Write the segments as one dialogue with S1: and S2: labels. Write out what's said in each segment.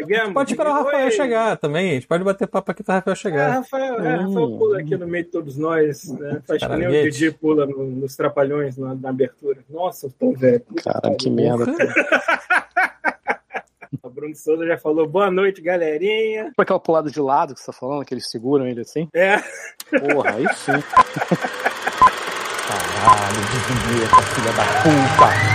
S1: Chegamos.
S2: Pode esperar o Rafael
S1: Oi.
S2: chegar também. A gente pode bater papo aqui até o Rafael
S1: É,
S2: chegar.
S1: Rafael, é, Rafael pula aqui no meio de todos nós, né? Faz que nem o
S2: Caralhete.
S1: Didi pula no- nos trapalhões na, na abertura. Nossa, eu tô velho.
S3: Cara, que merda.
S1: O Bruno Souza já falou boa noite, galerinha.
S3: Foi Tipo aquela pulada de lado que você tá falando, que eles seguram ele assim?
S1: É,
S3: Porra, aí sim.
S2: Caralho, desliguei essa filha da puta.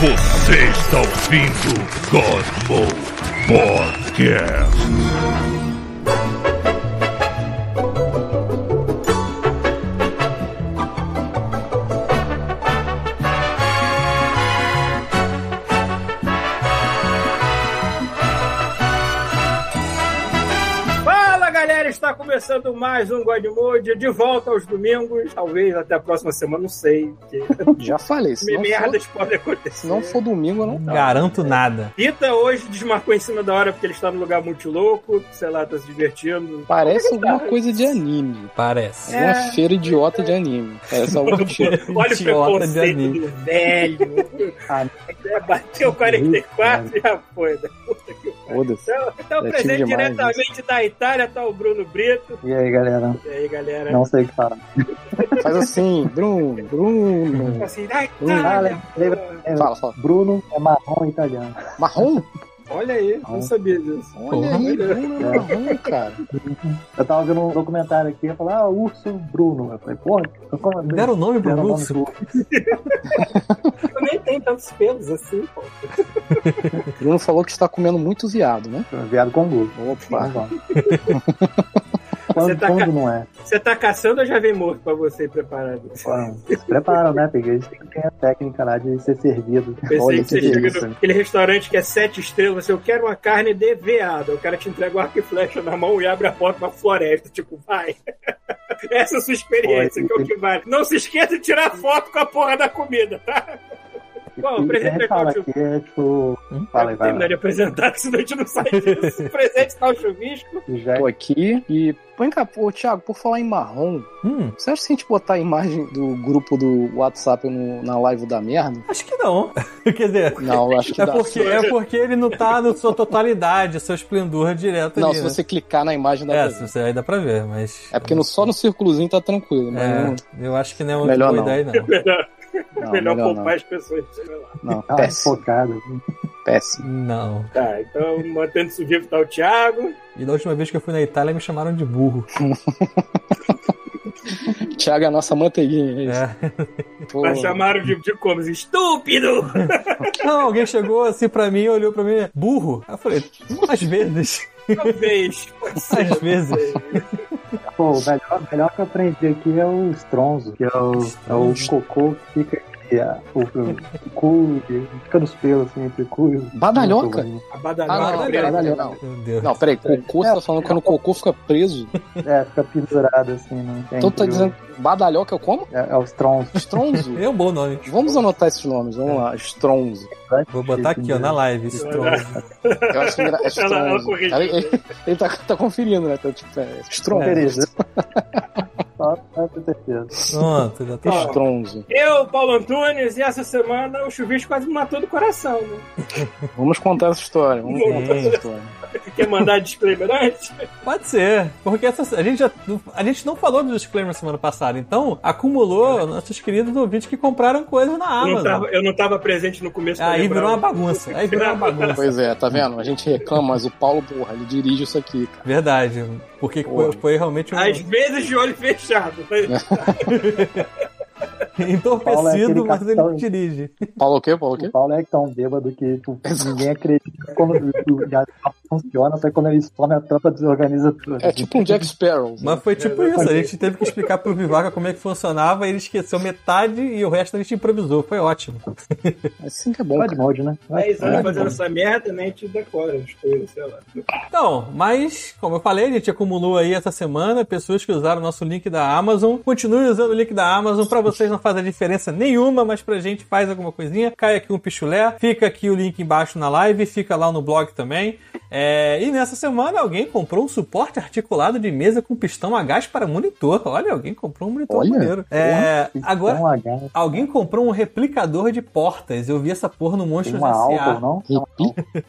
S4: Você está ouvindo Cosmo Podcast.
S1: Fala galera, está começando mais um God Mode, de volta aos domingos, talvez até a próxima semana, não sei. Que
S3: Já falei. Se não, for,
S1: merdas podem acontecer.
S3: se não for domingo, eu não.
S2: Não Garanto nada.
S1: Pita hoje desmarcou em cima da hora porque ele está num lugar muito louco, sei lá, tá se divertindo.
S3: Parece alguma coisa de anime.
S2: Parece.
S1: É.
S3: Alguma feira idiota de anime. Parece algum tipo.
S1: Olha o
S2: Idiota de
S1: preconceito
S2: anime.
S1: do velho.
S3: Ah,
S1: É, Bateu 44 e já foi. né? Puta que pariu.
S3: Foda-se.
S1: Então, então
S3: É
S1: presente
S3: time demais,
S1: diretamente da Itália tá o Bruno Brito.
S5: E aí, galera?
S1: E aí, galera?
S5: Não sei o que falar.
S3: Faz assim, Bruno, Bruno.
S1: Assim, da
S5: Ah,
S1: Itália.
S5: le- lembra- é,
S3: Fala, fala.
S5: Bruno é marrom italiano.
S3: Marrom?
S1: Olha aí, não sabia disso.
S3: Olha aí,
S1: Porra.
S3: Bruno é marrom, cara.
S5: Eu tava vendo um documentário aqui e falar, ah, urso Bruno. Eu falei, porra, eu como
S2: Deram o nome pro
S5: Deram o nome
S2: Lúcio.
S5: pro
S1: Eu nem tenho tantos pelos assim, pô.
S3: Bruno falou que está comendo muito viado, né?
S5: urso, viado com Lúcio.
S3: Opa.
S5: Vamos lá. Quando,
S1: tá
S5: quando não é?
S1: Você tá caçando ou já vem morto pra você ir preparado?
S5: Fala, Se preparam, né, Peguei? Tem a técnica lá de ser servido.
S1: Pensei
S5: Olha é
S1: que você
S5: que
S1: chega
S5: delícia.
S1: naquele restaurante que é sete estrelas, assim, eu quero uma carne de veado. O cara te entrega o arco e flecha na mão e abre a porta pra floresta. Tipo, vai. Essa é a sua experiência,
S5: Pô,
S1: que é o que vale. Não se esqueça de tirar foto com a porra da comida, tá? Bom, o
S5: E- e quem
S1: presente é
S5: fala
S1: o
S5: aqui é tipo.
S2: Hum?
S5: Fala aí, vai.
S1: Terminar
S5: lá.
S1: de apresentar, que senão a gente não sai disso. O presente tá o chuvisco.
S5: Já é
S3: Tô aqui e. Vem cá, ô, Thiago, por falar em marrom,
S2: Hum,
S3: você acha que se a gente botar a imagem do grupo do WhatsApp no- na live da merda?
S2: acho que não. Quer dizer,
S3: Não, eu acho que
S2: é
S3: dá.
S2: porque, é porque ele não tá na sua totalidade, seu esplendor direto
S3: Não,
S2: ali,
S3: se
S2: né?
S3: você clicar na imagem da
S2: É,
S3: TV.
S2: se você aí dá pra ver, mas.
S3: É porque no, só no círculozinho tá tranquilo, mas não-
S2: É, eu acho que não é uma
S3: Melhor
S2: boa
S3: não.
S2: ideia, não.
S1: Melhor,
S3: não,
S1: melhor,
S3: melhor
S1: poupar as pessoas. sei lá.
S3: não. Não,
S5: tá
S3: péssimo,
S5: focado.
S3: péssimo.
S2: Não.
S1: Tá, então mantendo isso vivo tá o Thiago.
S2: E da última vez que eu fui na Itália me chamaram de burro.
S3: Thiago é a nossa manteiguinha. É.
S2: É.
S3: isso. Pô,
S1: Mas chamaram de, de como? Estúpido!
S2: Não, alguém chegou assim pra mim, olhou pra mim, burro. Aí eu falei, às vezes,
S1: Talvez. Pode ser.
S2: às vezes.
S5: Pô, o melhor, o melhor que eu aprendi aqui é o Stronzo, que é o, é o cocô que fica aqui, a- o, o cu, que fica nos pelos, assim, entre o cu e o...
S3: Badalhoca?
S1: A
S3: Ah,
S1: badalhoca
S3: não,
S1: preta.
S3: badalhoca não.
S2: Meu Deus.
S3: Não, peraí, cocô, você tá falando que quando o cocô fica preso?
S5: É, fica pendurado, assim, né? É
S3: Então tá
S5: incrível.
S3: dizendo badalhoca é como?
S5: É, é o Stronzo.
S3: Stronzo?
S2: É um bom nome.
S3: Vamos anotar esses nomes, vamos lá. Stronzo.
S5: Vai
S2: Vou botar
S5: assistir,
S2: aqui, ó,
S5: né?
S2: na live. Strong.
S3: Eu acho que era é
S1: Ela- ela
S3: Stronzo.
S1: corrigiu.
S3: Cara, ele, ele tá, tá conferindo, né? Tá tipo, é Stronzo.
S5: Beleza. Só pra ter certeza.
S2: Pronto, já tá.
S1: Ó.
S3: Stronzo.
S1: Eu, Paulo Antunes, e essa semana o chuvisco quase me matou do coração, né?
S3: Vamos contar essa história. Vamos
S2: Sim.
S3: contar essa história.
S1: Quer mandar disclaimer antes?
S2: Pode ser, porque essa- a, gente já, a gente não falou do disclaimer semana passada, então acumulou nossos queridos ouvintes que compraram coisas na
S1: eu, não
S2: Amazon.
S1: tava, eu não tava presente no começo pra
S2: Ah, Aí
S1: lembrar.
S2: virou uma bagunça. Aí virou uma bagunça.
S3: Pois é, tá vendo? A gente reclama, mas o Paulo, porra, ele dirige isso aqui, cara.
S2: Verdade, porque foi, foi realmente um
S1: Às vezes de olho fechado. mas-
S5: Paulo é
S2: entorpecido,
S5: aquele
S2: mas ele
S5: capitão.
S2: dirige.
S3: Paulo o quê? Paulo o
S5: O
S3: quê?
S5: Paulo é tão bêbado que tipo, ninguém acredita como o já funciona, até quando ele some a tampa, desorganiza tudo.
S3: É tipo um Jack Sparrow.
S2: Mas foi
S5: É,
S2: tipo isso, a gente teve que explicar pro Vivaca como é que funcionava, ele esqueceu metade e o resto a gente improvisou, foi ótimo.
S3: Assim que é bom,
S5: God
S3: cara.
S5: mode, né?
S1: Dez anos
S5: É,
S1: fazendo essa merda, né? A gente decora as coisas, sei lá.
S2: Então, mas, como eu falei, a gente acumulou aí essa semana pessoas que usaram o nosso link da Amazon. Continue usando o link da Amazon, pra vocês não faz a diferença nenhuma, mas pra gente faz alguma coisinha. Cai aqui um pichulé, fica aqui o link embaixo na live, fica lá no blog também. É, e nessa semana alguém comprou um suporte articulado de mesa com pistão a gás para monitor. Olha, alguém comprou um monitor
S3: Olha,
S2: maneiro. É, agora,
S5: Então, H,
S2: alguém comprou um replicador de portas. Eu vi essa porra no
S5: tem
S2: Monstros
S5: uma álcool,
S3: né?
S2: S.A.
S5: não?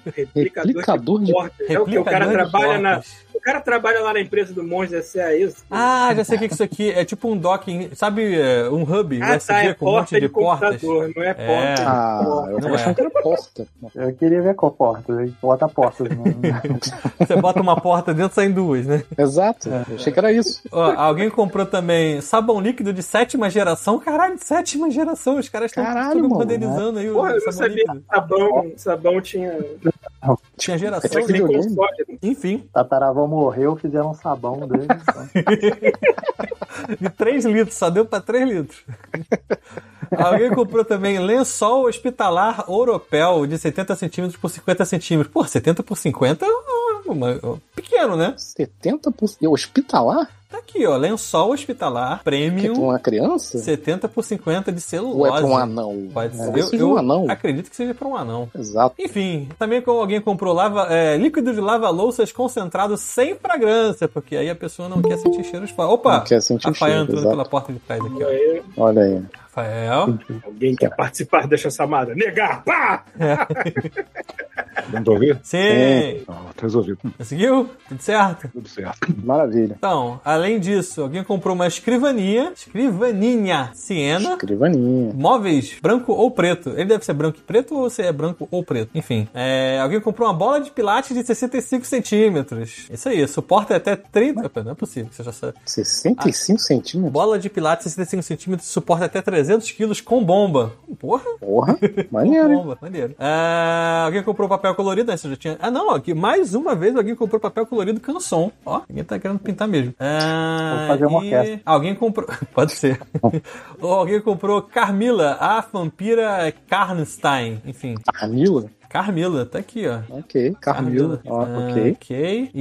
S3: Repli-
S1: Replicador,
S3: Replicador de-
S1: porta. É o que o cara
S2: de
S1: trabalha na.
S2: portas.
S1: O cara trabalha lá na empresa do Monge é SA, isso?
S2: Ah, já sei o que que isso aqui é. É tipo um docking, sabe? é, Um hub
S1: Ah,
S2: USB
S1: tá, é
S2: com um monte
S1: porta de,
S2: de portas.
S1: computador, não é porta. de
S3: Ah,
S1: porta.
S3: eu
S2: Não
S3: tava achando
S2: é.
S3: que era porta.
S5: Eu queria ver qual porta. né? Bota portas. Né?
S2: Você bota uma porta dentro, saem duas, né?
S3: Exato, eu achei que era isso.
S2: Ó, alguém comprou também sabão líquido de sétima geração. Caralho, de sétima geração. Os caras estão
S3: Caralho,
S2: tudo
S3: mano,
S2: modernizando aí o
S1: Porra, eu não
S2: sabão
S1: sabia
S2: líquido.
S1: que sabão, sabão tinha.
S2: Tinha geração,
S1: Tinha que
S2: né?
S1: nem
S3: videogame.
S1: consórcio.
S2: Enfim,
S5: Tataravó morreu, fizeram um sabão dele. então.
S2: de 3 litros, só deu pra 3 litros. Alguém comprou também lençol hospitalar Oropel de 70 centímetros por 50 centímetros. Pô, 70 por 50 é um- um- um- pequeno, né?
S3: 70% é hospitalar?
S2: Tá aqui, ó. Lençol hospitalar
S3: Que é pra
S2: premium
S3: uma criança?
S2: 70 por 50 de
S3: Ou
S2: celulose.
S3: é pra um anão?
S2: Pode ser.
S3: Talvez
S2: Eu-
S3: seja um
S2: eu
S3: anão.
S2: Acredito que seja pra um anão.
S3: Exato.
S2: Enfim, também como alguém comprou lava, é, líquido de lava-louças concentrado sem fragrância, porque aí a pessoa não quer sentir cheiros fortes. Opa!
S3: Não quer sentir o
S2: Rafael
S3: cheiro,
S2: entrando
S3: exato.
S2: pela porta de trás aqui, ó.
S1: Aí,
S3: Olha aí.
S2: Rafael.
S1: né? Alguém quer participar dessa chamada? Negar! Pá!
S6: Dá pra ouvir?
S2: Sim!
S6: Não, tá resolvido. Hum,
S2: Conseguiu? Tudo certo?
S6: Tudo certo.
S3: Maravilha.
S2: Então, além disso, alguém comprou uma escrivania, escrivaninha Siena,
S3: Escrivaninha.
S2: Móveis, branco ou preto. Ele deve ser branco e preto ou se é branco ou preto. Enfim, é, alguém comprou uma bola de pilates de 65 centímetros. Isso aí, suporta até 30... Opa, Não é possível que seja só...
S3: 65
S2: Ah.
S3: centímetros?
S2: Bola de pilates 65 centímetros suporta até 300 quilos com bomba. Porra,
S3: Porra,
S2: com
S3: maneiro, hein?
S2: bomba, maneiro. Ah, alguém comprou papel colorido? Essa já tinha. Ah, não, aqui mais uma vez alguém comprou papel colorido canção. Ó, alguém tá querendo pintar mesmo. Ah,
S5: Vou fazer uma
S2: e
S5: orquestra.
S2: Alguém comprou. Pode ser. Ou alguém comprou Carmila, a vampira Karnstein. Enfim,
S3: Carmila?
S2: Carmila, tá aqui, ó.
S3: Ok, Carmila. Ó,
S2: Ah,
S3: ok.
S2: ok.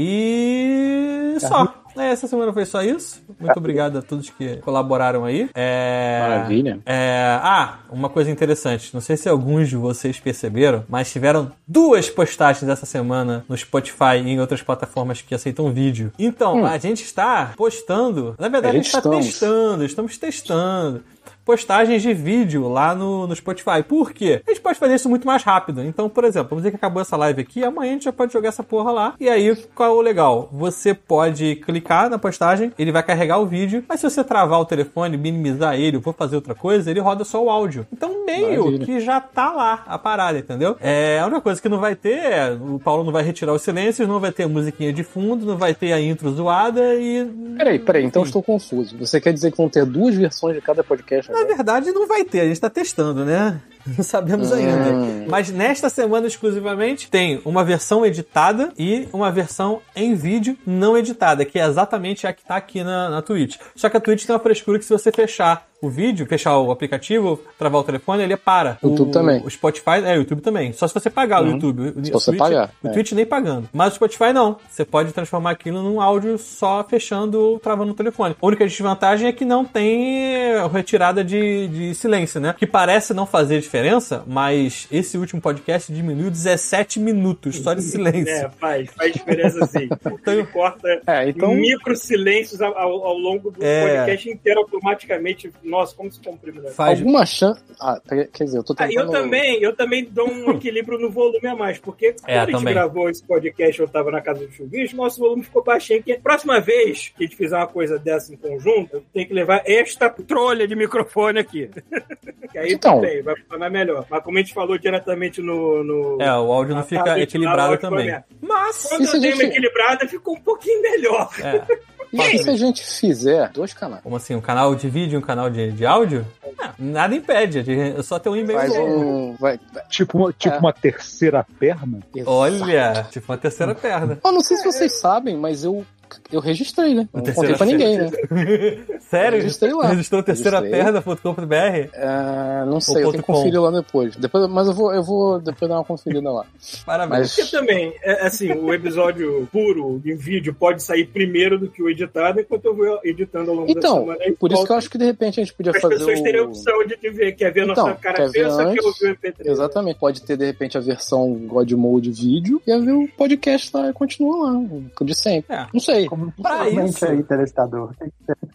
S2: E só. É, essa semana foi só isso. Muito obrigado a todos que colaboraram aí. É...
S3: Maravilha.
S2: É, Ah, uma coisa interessante. Não sei se alguns de vocês perceberam, mas tiveram duas postagens essa semana no Spotify e em outras plataformas que aceitam vídeo. Então, a gente está postando. Na verdade, a
S3: A
S2: gente, tá está
S3: gente estamos.
S2: testando, estamos testando. Postagens de vídeo lá no, no Spotify. Por quê? A gente pode fazer isso muito mais rápido. Então, por exemplo, vamos dizer que acabou essa live aqui, amanhã a gente já pode jogar essa porra lá. E aí, qual é o legal? Você pode clicar na postagem, ele vai carregar o vídeo, mas se você travar o telefone, minimizar ele, ou for fazer outra coisa, ele roda só o áudio. Então, meio
S3: Maravilha.
S2: que já tá lá a parada, entendeu? É, a única coisa que não vai ter é, o Paulo não vai retirar os silêncios, não vai ter a musiquinha de fundo, não vai ter a intro zoada e
S3: Peraí, peraí, então eu
S2: Sim.
S3: estou confuso. Você quer dizer que vão ter duas versões de cada podcast
S2: Na
S3: agora?
S2: verdade, não vai ter, a gente tá testando, né? Não sabemos
S3: Hum.
S2: ainda. Mas nesta semana exclusivamente tem uma versão editada e uma versão em vídeo não editada, que é exatamente a que tá aqui na, na Twitch. Só que a Twitch tem uma frescura que se você fechar o vídeo, fechar o aplicativo, travar o telefone, ele para.
S3: YouTube
S2: o,
S3: também. Uhum.
S2: O Spotify, é, o YouTube também. Só se você pagar o YouTube. O,
S3: Se
S2: o
S3: você
S2: Twitch,
S3: pagar,
S2: O
S3: é.
S2: Twitch nem pagando. Mas o Spotify não. Você pode transformar aquilo num áudio só fechando ou travando o telefone. A única desvantagem é que não tem eh, retirada de, de silêncio, né? Que parece não fazer diferença, mas esse último podcast diminuiu 17 minutos só de
S1: É,
S2: silêncio. Então,
S1: faz, faz diferença sim. Ele corta
S3: É, então.
S1: micro silêncios ao, ao- ao longo do
S2: É.
S1: podcast inteiro automaticamente. Nossa, como se comprime, né?
S2: Faz.
S3: Alguma chance. Ah, quer quer dizer, eu tô
S1: Ah,
S2: então,
S3: tentando.
S1: eu também, eu também dou um equilíbrio no volume a mais, porque quando
S2: É,
S1: a gente
S2: também.
S1: gravou esse podcast, eu tava na casa do chuvisco, nosso volume ficou baixinho. Que próxima vez que a gente fizer uma coisa dessa em conjunto, eu tenho que levar esta trolha de microfone aqui. que aí
S3: Então.
S1: então, vai funcionar melhor. Mas como a gente falou diretamente no. no-
S2: É, o áudio não
S1: Ah, tá,
S2: fica
S1: gente, lá,
S2: equilibrado
S1: ótimo,
S2: também.
S1: né?
S2: Mas.
S1: Quando
S3: Isso a
S1: eu dei uma
S3: gente-
S1: equilibrada, ficou um pouquinho melhor.
S2: É.
S3: E aí, se a gente fizer dois canais?
S2: Como assim? Um canal de vídeo e um canal de, de áudio? Não, nada impede. Eu só tenho um e-mail
S3: Faz
S2: novo.
S3: um. Vai...
S6: Tipo, uma- tipo
S3: É.
S6: uma terceira perna?
S3: Exato.
S2: Olha, tipo uma terceira perna.
S3: Ah, Eu não sei se vocês sabem, mas eu eu registrei, né? Não
S2: terceira
S3: contei pra
S2: série.
S3: ninguém, né?
S2: Sério?
S3: Registrei lá.
S2: Registrou terceira
S3: Registrei.
S2: perna.com.br?
S3: Ah, não sei, eu tenho
S2: ponto
S3: que conferir lá depois. depois. Mas eu vou, eu vou depois dar uma conferida lá.
S2: Parabéns.
S3: Mas
S1: Porque também, é, assim, o episódio puro em vídeo pode sair primeiro do que o editado, enquanto eu vou editando ao longo da
S3: Então,
S1: semana.
S3: por isso que eu acho que de repente a gente podia
S1: As
S3: fazer.
S1: pessoas
S3: o-
S1: teriam a opção de te ver, quer ver
S3: Então,
S1: nossa cara
S3: quer ver
S1: pensa que
S3: antes?
S1: ouvir o MP3.
S3: Exatamente. Pode ter, de repente, a versão God Mode vídeo e haver o podcast lá e continua lá, o de sempre.
S2: É.
S3: Não sei.
S5: Como
S2: Pra
S5: comente
S2: isso.
S5: aí, telespectador.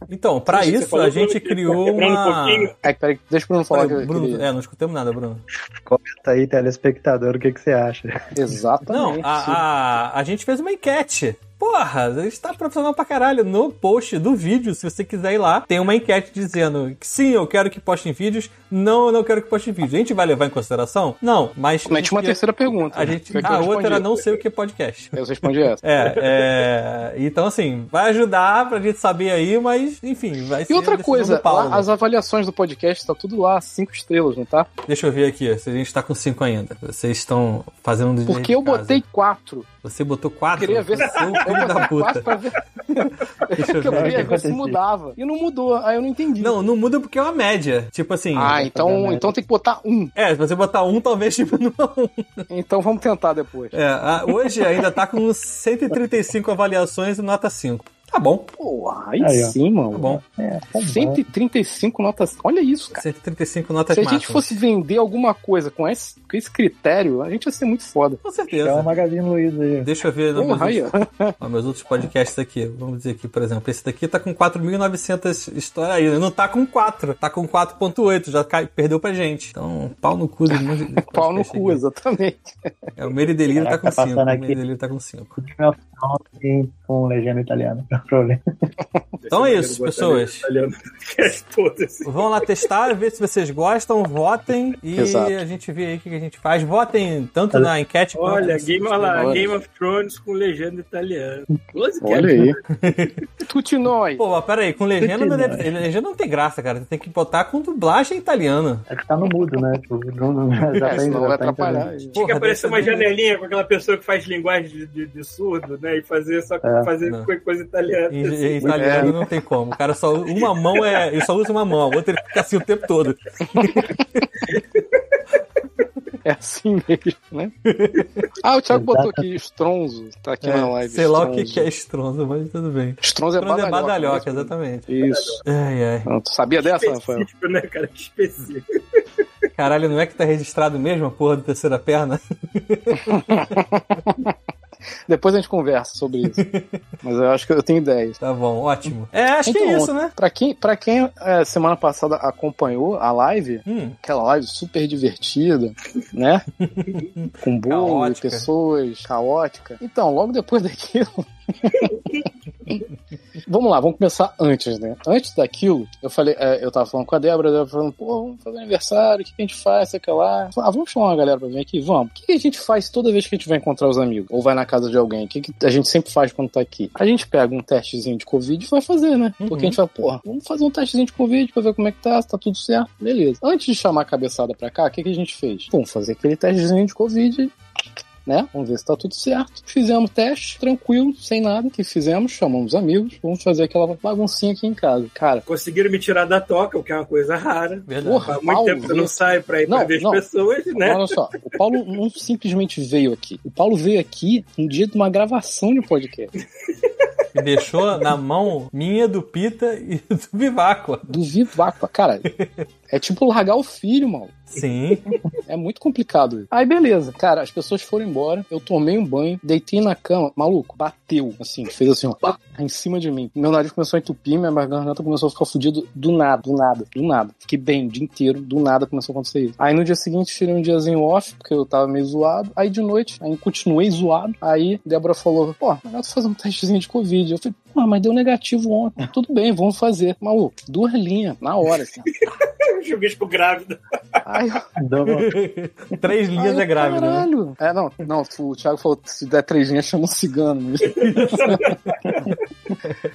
S2: Então, pra
S1: Você
S2: isso,
S1: falou,
S2: a
S1: Bruno,
S2: gente
S1: que tá
S2: criou
S1: quebrando um
S2: uma...
S1: pouquinho.
S3: É, peraí, deixa o Bruno falar que eu
S2: Bruno,
S3: queria.
S2: é, não escutamos nada, Bruno.
S5: Comenta Tá aí, telespectador, o que, que você acha?
S2: é.
S3: Exatamente.
S2: Não, a, a, a gente fez uma enquete. Porra, a gente tá profissional pra caralho. No post do vídeo, se você quiser ir lá, tem uma enquete dizendo que sim, eu quero que postem vídeos, não, eu não quero que postem vídeos. A gente vai levar em consideração? Não, mas.
S3: Comente uma
S2: porque
S3: terceira pergunta.
S2: A, gente, ah,
S3: Foi que eu
S2: a outra era
S3: respondi.
S2: não sei o que é podcast.
S3: Eu respondi essa.
S2: É, é, então assim, vai ajudar pra gente saber aí, mas enfim, vai ser.
S3: E outra
S2: decisão
S3: coisa,
S2: é do Paulo. né?
S3: lá, as avaliações do podcast tá tudo lá, cinco estrelas, não tá?
S2: Deixa eu ver aqui se a gente tá com cinco ainda. Vocês estão fazendo do jeito
S3: Porque eu
S2: de casa.
S3: botei quatro.
S2: Você botou quatro?
S3: Queria ver se-
S2: Seu filho da puta.
S3: Eu botei quatro pra ver.
S2: Deixa eu
S3: Porque eu
S2: ver.
S5: o que
S3: queria ver se
S5: aconteceu.
S3: mudava. E não mudou, aí eu não entendi.
S2: Não, não muda porque é uma média. Tipo assim.
S3: Ah, então,
S5: nada.
S3: então tem que botar um.
S2: É, se você botar um, talvez tipo não.
S3: Então vamos tentar depois.
S2: É, a- hoje ainda tá com 135 avaliações e nota 5. Tá bom,
S3: Pô, aí,
S5: Aí, ó.
S3: sim,
S2: tá
S3: mano.
S2: bom.
S5: É, tá bom.
S3: 135 notas. Olha isso, cara.
S2: 135 notas
S3: Se a
S2: máximas.
S3: gente fosse vender alguma coisa com esse, com esse critério, a gente ia ser muito foda.
S2: Com
S5: É o
S3: Então,
S2: certeza.
S5: Magazine Luiza aí.
S2: Deixa eu ver um nos meus,
S3: Porra, aí, ó.
S2: outros, ó, meus outros podcasts aqui. Vamos dizer aqui, por exemplo, esse daqui tá com 4.900 histórias aí. Não tá com 4, tá com 4.8, já cai- perdeu pra gente. Então, pau no cu. do mundo de
S3: Pau no
S2: podcast
S3: cu,
S2: aqui.
S3: exatamente.
S2: É, o Meire Delírio tá
S5: Caraca,
S2: com
S5: tá
S2: 5.
S5: passando
S2: O
S5: aqui.
S2: Meire Delírio tá com 5.
S5: Sim, com legenda italiana, não tem problema.
S2: Então é isso, pessoas.
S1: Foda-se.
S2: Vão lá testar, ver se vocês gostam, votem e
S3: Exato.
S2: a gente vê aí o que que a gente faz. Votem tanto na enquete quanto
S1: Olha,
S2: no-
S1: Game, olha lá,
S3: Olha.
S1: Game of Thrones com legenda italiana. Close
S3: Olha
S1: caption.
S3: aí. Tutinói.
S2: Pô, mas peraí, com legenda não,
S5: Entendi,
S2: deve, legenda não tem graça, cara. Tem que botar com dublagem italiana.
S5: É que tá no mudo, né? Tipo, não, não, já
S3: É,
S5: tá indo,
S3: senão vai
S5: já tá
S3: atrapalhar.
S5: entendendo.
S1: Tinha que
S2: Porra,
S1: aparecer
S2: deve
S1: uma
S2: ser bem-
S1: janelinha com aquela pessoa que faz linguagem de, de- de surdo, né? E fazer só
S5: É.
S1: fazer
S2: Não.
S1: coisa, coisa italiana. assim.
S2: Em, em italiano não tem como. O cara só. Uma mão é. Ele só usa uma mão, a outra ele fica assim o tempo todo.
S3: É assim mesmo, né? Ah, o Thiago botou aqui Stronzo. Tá aqui na live.
S2: É, sei lá o que,
S3: Stronzo.
S2: que é estronzo, mas tudo bem.
S3: Stronzo é
S2: Estronzo
S3: badalhoca.
S2: é badalhoca,
S3: mesmo.
S2: exatamente.
S3: Isso.
S2: Ai, ai.
S3: Não, tu sabia dessa, Rafael?
S1: Específico, né, cara? Específico.
S2: Caralho, não é que tá registrado mesmo a porra do terceira perna?
S3: Depois a gente conversa sobre isso. Mas eu acho que eu tenho ideias.
S2: Tá bom, ótimo. É, acho que é
S3: Então,
S2: isso, né?
S3: Pra quem, pra quem é, semana passada acompanhou a live,
S2: Hum.
S3: aquela live super divertida, né? Com bolo de
S2: Caótica.
S3: pessoas, caótica. Então, logo depois daquilo. vamos lá, vamos começar antes, né? Antes daquilo, eu falei, é, eu tava falando com a Débora, a Débora falando, pô, vamos fazer aniversário, o que, que a gente faz, sei o que lá. Ah, vamos chamar uma galera pra vir aqui? Vamos. O que, que a gente faz toda vez que a gente vai encontrar os amigos? Ou vai na casa de alguém? O que, que a gente sempre faz quando tá aqui? A gente pega um testezinho de Covid e vai fazer, né? Porque
S2: Uhum.
S3: a gente fala, porra, vamos fazer um testezinho de Covid pra ver como é que tá, se tá tudo certo. Beleza. Antes de chamar a cabeçada pra cá, o que, que a gente fez? Vamos fazer aquele testezinho de Covid né? Vamos ver se tá tudo certo. Fizemos teste, tranquilo, sem nada. O que fizemos? Chamamos amigos, vamos fazer aquela baguncinha aqui em casa. Cara,
S1: Conseguiram me tirar da toca, o que é uma coisa rara.
S2: Verdade.
S3: porra,
S1: Há muito tempo que eu não saio pra ir pra
S3: Não,
S1: ver as
S3: não.
S1: pessoas, né?
S3: Olha só, o Paulo não simplesmente veio aqui. O Paulo veio aqui no dia de uma gravação de podcast.
S2: Me deixou na mão minha, do Pita e do Viváqua.
S3: Duvido, vácuo. Cara, é tipo largar o filho, mano.
S2: Sim.
S3: É muito complicado isso. Aí beleza, cara, as pessoas foram embora, eu tomei um banho, deitei na cama, maluco, bateu, assim, fez assim, ó, pá, em cima de mim. Meu nariz começou a entupir, minha garganta começou a ficar fudido do nada, do nada, do nada. Fiquei bem o dia inteiro, do nada começou a acontecer isso. Aí no dia seguinte tirei um diazinho off, porque eu tava meio zoado. Aí de noite, aí continuei zoado. Aí Débora falou, pô, melhor tu fazer um testezinho de Covid. Eu falei, pô, mas deu negativo ontem. Tudo bem, vamos fazer. Maluco, duas linhas, na hora, assim, ó.
S1: chuvisco grávido.
S3: Ai, eu-
S5: Dá uma-
S2: Três linhas
S3: ai,
S2: é grávida. né?
S3: Caralho. É, não, não, o Thiago falou: se der três linhas, chama um cigano. mesmo.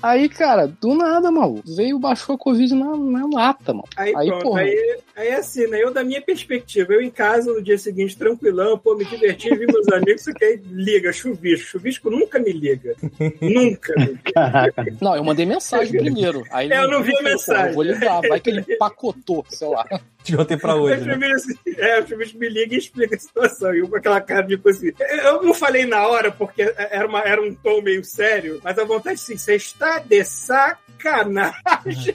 S3: aí, cara, do nada, maluco. Veio, baixou a Covid na, na lata, mano.
S1: Aí,
S3: Aí,
S1: pronto,
S3: porra.
S1: aí, aí é assim, né? Eu, da minha perspectiva, eu em casa no dia seguinte, tranquilão, pô, me diverti, vi meus amigos, isso que aí liga, chuvisco. Chuvisco nunca me liga. Nunca. me liga.
S5: Caraca,
S3: Não, eu mandei mensagem primeiro. Aí ele
S1: É, Eu não vi a
S3: eu falei, pô,
S1: mensagem.
S3: Eu vou ligar, vai que ele pacotou, sei lá.
S2: De ontem pra
S1: Aí
S2: hoje.
S1: o
S2: Né?
S1: chuvisco, assim, é, o chuvisco me liga e explica a situação. E eu com aquela cara de tipo assim. Eu eu não falei na hora, porque era, uma, era um tom meio sério, mas a vontade assim, você está de sacanagem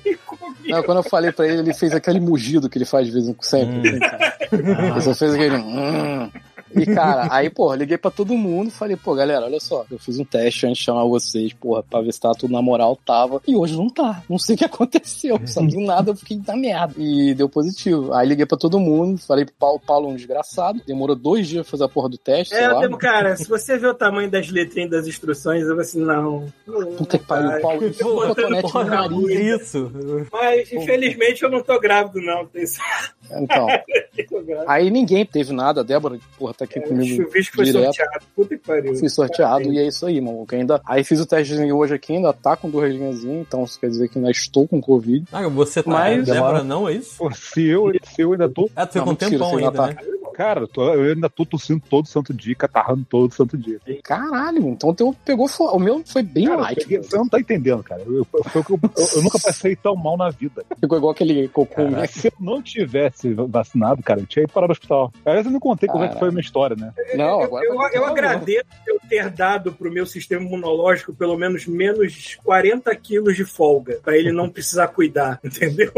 S1: comigo.
S3: Não, quando eu falei pra ele, ele fez aquele mugido que ele faz de vez em quando, sempre. assim, cara. Ele só fez aquele. hum. E, cara, aí, porra, liguei pra todo mundo falei, pô, galera, olha só, eu fiz um teste antes de chamar vocês, porra, pra ver se tava tudo na moral, tava. E hoje não tá. Não sei o que aconteceu. Só do nada eu fiquei da merda. E deu positivo. Aí liguei pra todo mundo, falei pro Paulo, Paulo é um desgraçado. Demorou dois dias pra fazer a porra do teste, sei
S1: É,
S3: lá.
S1: eu, cara, se você vê o tamanho das letrinhas das instruções, eu vou assim, não. não,
S3: Puta que pariu,
S1: cara.
S3: Paulo, enfiou o cotonete no
S2: Porra,
S3: nariz.
S2: isso.
S1: Mas, infelizmente, eu não tô grávido, não. Tem isso
S3: Então,
S1: que eu tô grávido.
S3: aí ninguém teve nada. A Débora, porra, tá aqui
S1: O
S3: comigo
S1: chuvisco foi
S3: direto.
S1: sorteado. Puta que pariu.
S3: Fui sorteado e é isso aí, maluco. Ainda, aí fiz o testezinho hoje aqui, ainda tá com duas linhazinhas, então isso quer dizer que ainda estou com Covid.
S2: Ah, você tá.
S3: Mas-
S2: Débora, não é isso?
S6: Pô, se eu, se eu ainda tô.
S2: Ah, tu ficou um
S3: Não, mentira,
S2: tempão
S3: você ainda
S2: ainda, né?
S6: Cara, eu tô- eu ainda tô tossindo todo santo dia, catarrando todo santo dia.
S3: Caralho, então o teu pegou. fo- O meu foi bem
S6: Cara, eu
S3: light.
S6: peguei- você não tá entendendo, cara. Eu, eu- foi o que eu- eu- eu nunca passei tão mal na vida.
S3: Ficou igual aquele cocô. né?
S6: Se eu não tivesse vacinado, cara, eu tinha ido parar no hospital. Aliás, eu não contei como é que
S3: Caralho.
S6: foi a minha história, né?
S3: Não,
S1: Eu-
S3: agora. tá
S1: eu, eu, agradeço eu ter dado pro meu sistema imunológico pelo menos menos 40 quilos de folga, pra ele não precisar cuidar, entendeu?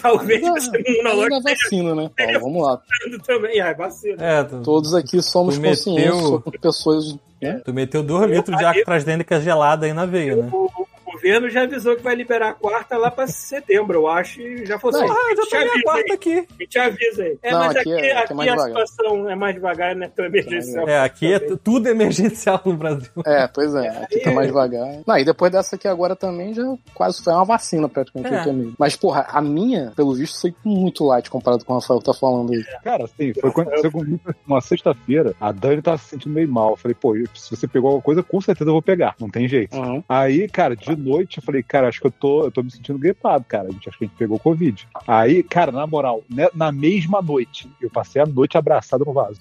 S1: Talvez
S3: Ah,
S1: o sistema
S3: Ainda
S1: imunológico
S3: é vacina, né, Paulo? Vamos lá.
S1: também. Ah, vacina.
S2: É, tu,
S3: Todos aqui somos
S2: Tu meteu-
S3: conscientes, somos pessoas.
S2: tu meteu dois litros de água transdênica gelada aí na veia, né?
S1: O, o governo já avisou que vai liberar a quarta lá pra setembro, eu acho, e já foi
S3: Não,
S1: só-
S2: Ah, eu
S1: te
S2: já peguei a
S1: avisa
S2: quarta aqui.
S1: aí, te avisa aí. É,
S3: Não,
S1: mas aqui,
S3: aqui é- aqui é mais
S1: aqui a
S3: devagar.
S1: situação é mais devagar, né? Tão emergencial.
S2: É, aqui é
S1: Também.
S2: tu- tudo emergencial no Brasil.
S3: É, pois é, aqui tá mais devagar. Não, e depois dessa aqui agora também já quase foi uma vacina praticamente
S2: É.
S3: eu tomei. Mas, porra, a minha, pelo visto, foi muito light comparado com o Rafael que tá falando aí.
S6: Cara, assim, foi quando aconteceu comigo numa sexta-feira. A Dani tava se sentindo meio mal. Eu falei, pô, se você pegou alguma coisa, com certeza eu vou pegar. Não tem jeito.
S3: Uhum.
S6: Aí, cara, de noite eu falei, cara, acho que eu tô, eu tô me sentindo gripado, cara. A gente acho que a gente pegou Covid. Aí, cara, na moral, né, na mesma noite, eu passei a noite abraçado no vaso.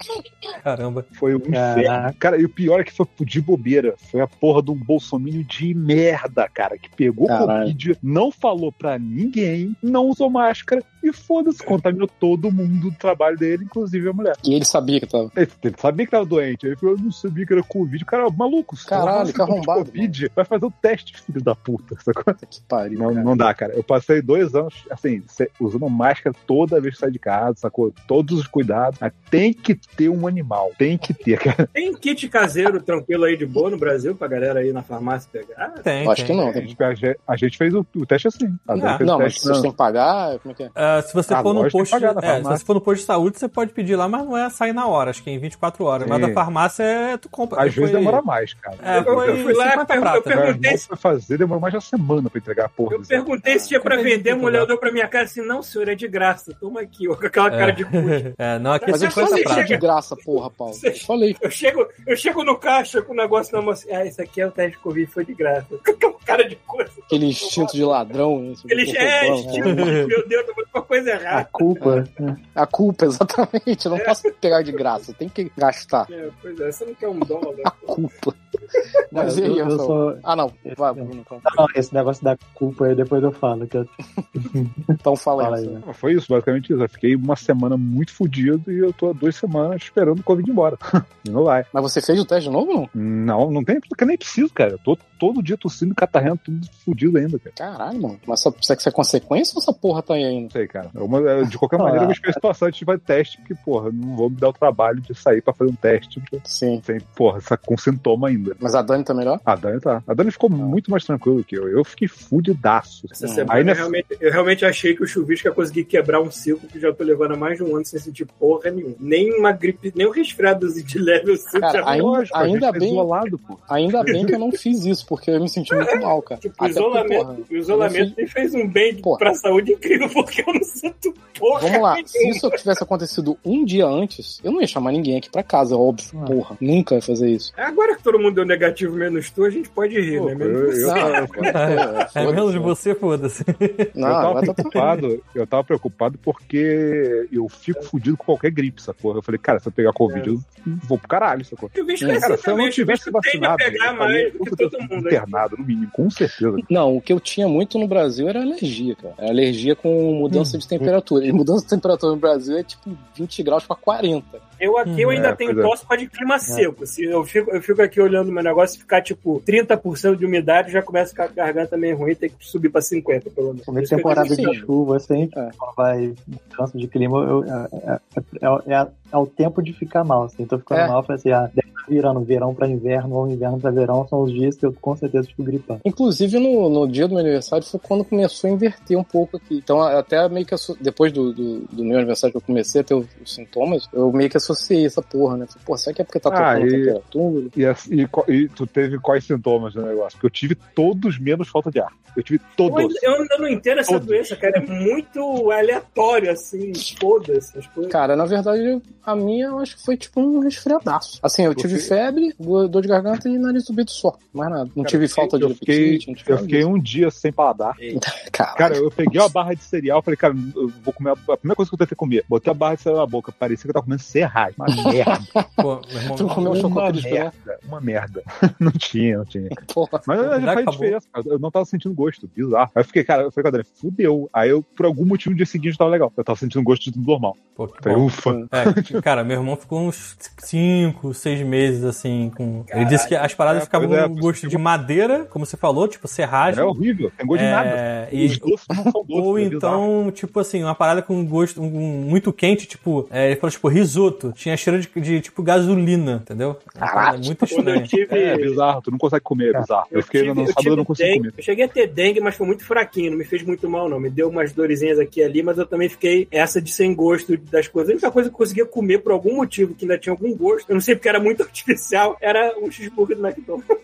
S2: Caramba.
S6: Foi um inferno.
S5: Caraca.
S6: Cara, e o pior é que foi de bobeira. Foi a porra de um bolsominion de merda, cara, que pegou
S3: Caralho.
S6: Covid, não falou pra ninguém, não usou máscara e foda-se, contaminou todo mundo do trabalho dele, inclusive a mulher.
S3: E ele sabia que tava.
S6: Ele, ele sabia que tava doente. Ele falou, eu não sabia que era Covid. Cara, maluco, se
S3: Caralho,
S6: você
S3: que
S6: tá com
S3: arrombado,
S6: Covid, vai fazer o teste, filho da puta. sacou?
S3: Que pariu.
S6: Não,
S3: cara.
S6: não dá, cara. Eu passei dois anos, assim, se- usando máscara toda vez que sai de casa, sacou? Todos os cuidados. Mas tem que ter um animal. Tem que ter, cara.
S1: Tem kit caseiro tranquilo aí de boa no Brasil pra galera ir na farmácia pegar? Ah,
S2: Tem.
S3: Eu acho que
S2: tem.
S3: não.
S6: A
S3: Tem...
S6: gente, Tipo, a gente- a gente fez o, o teste assim. A Dani
S2: Ah,
S6: fez o
S3: Não, mas
S6: teste
S3: vocês
S6: na-
S3: têm que pagar? Como é que é?
S2: Ah, se você
S6: Ah,
S2: for no
S6: lógico, tem
S2: posto,
S6: que pagar na
S2: de, é, se
S6: farmácia.
S2: você for no posto de saúde, você pode pedir lá, mas não é sair na hora, acho que é em 24 horas. Mas
S6: Sim.
S2: da farmácia é tu compra.
S6: Às vezes
S2: Foi-
S6: demora mais, cara.
S2: É, foi
S1: Eu fui lá,
S2: 50
S1: eu- eu
S2: prata, né?
S6: Meu irmão
S1: perguntei se-
S6: foi fazer, demorou mais de uma semana pra entregar a porra.
S1: Eu
S6: do é exame.
S1: perguntei se tinha pra
S2: Eu
S1: vender,
S2: perguntei
S1: a mulher
S2: também.
S1: olhou pra minha cara assim, não, senhor, é de graça, toma aqui, ó, com aquela cara de cu.
S2: É, não, aqui é
S3: Mas eu
S2: 50
S3: falei que
S1: prata.
S2: pratos.
S3: era de graça, porra, Paulo. Eu falei.
S1: Eu chego, eu chego no caixa com o negócio na mão assim, ah, isso aqui é o teste de Covid, foi de graça. Com aquela cara de coisa.
S3: Aquele instinto de ladrão. né?
S1: Eles, é,
S3: Roubando, né?
S1: estilo, meu Deus, tá uma coisa
S5: a
S1: errada.
S5: culpa. né?
S3: A culpa, exatamente. Eu não posso pegar de graça. Tem que
S6: Ah.
S3: gastar.
S1: É, pois é, você não quer um
S3: A
S1: dólar.
S3: culpa.
S5: Não,
S3: Mas e
S5: eu,
S3: aí,
S5: eu
S3: Rafael?
S5: sou-
S3: Ah, não. Vai, Bruno. então.
S5: Não, esse negócio da culpa aí depois eu falo. Que eu
S3: Então fala
S5: falo
S3: aí.
S5: aí,
S3: Rafael.
S5: né?
S6: Ah, Foi isso, basicamente isso. Eu fiquei uma semana muito fudido e eu tô há duas semanas esperando o Covid ir embora. E não vai.
S3: Mas você fez o teste de novo ou não?
S6: Não, não tem, porque eu nem preciso, cara. Eu tô todo dia tossindo, catarrendo, tudo fudido ainda, cara.
S3: Caralho, mano. Mas só- será que isso é consequência ou essa porra tá aí ainda?
S6: Não sei, cara. Alguma- de qualquer maneira, eu vou esperar a situação antes de fazer teste, porque, porra, eu não vou me dar o trabalho de sair pra fazer um teste
S3: Sim.
S6: sem, porra, essa- com sintoma ainda.
S3: Mas a Dani tá melhor?
S6: A Dani tá. A Dani ficou muito mais tranquila que eu. Eu fiquei fudidaço.
S1: Essa
S3: Hum.
S1: semana
S6: Aí,
S1: eu,
S6: né,
S1: realmente, eu realmente achei que o chuvisco ia conseguir quebrar um ciclo que já tô levando há mais de um ano sem sentir porra nenhuma. Nem uma gripe, nem um resfriadozinho de leve eu sinto.
S3: Cara,
S1: já.
S3: ainda-
S6: Lógico, a gente
S3: ainda
S6: tá
S3: bem-
S6: isolado, pô.
S3: Ainda bem que eu não fiz isso, porque eu ia me senti muito mal, cara.
S1: Tipo, o
S3: Até porque,
S1: isolamento,
S3: porra,
S1: o isolamento me fez um bem
S3: Porra.
S1: pra saúde incrível, porque eu não sinto porra.
S3: Vamos lá, se
S1: nenhuma.
S3: isso tivesse acontecido um dia antes, eu não ia chamar ninguém aqui pra casa, óbvio.
S6: Ah.
S3: Porra, nunca ia fazer isso.
S1: É Agora que todo mundo deu negativo menos tu, a gente pode rir,
S6: Pô,
S1: né?
S6: eu-
S1: Menos
S6: eu-
S1: você.
S3: Não, é,
S2: É menos de você, foda-se.
S3: Não,
S6: eu tava
S3: agora tá
S6: preocupado, eu tava preocupado porque eu fico fudido com qualquer gripe, sacou? Eu falei, cara, se eu pegar Covid, eu vou pro caralho, sacou?
S1: O bicho
S3: Hum.
S1: é
S6: Cara,
S1: assim
S6: se eu
S1: também.
S6: não
S1: O bicho
S6: tivesse
S1: tende a
S6: vacinado,
S1: pegar
S6: eu falei,
S1: mais do que
S6: eu tô
S1: todo mundo. né?
S6: internado, no mínimo, com certeza.
S3: Não, o que eu tinha muito no Brasil era alergia, cara. Era alergia com mudança
S6: Hum.
S3: de temperatura. E mudança de temperatura no Brasil é tipo 20 graus pra 40.
S1: Eu aqui eu
S2: Hum,
S1: ainda
S6: é,
S1: tenho
S6: pois é.
S1: tosse pra de clima seco. Se eu, fico, eu fico aqui olhando meu negócio e ficar tipo 30% de umidade, já começa com a garganta meio ruim, tem que subir pra 50%, pelo menos.
S5: Começo
S1: Isso que eu
S5: temporada
S1: digo,
S5: de
S3: assim.
S5: chuva, sempre
S3: É.
S5: vai mudança de clima, eu- é, é, é, é- é o tempo de ficar mal. Assim. Tô ficando
S3: É.
S5: mal, falei assim, ah, deve estar virando verão pra inverno ou inverno pra verão, são os dias que eu com certeza fico gripando.
S3: Inclusive, no, no dia do meu aniversário foi quando começou a inverter um pouco aqui. Então, até meio que asso- depois do, do, do meu aniversário que eu comecei a ter os, os sintomas, eu meio que associei essa porra, né? Falei, pô, será que é porque tá
S6: Ah,
S3: trocando a
S6: e-
S3: temperatura?
S6: E, as- e co- e tu teve quais sintomas do negócio? Porque eu tive todos menos falta de ar. Eu tive
S1: Eu
S6: todos.
S1: ainda, eu ainda não entendo essa
S6: Todos.
S1: doença, cara. É muito aleatório, assim, todas essas coisas.
S3: Cara, na verdade, a minha eu acho que foi tipo um resfriadaço. Assim, eu tive
S6: Porque-
S3: febre, do- dor de garganta e nariz subido só. Mais nada. Não
S6: Cara,
S3: tive falta de
S6: eu fiquei,
S3: apetite, não tive
S6: eu
S3: nada
S6: fiquei
S3: disso.
S6: um dia sem paladar.
S3: Caralho.
S6: Cara, eu peguei uma barra de cereal, falei, cara, eu vou comer a, a primeira coisa que eu tentei comer. Botei a barra de cereal na boca, parecia que eu tava comendo serragem. Uma merda,
S2: Pô, meu irmão,
S3: Tu comeu
S6: uma
S3: chocolate pela
S6: merda, uma merda. Não tinha, não tinha.
S3: porra.
S6: Mas
S2: Já
S6: já faz
S2: acabou.
S6: diferença, cara. Eu não tava sentindo gosto, bizarro. Aí eu fiquei, cara, eu falei com a Adriana, fudeu. Aí eu, por algum motivo, no dia seguinte eu tava legal. Eu tava sentindo gosto de tudo normal.
S2: pô, que
S6: Falei,
S2: bom.
S6: ufa.
S2: É, cara, meu irmão ficou uns 5, 6 meses assim. Com... Ele disse que as paradas
S6: É,
S2: ficavam
S6: pois é,
S2: com
S6: por
S2: gosto
S6: isso que
S2: de madeira, como você falou, tipo serragem.
S6: É horrível, tem gosto de nada.
S2: É,
S6: Os
S2: e,
S6: doces não são doces.
S2: ou
S6: é bizarro.
S2: então, tipo assim, uma parada com gosto um- um muito quente, tipo, é, ele falou, tipo, risoto. Tinha cheiro de, de, tipo gasolina, entendeu? Uma parada muito
S1: Quando eu
S2: estranha.
S1: tive.
S6: É bizarro, tu não consegue comer, é bizarro. Eu fiquei no
S1: eu
S6: sábado, eu não
S1: tive
S6: consegui
S1: dengue.
S6: comer.
S1: Eu cheguei a ter dengue, mas foi muito fraquinho, não me fez muito mal, não. Me deu umas dorezinhas aqui e ali, mas eu também fiquei essa de sem gosto das coisas. A única coisa que eu conseguia comer por algum motivo que ainda tinha algum gosto, eu não sei porque era muito artificial, era um cheeseburger do McDonald's.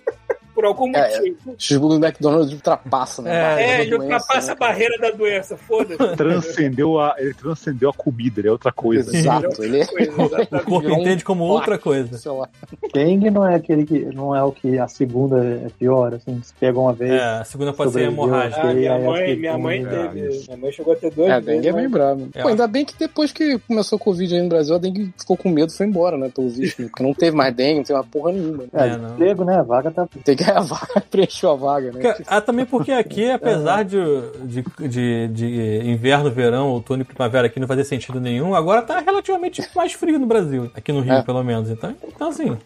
S1: por algum
S3: É, é.
S1: motivo.
S3: Cheeseburger do McDonald's ultrapassa,
S2: É,
S3: né? A barreira
S1: É,
S3: da
S1: ele
S3: doença,
S1: ultrapassa
S3: né,
S1: a
S3: cara?
S1: barreira da doença, foda-se.
S6: Transcendeu a, ele transcendeu a comida, ele é outra coisa.
S3: Exato, ele é.
S1: Ah,
S2: O corpo
S3: Virou um
S2: entende como outra coisa.
S3: Sei lá.
S5: Dengue não é aquele que, não é o que a segunda é pior, assim, que se pega uma vez.
S2: É, a segunda pode ser
S5: Sobreviveu.
S2: hemorragia.
S1: Ah, minha
S6: é,
S5: Aí,
S1: mãe,
S5: aí,
S1: minha mãe
S6: assim,
S1: teve.
S6: é, isso.
S1: minha mãe chegou a ter dois. né?
S3: É, a dengue é
S1: vezes,
S3: meio brava.
S2: É.
S3: Pô, ainda bem que depois que começou a Covid aí no Brasil, a dengue ficou com medo e foi embora, né? Pelo visto. né? Porque não teve mais dengue, não teve uma porra nenhuma. Né?
S5: É,
S2: É, não.
S5: emprego, né? A vaga tá.
S3: Tem que a vaga, preencheu a vaga, né?
S2: Porque- Ah, também porque aqui, apesar de, de, de, de inverno, verão, outono e primavera aqui não fazer sentido nenhum, agora tá relativamente mais frio no Brasil, aqui no Rio
S3: É.
S2: pelo menos. Então, então assim,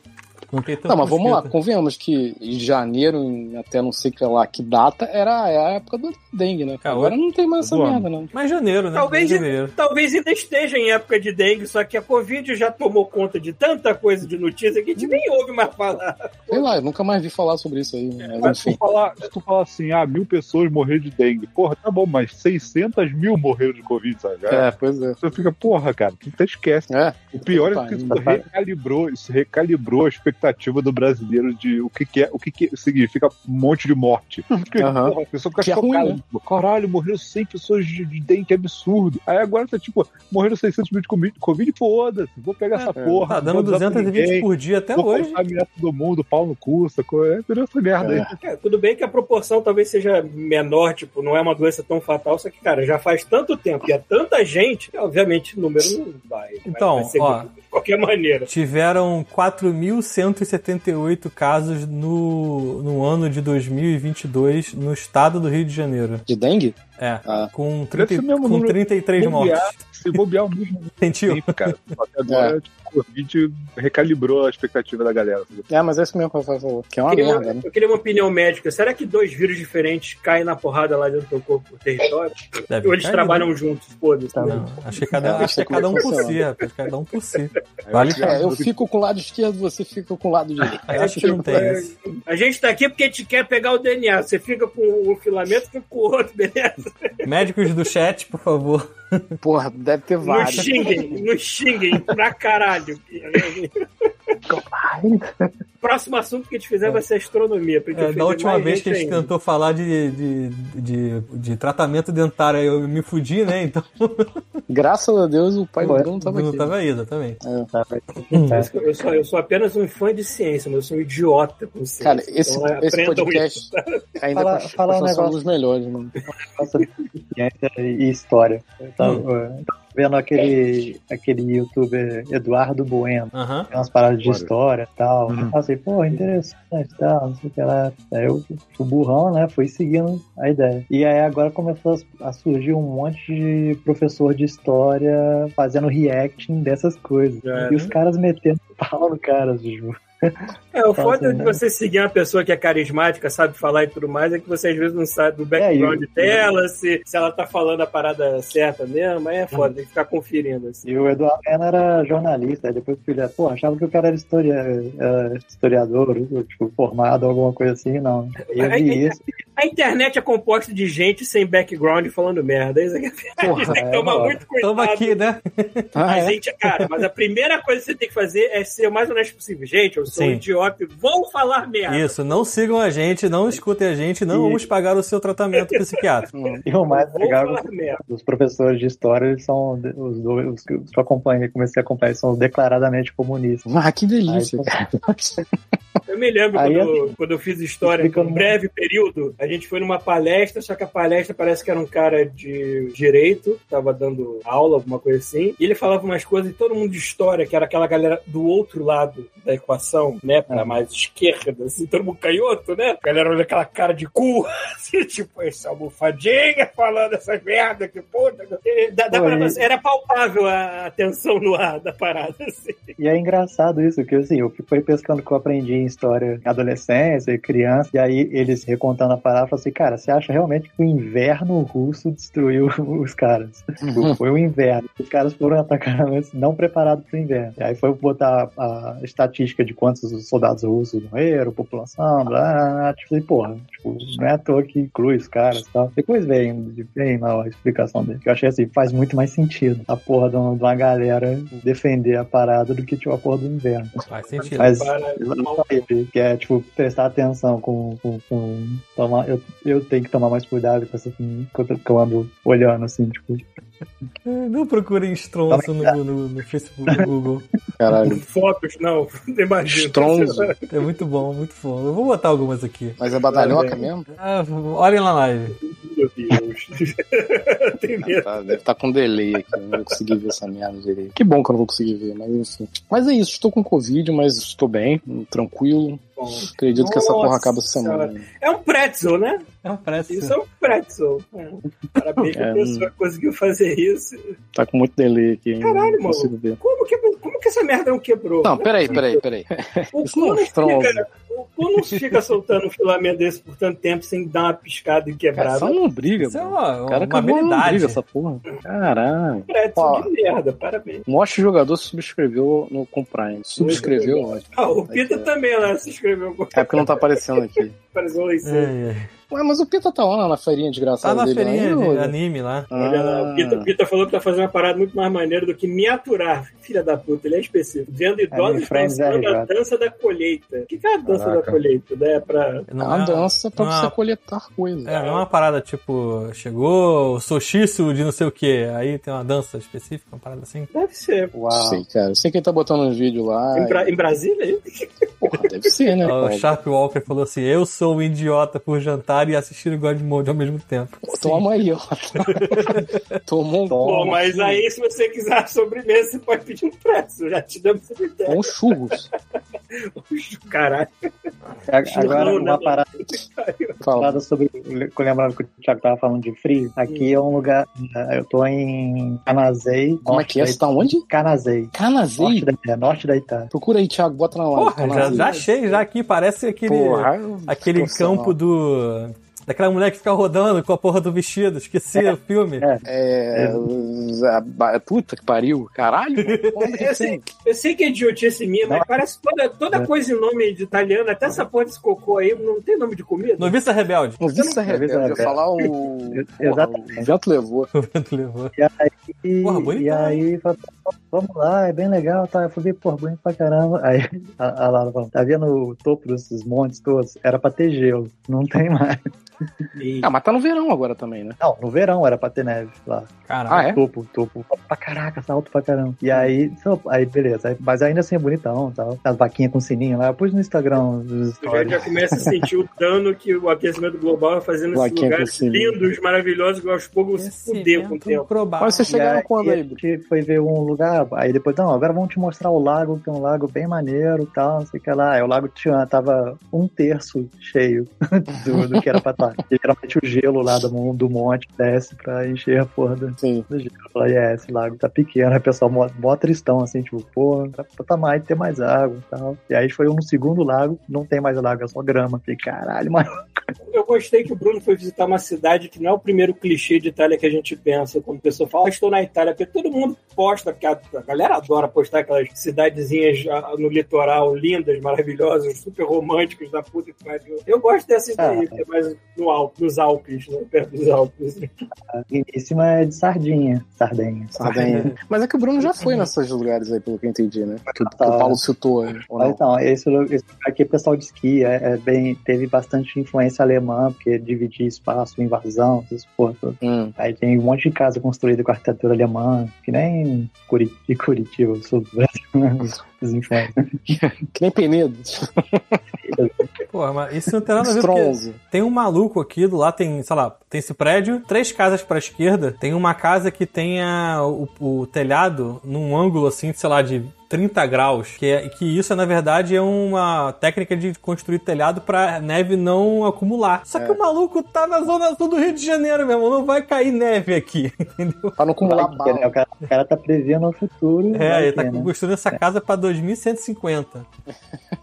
S2: não tem tanto
S3: Não, mas vamos lá,
S2: mosquito.
S3: convenhamos que em janeiro, em até não sei que lá que data, era era a época do dengue, né?
S2: Cara,
S3: Agora não tem mais essa
S6: do ano.
S3: merda, não.
S2: Mas janeiro, né?
S1: Talvez-
S2: Janeiro.
S1: Talvez ainda esteja em época de dengue, só que a Covid já tomou conta de tanta coisa de notícia que a gente
S6: Hum.
S1: nem ouve mais falar.
S3: Sei lá, eu nunca mais vi falar sobre isso aí, né? mas
S6: Mas se
S3: enfim.
S6: tu, falar, se tu falar assim, ah, mil pessoas morreram de dengue, porra, tá bom, mas 600 mil morreram de Covid, sabe?
S3: É, pois é.
S6: Você fica, porra, cara, tu até esquece.
S3: É,
S6: O pior é
S3: Puta
S6: que isso
S5: merda.
S6: recalibrou, isso recalibrou a expectativa do brasileiro de o que, que é, o que, que significa um monte de morte. Porque,
S3: Aham.
S6: porra, a pessoa fica
S3: Que é
S6: chocada.
S3: ruim, né?
S6: tipo, Caralho, morreram 100 pessoas de, de dengue, que absurdo. Aí agora tá tipo, morreram 600 mil de Covid, Covid foda-se, vou
S3: É.
S6: pegar essa porra.
S2: tá
S6: não
S2: dando
S6: vou avisar pra
S2: 220
S6: ninguém,
S2: por dia até
S6: Vou
S2: hoje.
S6: contaminar todo mundo, pau no cu, sacou? É, virou essa merda aí.
S1: É, tudo bem que a proporção talvez seja menor, tipo, não é uma doença tão fatal, só que, cara, já faz tanto tempo e é tanta gente, que, obviamente o número não vai. vai-
S2: Então,
S1: vai ser
S2: ó.
S1: de qualquer maneira.
S2: Tiveram 4.178 casos no, no ano de 2022 no estado do Rio de Janeiro.
S3: de dengue?
S2: É.
S3: Ah.
S2: Com,
S6: Deve
S2: 30,
S6: ser mesmo
S2: com
S6: número.
S2: 33
S6: Bobear,
S2: mortes.
S6: Se bobear o mesmo
S2: Sentiu?
S6: tempo, cara. Só que agora, tipo, o Covid recalibrou a expectativa da galera.
S3: É, mas é isso mesmo que o Rafael falou. Que é uma
S1: Eu queria,
S3: merda, né?
S1: eu queria uma opinião médica. Será que dois vírus diferentes caem na porrada lá dentro do teu corpo, no território?
S2: Deve
S1: Ou eles
S2: cair, né?
S1: trabalham juntos, foda-se? né?
S5: Tá.
S2: Não, acho que cada,
S3: Eu
S2: acho que é
S3: sei como é
S2: cada um
S3: que
S2: por
S3: funciona.
S2: si, rapaz. Cada um por si.
S6: Aí
S2: Vale
S6: eu-
S3: É, eu fico com o lado esquerdo, você fica com o lado direito.
S2: É, Eu acho que não tem isso.
S1: A gente tá aqui porque a gente quer pegar o DNA. Você fica com um filamento, fica com o outro, beleza?
S2: Médicos do chat, por favor.
S3: Porra, deve ter
S1: Não
S3: vários.
S1: xinguem, não xinguem pra caralho. Próximo assunto que a gente fizer vai ser astronomia. pra gente
S2: É,
S1: ofender
S2: da última
S1: mais
S2: vez que a gente
S1: ainda.
S2: tentou falar de, de, de, de tratamento dentário, aí eu me fudi, né? Então
S3: Graças a Deus o pai do
S5: Ué,
S3: Bruno tava
S2: não
S3: aqui. É.
S2: tava aí, exatamente.
S1: Eu sou, eu sou apenas um fã de ciência, mas eu sou um idiota com ciência.
S3: Cara, esse,
S1: Então,
S3: esse
S1: aprendam
S3: podcast ainda
S5: Fala-
S3: continua
S5: fala um
S3: sendo um
S5: negócio.
S3: dos melhores, mano.
S5: Nossa, ciência e história. Eu tava,
S2: Hum.
S5: eu tava vendo aquele, aquele youtuber Eduardo Bueno.
S2: Aham.
S5: Tem umas paradas de
S6: Olha.
S5: história e tal.
S6: Uhum.
S5: Eu Falei, pô, interessante e tal, não sei o que lá. Aí eu, o burrão, né, fui seguindo a ideia. E aí agora começou a, a surgir um monte de professor de história fazendo reacting dessas coisas.
S1: É,
S5: e os caras metendo pau no cara, tipo. Ju.
S1: É, o foda de
S5: né?
S1: você seguir uma pessoa que é carismática, sabe falar e tudo mais, é que você às vezes não sabe do background
S5: É, e-
S1: dela, se, se ela tá falando a parada certa mesmo, aí é foda, tem que ficar conferindo, assim.
S5: E o Eduardo Mena era jornalista, aí depois que ele era, pô, achava que o cara era história, eh, historiador, tipo, formado, alguma coisa assim, não. E eu vi isso.
S1: A internet é composta de gente sem background falando merda, isso aqui
S3: Porra.
S1: tem que é tomar
S5: mano.
S1: muito cuidado.
S2: Tamo É, aqui, né?
S3: Ah,
S1: Mas,
S3: é?
S1: gente, cara, mas a primeira coisa que você tem que fazer é ser o mais honesto possível. Gente, eu sou um
S2: Sim.
S1: idiota, vão falar merda.
S2: Isso, não sigam a gente, não escutem a gente, não
S5: E-
S2: vamos pagar o seu tratamento psiquiátrico.
S3: Hum.
S5: E o mais
S1: Vão
S5: legal é
S1: falar merda.
S5: os professores de história, eles são os dois, os que eu acompanhei, comecei a acompanhar, eles são declaradamente comunistas.
S3: Ah, que delícia,
S5: Aí,
S3: cara.
S1: Eu me lembro
S5: Aí, assim,
S1: quando, quando eu fiz história, por
S5: explicando
S1: um breve período, a gente foi numa palestra, só que a palestra parece que era um cara de direito, tava dando aula, alguma coisa assim, e ele falava umas coisas e todo mundo de história, que era aquela galera do outro lado da equação, né, pra
S5: Ah.
S1: mais esquerda, assim, todo mundo canhoto, né? A galera olha aquela cara de cu, assim, tipo, essa almofadinha falando essas merda, que puta. E dá- dá
S5: Pô,
S1: pra-
S5: e-
S1: Era palpável a a tensão no ar da parada, assim.
S5: E é engraçado isso, que assim, eu fui pescando o que eu aprendi em história adolescência e criança, e aí eles recontando a palavra, eu falei assim, cara, você acha realmente que o inverno russo destruiu os caras? Tipo, foi o inverno. Os caras foram atacar antes, não preparados para o inverno. E aí foi botar a, a estatística de quantos os soldados russos morreram, população, blá, blá, blá. Tipo, e, porra, tipo, não é à toa que inclui os caras e tal. Depois vem, vem lá a explicação dele. Que eu achei assim, faz muito mais sentido a porra de uma, de uma galera defender a parada do que tipo, a porra do inverno.
S2: Faz sentido.
S5: Mas
S1: Para-
S5: que é, tipo, prestar atenção com. com, com tomar, eu, eu tenho que tomar mais cuidado com essa, quando eu ando olhando, assim, tipo.
S2: Eh, Não procurem estronço no, no, no Facebook, no Google.
S3: Caralho.
S1: Fotos, não, não imagino.
S3: Estronzo.
S2: É muito bom, muito bom. Eu vou botar algumas aqui.
S3: Mas é badalhoca mesmo?
S2: Ah, olhem lá na live.
S1: Meu Deus. Tem
S3: Ah,
S1: medo.
S3: tá, deve estar com delay aqui, não vou conseguir ver essa merda direito. Que bom que eu não vou conseguir ver, mas enfim. Mas é isso, estou com Covid, mas estou bem, tranquilo. Acredito que essa porra
S1: Nossa
S3: acaba essa semana.
S1: É um pretzel, né?
S2: É um parece.
S1: Isso é um pretzel. É. Parabéns que
S3: É,
S1: a pessoa conseguiu fazer isso.
S3: Tá com muito delay aqui, hein?
S1: Caralho,
S3: não consigo ver.
S1: Como que, como que essa merda não quebrou?
S3: Não, peraí, peraí, peraí.
S1: o
S3: isso não é um
S1: não
S3: estrondo.
S1: fica, o cu não fica soltando um filamento desse por tanto tempo sem dar uma piscada e
S3: Cara,
S1: quebrada. um
S3: só não briga,
S2: Isso é
S3: mano.
S2: uma,
S3: O cara
S2: uma
S3: acabou não
S2: habilidade.
S3: briga essa porra. Caralho.
S1: pretzel
S3: Ó.
S1: de merda, parabéns.
S3: O maior jogador subscreveu no Comprime. Subscreveu, ótimo.
S1: Ah, o Pita
S3: Aqui, ó.
S1: também lá se inscreveu com
S3: É porque não tá aparecendo aqui.
S1: Parece um leicinho.
S2: É, é.
S3: Ué, mas o Pita tá lá na feirinha de graça
S2: Tá na
S3: dele. né? lá,
S2: feirinha
S3: hein,
S2: de
S3: ô?
S2: anime lá.
S1: Olha lá, o
S3: Ah.
S1: Pita, o Pita falou que tá fazendo uma parada muito mais maneira do que miniaturar. Filha da puta, ele é específico. Vendo idosos
S5: Anime Friends
S1: dançando a
S5: RJ.
S1: dança da colheita. O que, que é a dança da
S6: Caraca.
S1: colheita? Né? Pra...
S3: É
S2: Não
S3: uma
S2: é,
S3: dança pra
S2: não é
S3: você
S2: uma-
S3: coletar coisas.
S2: É, não é uma parada tipo, chegou o solstício de não sei o que, aí tem uma dança específica, uma parada assim.
S1: Deve ser.
S5: Uau.
S3: Sei, cara. Sei que ele tá botando um vídeo lá.
S1: Em,
S3: e-
S1: Bra- em Brasília? é
S3: Porra, deve ser, né?
S2: O
S3: cara?
S2: Sharp Walker falou assim: Eu sou um idiota por jantar e assistir o God Mode ao mesmo tempo.
S3: Toma aí, ó. Tomou um,
S5: Toma.
S1: Pô, mas aí se você quiser a sobremesa, você pode pedir um preço. Já te damos essa ideia.
S3: um churros.
S1: Caralho.
S5: A- Agora,
S1: Não,
S2: né,
S5: uma
S1: não.
S5: parada,
S3: Fala.
S5: Nada sobre. Eu lembrava que o Thiago tava falando de frio. Aqui é um lugar. Eu tô em Canazei.
S3: Como é que é? Você tá onde?
S5: Canazei. Norte
S3: Canazei.
S5: da, é, norte da Itália.
S3: Procura aí, Thiago, bota na hora.
S2: Porra, já, já achei já aqui, parece aquele, aquele campo do. Daquela mulher que fica rodando com a porra do vestido, esqueci o filme.
S5: É.
S3: É. a ba- Puta que pariu, caralho. mano. Como é que
S1: Eu
S3: tem?
S2: assim.
S1: sei, eu sei que é idiotice minha, mas parece toda, toda coisa em nome de italiano, até essa porra desse cocô aí, não tem nome de comida?
S2: Noviça Rebelde.
S3: Não vi essa rebelde. Eu ia
S5: Rebelde.
S3: falar o.
S5: é Exatamente.
S3: O vento levou.
S2: O vento levou.
S5: E aí,
S2: Porra, bonito, né?
S5: e aí falou, vamos lá, é bem legal, tá? Eu falei, porra, bonito pra caramba. Aí a, a Laura falou, tá vendo o topo desses montes todos? Era pra ter gelo, não tem mais.
S1: E-
S3: Ah, mas tá no verão agora também, né?
S5: Não, no verão era pra ter neve lá.
S2: Caralho.
S3: Ah, é?
S5: Topo, topo. Pra caraca, salto pra caramba. E aí, só- aí beleza. Aí- Mas ainda assim é bonitão tal. As vaquinhas com sininho lá. Eu pus no Instagram os
S1: A gente já
S5: stories.
S1: começa a sentir o dano que o aquecimento global vai fazendo
S3: O
S1: nesses
S3: aquecimento.
S1: lugares lindos, maravilhosos, que aos poucos vão se fuder com o tempo.
S2: provável.
S3: Mas vocês chegaram
S5: aí,
S3: Tá quando
S5: A
S3: aí, Bruno?
S5: gente foi ver um lugar, aí depois, não, agora vamos te mostrar o lago, que é um lago bem maneiro e tal, não sei o que lá. Aí o lago tinha, tava um terço cheio do, do que era pra estar. E geralmente o gelo lá do, mon- do monte desce pra encher a porra do,
S3: Sim.
S5: do gelo. Eu falei, é, esse lago tá pequeno, aí o pessoal mó, mó tristão, assim, tipo, pô, era pra tá mais, ter mais água e tal. E aí a gente foi no segundo lago, não tem mais lago, é só grama. Falei, caralho, mas
S1: Eu gostei que o Bruno foi visitar uma cidade que não é o primeiro clichê de Itália que a gente pensa. Quando a pessoa fala, "Ah, estou na Itália, porque todo mundo posta, porque a, a galera adora postar aquelas cidadezinhas ah, no litoral, lindas, maravilhosas, super românticas da puta que pariu. Eu gosto dessas
S5: Ah.
S1: daí, que é mais no Alpes, nos Alpes, né? perto dos Alpes.
S5: em cima é de sardinha, sardenha.
S3: Sardenha. Mas é que o Bruno já foi nesses lugares aí, pelo que eu entendi, né? Que, que o Paulo citou. né? Ou
S5: Mas
S3: não?
S5: então, esse, lu- esse lugar aqui, o pessoal de esqui é, é bem, teve bastante influência alemã, porque dividir espaço, invasão, essas porra. todas.
S3: Hum.
S5: Aí tem um monte de casa construída com arquitetura alemã, que nem Curi- de Curitiba, o sul do Brasil. né? As influências.
S3: Que nem Penedo.
S2: Porra, mas isso não tem nada a ver porque
S3: Stronzo.
S2: tem um maluco aqui do lá, tem, sei lá, tem esse prédio, três casas pra esquerda, tem uma casa que tem a- o, o telhado num ângulo assim, sei lá, de 30 graus, que, é, que isso na verdade é uma técnica de construir telhado pra neve não acumular. Só
S5: É.
S2: que o maluco tá na zona sul do Rio de Janeiro, meu irmão, não vai cair neve aqui.
S3: Pra não acumular
S5: Vai que, né?
S3: bala.
S5: o, cara, o cara tá prevendo o futuro.
S2: É,
S5: vai
S2: ele
S5: que,
S2: tá
S5: né?
S2: construindo essa casa pra 2150.
S5: Mas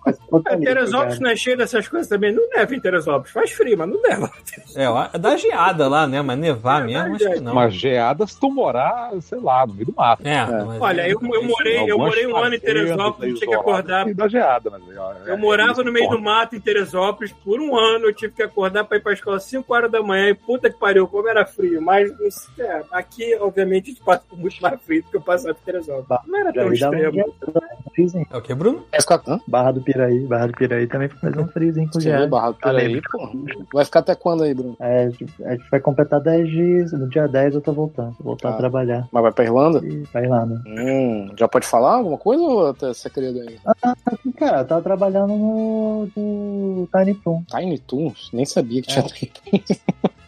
S1: É,
S5: apocalipse,
S1: Teresópolis
S5: cara.
S1: não é cheio dessas coisas também. Não neva em Teresópolis. Faz frio, mas não neva.
S2: É, ó, dá geada lá, né? Mas nevar
S1: É,
S2: mesmo,
S1: dá
S2: acho que
S1: geada.
S2: não.
S6: Uma geada se tu morar, sei lá, no meio do mato.
S2: É, mas-
S1: Olha, eu, eu morei, eu
S6: Algumas
S1: morei um ano em Teresópolis,
S6: fazendas
S1: tinha que acordar.
S6: isoladas e Da geada, mas, ó, é-
S1: Eu morava no meio do
S6: Porra,
S1: mato em Teresópolis por um ano. Eu tive que acordar pra ir pra escola às 5 horas da manhã. E puta que pariu, como era frio. Mas não sei, é, aqui, obviamente, a gente passa por muito mais frio do que eu passava em Teresópolis. Não era
S5: Já
S1: tão
S5: me dá um
S1: extremo.
S5: dia- um friozinho.
S2: É o que, Bruno?
S3: Vai ficar. Hã?
S5: Barra do Piraí, Barra do Piraí também faz um friozinho com
S3: Você
S5: geada.
S3: vê barrado por aí, pô. Vai ficar até quando aí, Bruno?
S5: É, a gente- a gente vai completar 10 dias. No dia 10 eu tô voltando. Vou voltar
S3: Ah.
S5: a trabalhar.
S3: Mas vai pra Irlanda?
S5: E vai lá, né?
S3: Hum, já pode falar alguma coisa ou tá segredo aí?
S5: Cara, eu tava trabalhando no do Tiny Toon.
S3: Tiny Toons? Nem sabia que tinha Tiny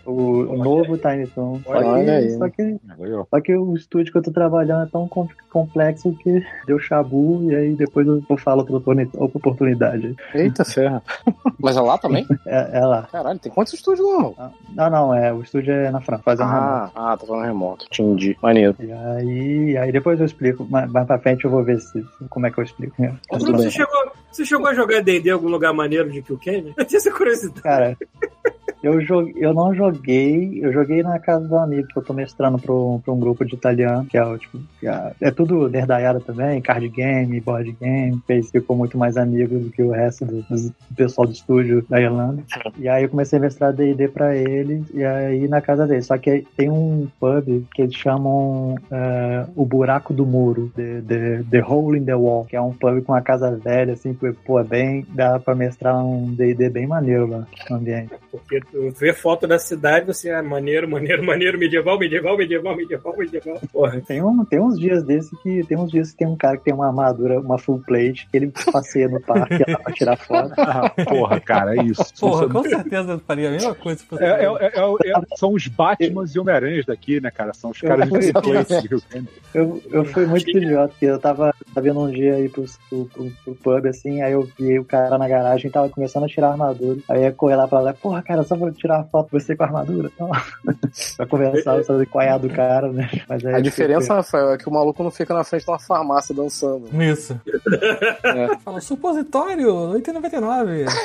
S5: O, o novo Tiny Toon. Só,
S3: Olha
S5: que-
S3: aí.
S5: só, que,
S6: entendeu?
S5: só que o estúdio que eu tô trabalhando é tão com- complexo que deu chabu e aí depois eu, eu falo outra oportuni- outra oportunidade.
S3: Eita ferra. Mas é lá também?
S5: É, é lá.
S3: Caralho, tem quantos estúdios lá, mano?
S5: Ah, Não, não, é. O estúdio é na França, fazendo remoto.
S3: Ah, ah, tá falando remoto. Entendi. Maneiro.
S5: E aí, aí depois eu explico. Mais, mais pra frente eu vou ver se, como é que eu explico. né?
S1: Ô, Bruno, você chegou, você chegou a jogar D&D em algum lugar maneiro de Kilkenny? Eu tinha essa curiosidade.
S5: Cara, eu, jo- eu não joguei, eu joguei na casa do amigo que eu tô mestrando pra um, pra um grupo de italiano, que é o tipo, que é, é tudo nerdaiada também, card game, board game, fez, ficou muito mais amigo do que o resto do, do pessoal do estúdio da Irlanda. E aí eu comecei a mestrar D&D pra ele, e aí na casa dele. Só que tem um pub que eles chamam é, o Buraco do Muro, the, the, the Hole in the Wall, que é um pub com uma casa velha, assim, que, pô, é bem, dá pra mestrar um D&D bem maneiro lá no ambiente.
S1: Porque tu vê foto da cidade, você é maneiro, maneiro, maneiro, medieval, medieval, medieval, medieval, medieval. Porra,
S5: Tem, um, tem uns dias desse que tem uns dias que tem um cara que tem uma armadura, uma full plate, que ele passeia no parque lá pra tirar foto.
S6: Porra, cara, é isso.
S2: Porra,
S6: Isso-
S2: com certeza eu faria a mesma coisa se fosse.
S6: É- é- é- é- é- são os Batmans e Homem-Aranhas daqui, né, cara? São os caras de replace de Rio Grande.
S5: Eu, eu fui muito idiota, porque eu tava, tava vendo um dia aí pro, pro, pro- pro pub, assim, aí eu vi o cara na garagem, tava começando a tirar a armadura, aí eu ia correr lá pra lá, porra, cara, só vou tirar uma foto de você com a armadura. Não. Pra conversar, saber qual é a do cara, né? Mas aí
S3: A
S5: eu
S3: diferença,
S5: fiquei-
S3: Rafael, é que o maluco não fica na frente de uma farmácia dançando.
S2: Isso.
S3: É.
S2: Fala, supositório, 8,99.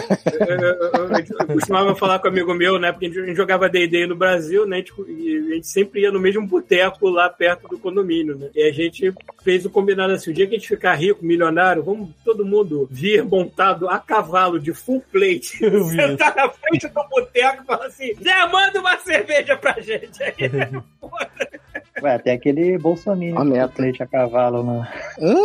S1: Eu, eu- eu- eu costumava falar com um amigo meu, né? Porque a gente a gente jogava D&D no Brasil, né? a gente- e a gente sempre ia no mesmo boteco lá perto do condomínio, né? E a gente fez o combinado assim, o dia que a gente ficar rico, milionário, vamos todo mundo vir montado a cavalo de full plate,
S2: Eu vi isso.
S1: sentar na frente do boteco e falar assim, Zé, manda uma cerveja pra gente aí.
S5: Ué, tipo, é, tem aquele né? bolsominion
S3: Uma
S5: com
S3: meta.
S5: full plate a cavalo, né?
S3: Hã?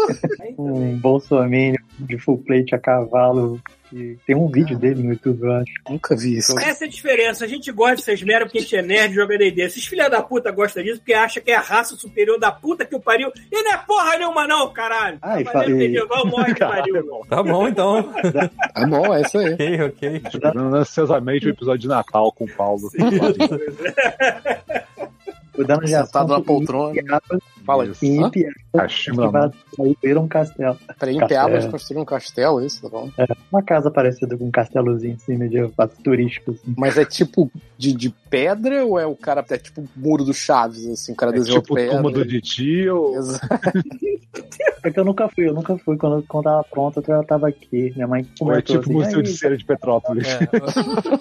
S5: Um bolsominion de full plate a cavalo. que Tem um vídeo dele no YouTube, eu acho.
S3: Nunca vi isso.
S1: Essa é a diferença. A gente gosta dessas merda porque a gente é nerd e joga D&D. Esses filha da puta gostam disso porque acha que é a raça superior da puta que o pariu. E não é porra nenhuma não, caralho.
S5: Ah, e
S1: Cavaleiro
S5: fa- e-
S1: medieval morre que pariu. irmão.
S2: Tá bom, então.
S3: Tá bom, é isso aí.
S2: ok, ok.
S6: Jogando ansiosamente o episódio de Natal com o Paulo.
S5: Cuidando de
S3: Sentado na
S5: assunto,
S3: poltrona.
S5: Impiaba,
S3: Fala aí.
S5: assim, e
S3: Hã?
S5: Impiaba,
S6: Cachimbo
S5: que
S6: na
S5: vai
S6: mão.
S5: sair um castelo.
S3: Peraí, em
S5: Café.
S3: Piabas
S6: É.
S3: construir um castelo, isso, tá bom?
S5: Uma casa parecida com um castelozinho, assim, medieval, turístico, assim.
S3: Mas é tipo de, de pedra ou é o cara. É tipo o muro do Chaves, assim, o cara
S6: É
S3: desenhou
S6: tipo
S3: pedra.
S6: túmulo de tio.
S3: Exato.
S5: É que eu nunca fui, eu nunca fui. Quando, quando tava pronto, eu já tava aqui. Minha mãe
S6: Ou é tipo
S5: assim,
S6: museu
S5: "Aí,
S6: de cera de Petrópolis.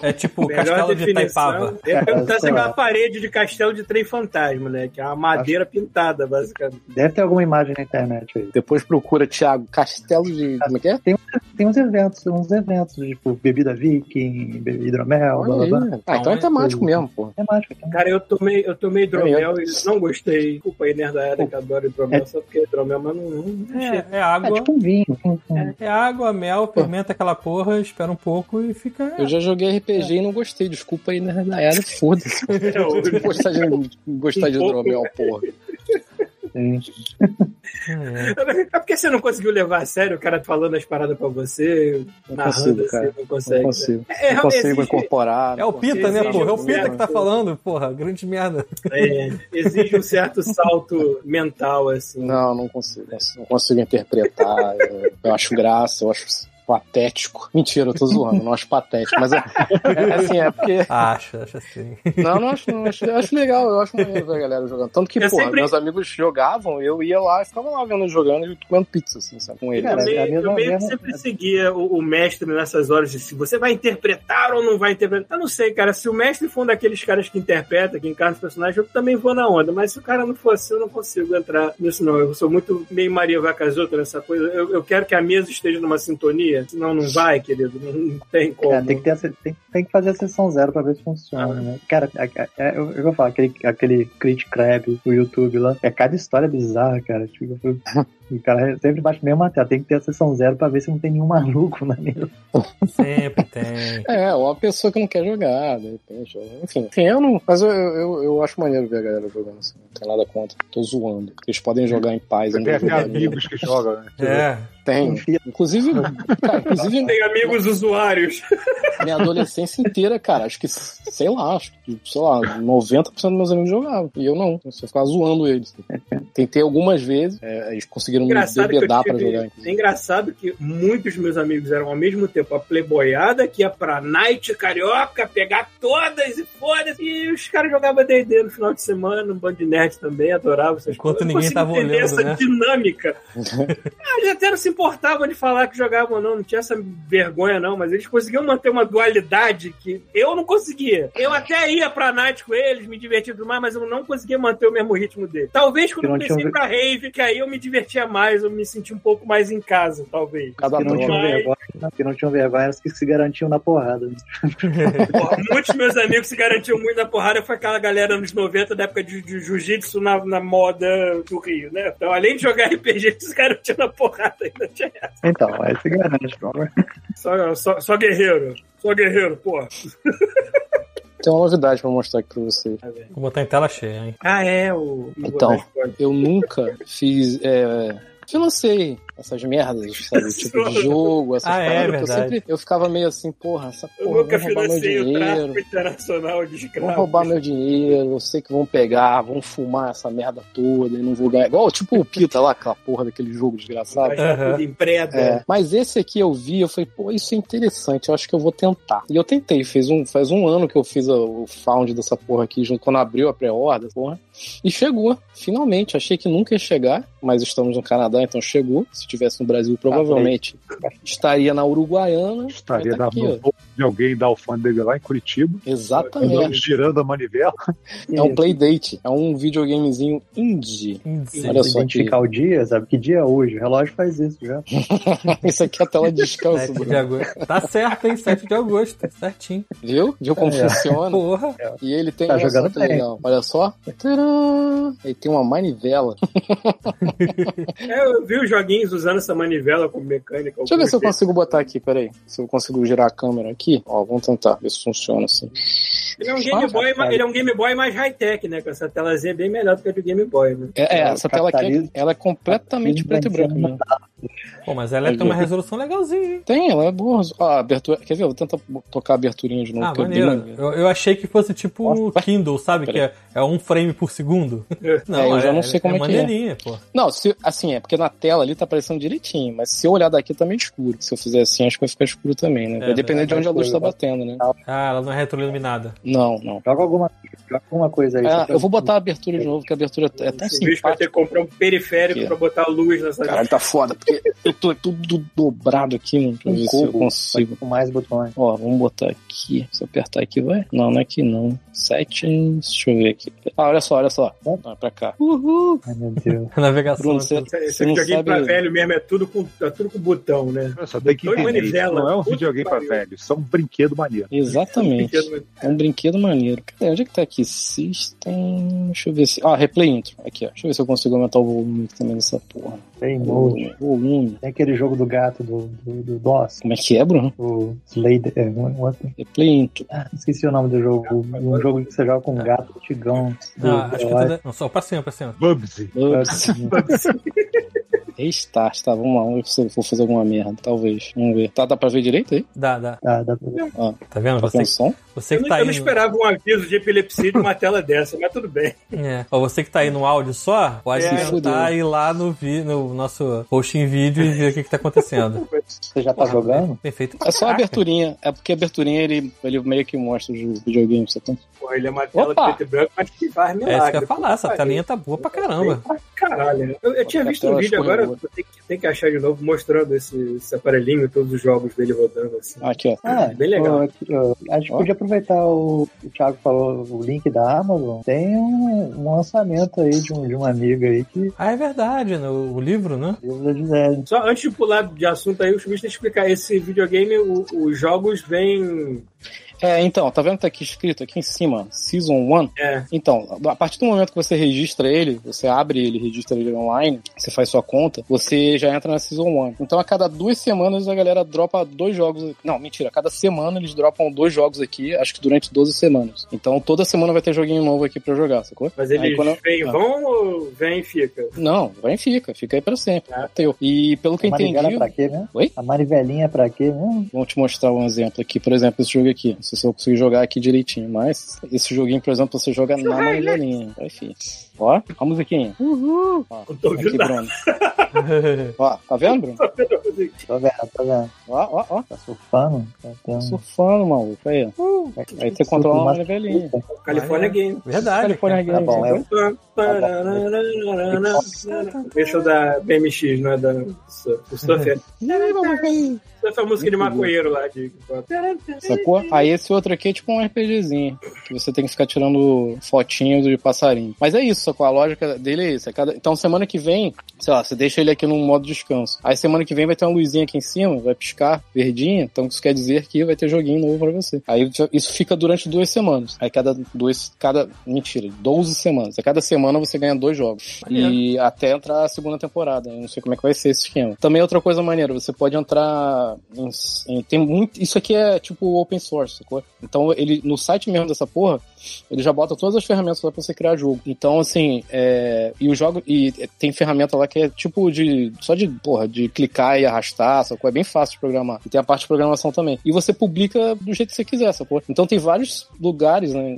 S2: É, é tipo o castelo de Itaipava.
S1: Eu ia perguntar se é
S5: Sei lá.
S1: aquela parede de castelo de trem fantasma, né? Que é uma madeira pintada, basicamente.
S5: Deve ter alguma imagem na internet aí.
S3: Depois procura, Thiago, castelo de. Como é que é?
S5: Tem uns eventos, uns eventos, tipo, bebida viking, be- hidromel, blá blá
S3: Olha
S5: blá.
S3: aí. Ah, então é temático mesmo, pô.
S5: É mágico. né?
S1: Cara, eu tomei, eu tomei hidromel
S3: Maneiro.
S1: e não gostei. Desculpa aí, nerdaiada, que adora hidromel, só porque é hidromel, mas não, não achei.
S2: É, é
S5: É
S2: água.
S5: tipo um vinho. assim, com-
S2: É água, mel, fermenta aquela porra, espera um pouco e fica.
S3: Eu já joguei RPG e não gostei, desculpa aí, né? Na era, foda-se. Não gostar de, não gostar de
S1: Um pouco.
S3: hidromel, porra.
S5: assim.
S2: É.
S1: É porque você não conseguiu levar a sério o cara falando as paradas pra você,
S3: Não
S1: narrando
S3: consigo,
S1: assim,
S3: cara.
S1: não
S3: Não
S1: consegue. né?
S3: consigo.
S1: É,
S3: Não
S1: realmente
S3: consigo
S1: exige-
S3: incorporar.
S2: É o
S3: pô.
S2: Pita, né, porra? É o Pita que tá
S3: Exige-
S2: falando, porra. Grande merda.
S1: É, exige um certo salto mental, assim.
S3: Não, não consigo. Não consigo interpretar. Eu, eu acho graça, eu acho patético. Mentira, eu tô zoando, não acho patético. Mas é, é assim, é porque.
S2: Acha, acha assim.
S3: Não, não acho, não acho. Eu acho legal, eu acho maneiro ver a galera jogando. Tanto que,
S1: Eu
S3: porra,
S1: sempre-
S3: meus amigos jogavam, eu ia lá e ficava lá vendo eles jogando e comendo pizza, assim, sabe? Com eles.
S1: Eu
S5: Cara,
S1: meio,
S5: é a mesma-
S1: eu meio que
S5: mesma-
S1: sempre seguia o, o mestre nessas horas de se você vai interpretar ou não vai interpretar. Eu não sei, cara. Se o mestre for um daqueles caras que interpreta, que encarna os personagens, eu também vou na onda. Mas se o cara não for assim, eu não consigo entrar nisso, não. Eu sou muito meio Maria vai com as outras nessa coisa. Eu, eu quero que a mesa esteja numa sintonia, senão não vai, querido. Não, não tem como.
S5: É, tem, que ter a se- tem- tem que fazer a sessão zero pra ver se
S3: Ah.
S5: funciona, né? Cara, é- é- é- eu, eu vou falar, aquele, aquele Crit Crab, o YouTube lá, é cada história bizarra, cara. Tipo, eu- o cara sempre bate mesmo até. Tem que ter a sessão zero pra ver se não tem nenhum maluco na mesa.
S2: Sempre tem.
S3: É, ou a pessoa que não quer jogar, de repente. ou- Enfim, enfim, eu não. Mas eu, eu, eu acho maneiro ver a galera jogando assim. Não tem nada contra. Tô zoando. Eles podem jogar em paz. eu não
S6: Tem
S3: vou
S6: até
S3: jogar
S6: amigos que jogam, né?
S2: É.
S3: Tem. Inclusive, cara, inclusive
S1: Tem amigos usuários.
S3: minha adolescência inteira, cara, acho que, sei lá, acho que, sei lá, 90% dos meus amigos jogavam. E eu não. Eu só ficava zoando eles. Tentei algumas vezes, é, eles conseguiram me
S1: Engraçado que, eu
S3: debedar pra
S1: tive-
S3: jogar.
S1: é
S3: inclusive.
S1: engraçado que muitos meus amigos eram ao mesmo tempo a playboyada, que ia pra night carioca, pegar todas e foda-se. E os caras jogavam D&D no final de semana, no Band Nerd também, adorava essas
S2: Enquanto
S1: coisas. Eu não consigo
S2: ninguém tava
S1: entender
S2: olhando,
S1: essa
S2: né?
S1: dinâmica. Ah, Eles até não se importavam de falar que jogavam ou não, não tinha essa vergonha não, mas eles conseguiam manter uma dualidade que eu não conseguia. Eu até ia pra night com eles, me divertia tudo mais, mas eu não conseguia manter o mesmo ritmo deles. Talvez quando
S5: Que
S1: eu
S5: não um
S1: comecei
S5: tinham-
S1: pra rave, que aí eu me divertia mais, eu me senti um pouco mais em casa, talvez.
S3: Cada
S5: Que não
S3: droga.
S5: tinham
S1: Mas-
S5: vergonha, que não tinham vergonha, eram os que se garantiam na porrada. né?
S1: Porra, muitos meus amigos se garantiam muito na porrada, foi aquela galera anos 90, da época de, de jiu-jitsu na, na moda do Rio, né? Então, além de jogar RPG, eles se garantiam na porrada ainda. tinha essa.
S5: Então, aí se garante, pô.
S1: Só, só, só guerreiro. Só guerreiro, porra.
S3: Tem uma novidade pra mostrar aqui pra vocês.
S2: Vou botar em tela cheia, hein?
S1: Ah, é, o.
S3: Então. Eu nunca fiz. É, financei essas merdas, sabe? Tipo de jogo, essas
S2: Ah, é
S3: paradas. que eu
S2: verdade.
S3: sempre eu ficava meio assim, porra, essa
S1: Eu
S3: porra,
S1: nunca
S3: vão roubar meu
S1: financei o
S3: dinheiro.
S1: tráfico internacional de
S3: Vão
S1: escravos.
S3: roubar meu dinheiro, eu sei que vão pegar, vão fumar essa merda toda e não vou ganhar. Igual tipo o Pita lá, aquela porra daquele jogo desgraçado.
S1: Mas tá tudo em preda.
S3: É, mas esse aqui eu vi, eu falei, pô, isso é interessante, eu acho que eu vou tentar. E eu tentei, fez um, faz um ano que eu fiz a- o found dessa porra aqui, junto quando abriu a pré-order, porra. E chegou, finalmente. Achei que nunca ia chegar, mas estamos no Canadá, então chegou. Se tivesse no Brasil, provavelmente estaria na Uruguaiana.
S6: Estaria
S3: mas tá
S6: na
S3: aqui, ó.
S6: mão de alguém da alfândega lá em Curitiba,
S3: Exatamente.
S6: girando a manivela.
S3: É um playdate, é um videogamezinho indie.
S2: Índice.
S3: Olha só que
S5: Identificar o dia, sabe? Que dia é hoje? O relógio faz isso já.
S3: isso aqui é a tela de descanso,
S2: 7 de
S3: Bruno.
S2: agosto. Tá certo, hein? 7 de agosto. Certinho.
S3: viu? Viu como
S5: É, é.
S3: funciona?
S2: Porra.
S3: E ele tem
S5: Tá
S3: olha só
S5: jogando
S3: que
S5: bem.
S3: legal. Olha só. Tcharam! Ele tem uma manivela.
S1: É, eu vi os joguinhos usando essa manivela como mecânica.
S3: Deixa eu ver se eu
S1: algumas
S3: consigo botar aqui, peraí. Se eu consigo girar a câmera aqui. Ó, vamos tentar ver se funciona assim.
S1: vezes. Ele é um Game Boy, mas- ele é um Game Boy mais high-tech, né? Com essa telazinha bem melhor do que a do Game Boy, né?
S3: É, é,
S5: É, o
S3: essa tela aqui,
S5: capitalismo-
S3: ela é completamente preta e branca. Né?
S2: Pô, mas ela é tem uma resolução legalzinha, hein?
S3: Tem, ela é boa. Ó, a abertura... Quer ver? Eu vou tentar bo- tocar a aberturinha de novo.
S2: Ah,
S3: que é eu dei
S2: maneiro.
S3: uma-
S2: Eu, eu achei que fosse tipo
S3: né? Nossa.
S2: Kindle, sabe? Que é, é um frame por segundo.
S3: É, eu já não sei como é que é.
S2: maneirinha, pô.
S3: Não, se, assim, é porque na tela ali tá aparecendo direitinho, mas se eu olhar daqui tá meio escuro. Se eu fizer assim, acho que vai ficar escuro também, né?
S2: É,
S3: vai depender de
S5: vai
S3: onde a luz tá
S5: escuro, vai.
S3: batendo, né?
S2: Ah, ela não é retroiluminada.
S3: Não, não.
S5: Joga alguma, joga alguma coisa aí.
S3: Ah,
S5: só pra-
S3: eu vou botar a abertura de novo, que a abertura é tão
S1: O bicho vai ter
S3: simpática.
S1: que comprar um periférico
S3: Aqui, ó.
S1: pra botar luz nessa.
S3: Caralho, tá foda, porque eu tô tudo dobrado aqui, mano. Deixa eu
S5: um
S3: ver se eu
S5: cubo
S3: consigo.
S5: com mais botões.
S3: Ó, vamos botar aqui. Se eu apertar aqui, vai? Não, não é aqui não. Settings, deixa eu ver aqui. Ah, olha só, olha só. Não, é pra cá. Uhul!
S5: Ai, meu Deus.
S2: A navegação.
S3: Bruno, você,
S1: Esse-
S3: você
S1: Esse
S3: não
S1: videogame pra
S3: sabe...
S1: velho mesmo é tudo com, tá tudo com botão, né?
S6: Só tem que
S1: Dois
S6: entender, isso
S1: manivela.
S6: não é um
S1: Puta
S6: videogame
S1: que
S6: pra
S1: pariu.
S6: velho, isso é um brinquedo maneiro.
S3: Exatamente.
S1: Pequeno-
S3: É um brinquedo maneiro. Cadê? Onde é que tá aqui? System... Deixa eu ver se... Ah, replay intro. Aqui, ó. Deixa eu ver se eu consigo aumentar o volume aqui também dessa porra.
S5: Tem mode.
S3: Volume. Volume.
S5: Tem É aquele jogo do gato do, do, do DOS.
S3: Como é que é, Bruno?
S5: O Slade. É, um- um outro-
S3: Replay intro.
S5: ah, esqueci o nome do jogo. Um jogo que você joga com um gato tigão. Do,
S2: Ah, acho que
S5: eu
S2: tá
S5: acho.
S2: da... Não, só pra cima, pra cima.
S6: Bubsy.
S3: Ups. Restart, tá? Vamos lá. Vamos ver se eu vou fazer alguma merda. Talvez. Vamos ver. Tá, dá pra ver direito aí?
S2: Dá, dá.
S5: Tá, dá pra ver.
S2: Tá vendo?
S3: Tá
S2: Você,
S3: com som?
S2: você
S1: Eu
S2: que
S1: não,
S2: tá
S1: eu
S2: aí.
S1: não
S2: No...
S1: esperava um aviso de epilepsia de uma tela dessa, mas tudo bem.
S2: É. Ó, você que tá aí no áudio só, pode
S1: É,
S2: tentar ir lá no, vi... no nosso post em vídeo e ver o que, que tá acontecendo.
S5: Você já tá jogando?
S2: Tem feito.
S3: É só a
S2: Caraca.
S3: aberturinha. É porque a aberturinha ele, ele meio que mostra os videogames. tá Você tem...
S1: Pô, ele é uma tela
S3: Opa!
S1: preto e branco, mas que faz
S2: É
S1: milagre.
S2: isso que eu ia falar,
S1: Puta
S2: essa
S1: que pariu.
S2: telinha tá boa pra caramba.
S1: Pra Caralho, né? eu, eu tinha
S3: Até
S1: visto um
S3: as
S1: vídeo agora,
S3: coisas
S1: eu tenho que, tenho que achar de novo, mostrando esse, esse aparelhinho, todos os jogos dele rodando assim.
S3: Ah, Aqui, ó.
S5: Ah,
S1: Bem legal.
S5: ó, aqui, ó, a gente
S3: Ó.
S5: podia aproveitar o, o Thiago falou o link da Amazon. Tem um, um lançamento aí de, um, de uma amiga aí que
S2: Ah, é verdade, né? o livro, né?
S5: Deus da Gisele.
S1: Só antes de pular de assunto aí, o Chubis tem que explicar. Esse videogame, o- os jogos vêm.
S3: É, então, tá vendo que tá aqui escrito aqui em cima, Season 1?
S1: É,
S3: Então, a partir do momento que você registra ele, você abre ele, registra ele online, você faz sua conta, você já entra na Season 1. Então, a cada duas semanas a galera dropa dois jogos. Não, mentira, a cada semana eles dropam dois jogos aqui, acho que durante 12 semanas. Então, toda semana vai ter joguinho novo aqui pra eu jogar, sacou?
S1: mas
S3: Aí,
S1: eles
S3: quando eu-
S1: vêm
S3: Ah.
S1: vão ou vêm e fica?
S3: Não, vai e fica, fica aí pra sempre.
S1: Ah.
S3: É teu. E pelo que
S5: A
S3: eu
S5: Marigara
S3: entendi,
S5: pra quê, né?
S3: Oi?
S5: A Marivelinha pra quê né? mesmo?
S3: Vou te mostrar um exemplo aqui. Por exemplo, esse jogo aqui. Não sei se eu consigo jogar aqui direitinho, mas esse joguinho, por exemplo, você joga na manivela. Vai, filho. Ó, a musiquinha. Uhul. Ó,
S1: Não tô
S3: aqui,
S1: ouvindo nada.
S3: Bruno. Ó, tá vendo, Bruno?
S5: Tô vendo, tô vendo.
S3: Ó, ó, ó.
S5: Tá surfando? Tá tendo...
S3: Surfando, maluco. Aí, ó. Aí você controla uma manivelinha. né?
S1: California Game.
S2: Verdade.
S3: California
S5: Tá bom,
S3: Games,
S5: é.
S1: Deixa eu dar BMX, não é da. O Surf é.
S3: né? Ih, maluco aí.
S1: Surf é a música de maconheiro lá. De...
S3: Sacou? Aí esse outro aqui é tipo um RPGzinho. Que você tem que ficar tirando fotinho de passarinho. Mas é isso, sacou? A lógica dele é isso. É cada- Então semana que vem, sei lá, você deixa ele aqui no modo descanso. Aí semana que vem vai ter uma luzinha aqui em cima, vai piscar, verdinha. Então isso quer dizer que vai ter joguinho novo pra você. Aí isso fica durante duas semanas. Aí cada duas. cada. Mentira, 12 semanas. A cada semana você ganha dois jogos.
S2: Maneiro.
S3: E até entrar a segunda temporada. Eu não sei como é que vai ser esse esquema. Também outra coisa maneira, você pode entrar uns- tem muito. Isso aqui é tipo open source, sacou? Então ele no site mesmo dessa porra, ele já bota todas as ferramentas lá pra você criar jogo. Então, assim, é, e o jogo. E tem ferramenta lá que é tipo de. Só de, porra, de clicar e arrastar, sacou? É bem fácil de programar. E tem a parte de programação também. E você publica do jeito que você quiser, sacou? Então tem vários lugares né,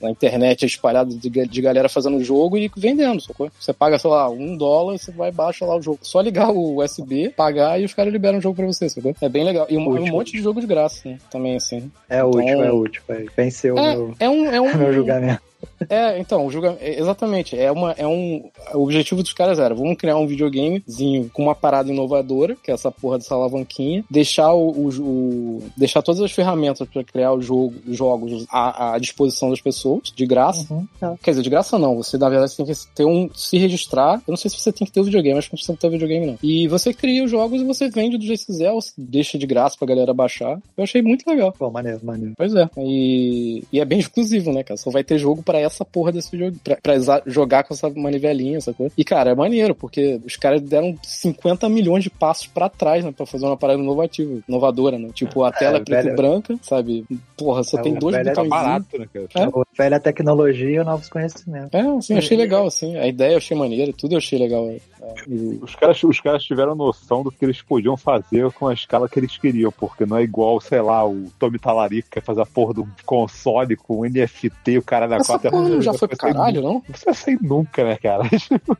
S3: na internet espalhados de, ga- de galera fazendo jogo e vendendo, sacou? Você paga, sei lá, um dólar e você vai e baixa lá o jogo. Só ligar o USB, pagar e os caras liberam o jogo pra você, sacou? É bem legal. E um,
S5: Útil.
S3: um monte de jogo de graça, né? Também, assim.
S5: É útil,
S3: Então-
S5: é útil. é. Venceu o meu,
S3: É, é um. É um
S5: meu julgamento.
S3: É, então, o julga- é, exatamente. É uma, é um, o objetivo dos caras era, vamos criar um videogamezinho com uma parada inovadora, que é essa porra dessa alavanquinha, deixar o, o- o- deixar todas as ferramentas pra criar o jogo, os jogos à, à disposição das pessoas, de graça.
S5: Uhum, tá.
S3: Quer dizer, de graça não, você na verdade tem que ter um, se registrar. Eu não sei se você tem que ter o videogame, acho que não precisa ter o videogame não. E você cria os jogos e você vende do jeito que quiser, ou se deixa de graça pra galera baixar. Eu achei muito legal.
S5: Pô, maneiro, maneiro.
S3: Pois é. E, e é bem exclusivo, né, cara? Só vai ter jogo pra essa porra desse jogo. Pra, pra exa- jogar com essa manivelinha, essa coisa. E, cara, é maneiro, porque os caras deram 50 milhões de passos pra trás, né? Pra fazer uma parada inovativa, inovadora, né? Tipo, a tela
S5: É,
S3: preta e
S5: velho.
S3: branca, sabe? Porra, você
S5: É,
S3: tem
S5: o
S3: dois
S5: velho é
S6: Tá
S3: botõezinhos.
S6: barato, né, cara?
S3: É?
S5: Velha tecnologia e novos conhecimentos.
S3: É, assim, achei legal, assim. A ideia eu achei maneira, tudo eu achei legal. É, e-
S6: Os caras, os caras tiveram noção do que eles podiam fazer com a escala que eles queriam, porque não é igual, sei lá, o Tommy Talarico que quer fazer a porra do console com NFT, o cara da é
S3: Essa
S6: quarta.
S3: porra não já foi pro caralho, não?
S6: né? Não precisa sair nunca, né, cara?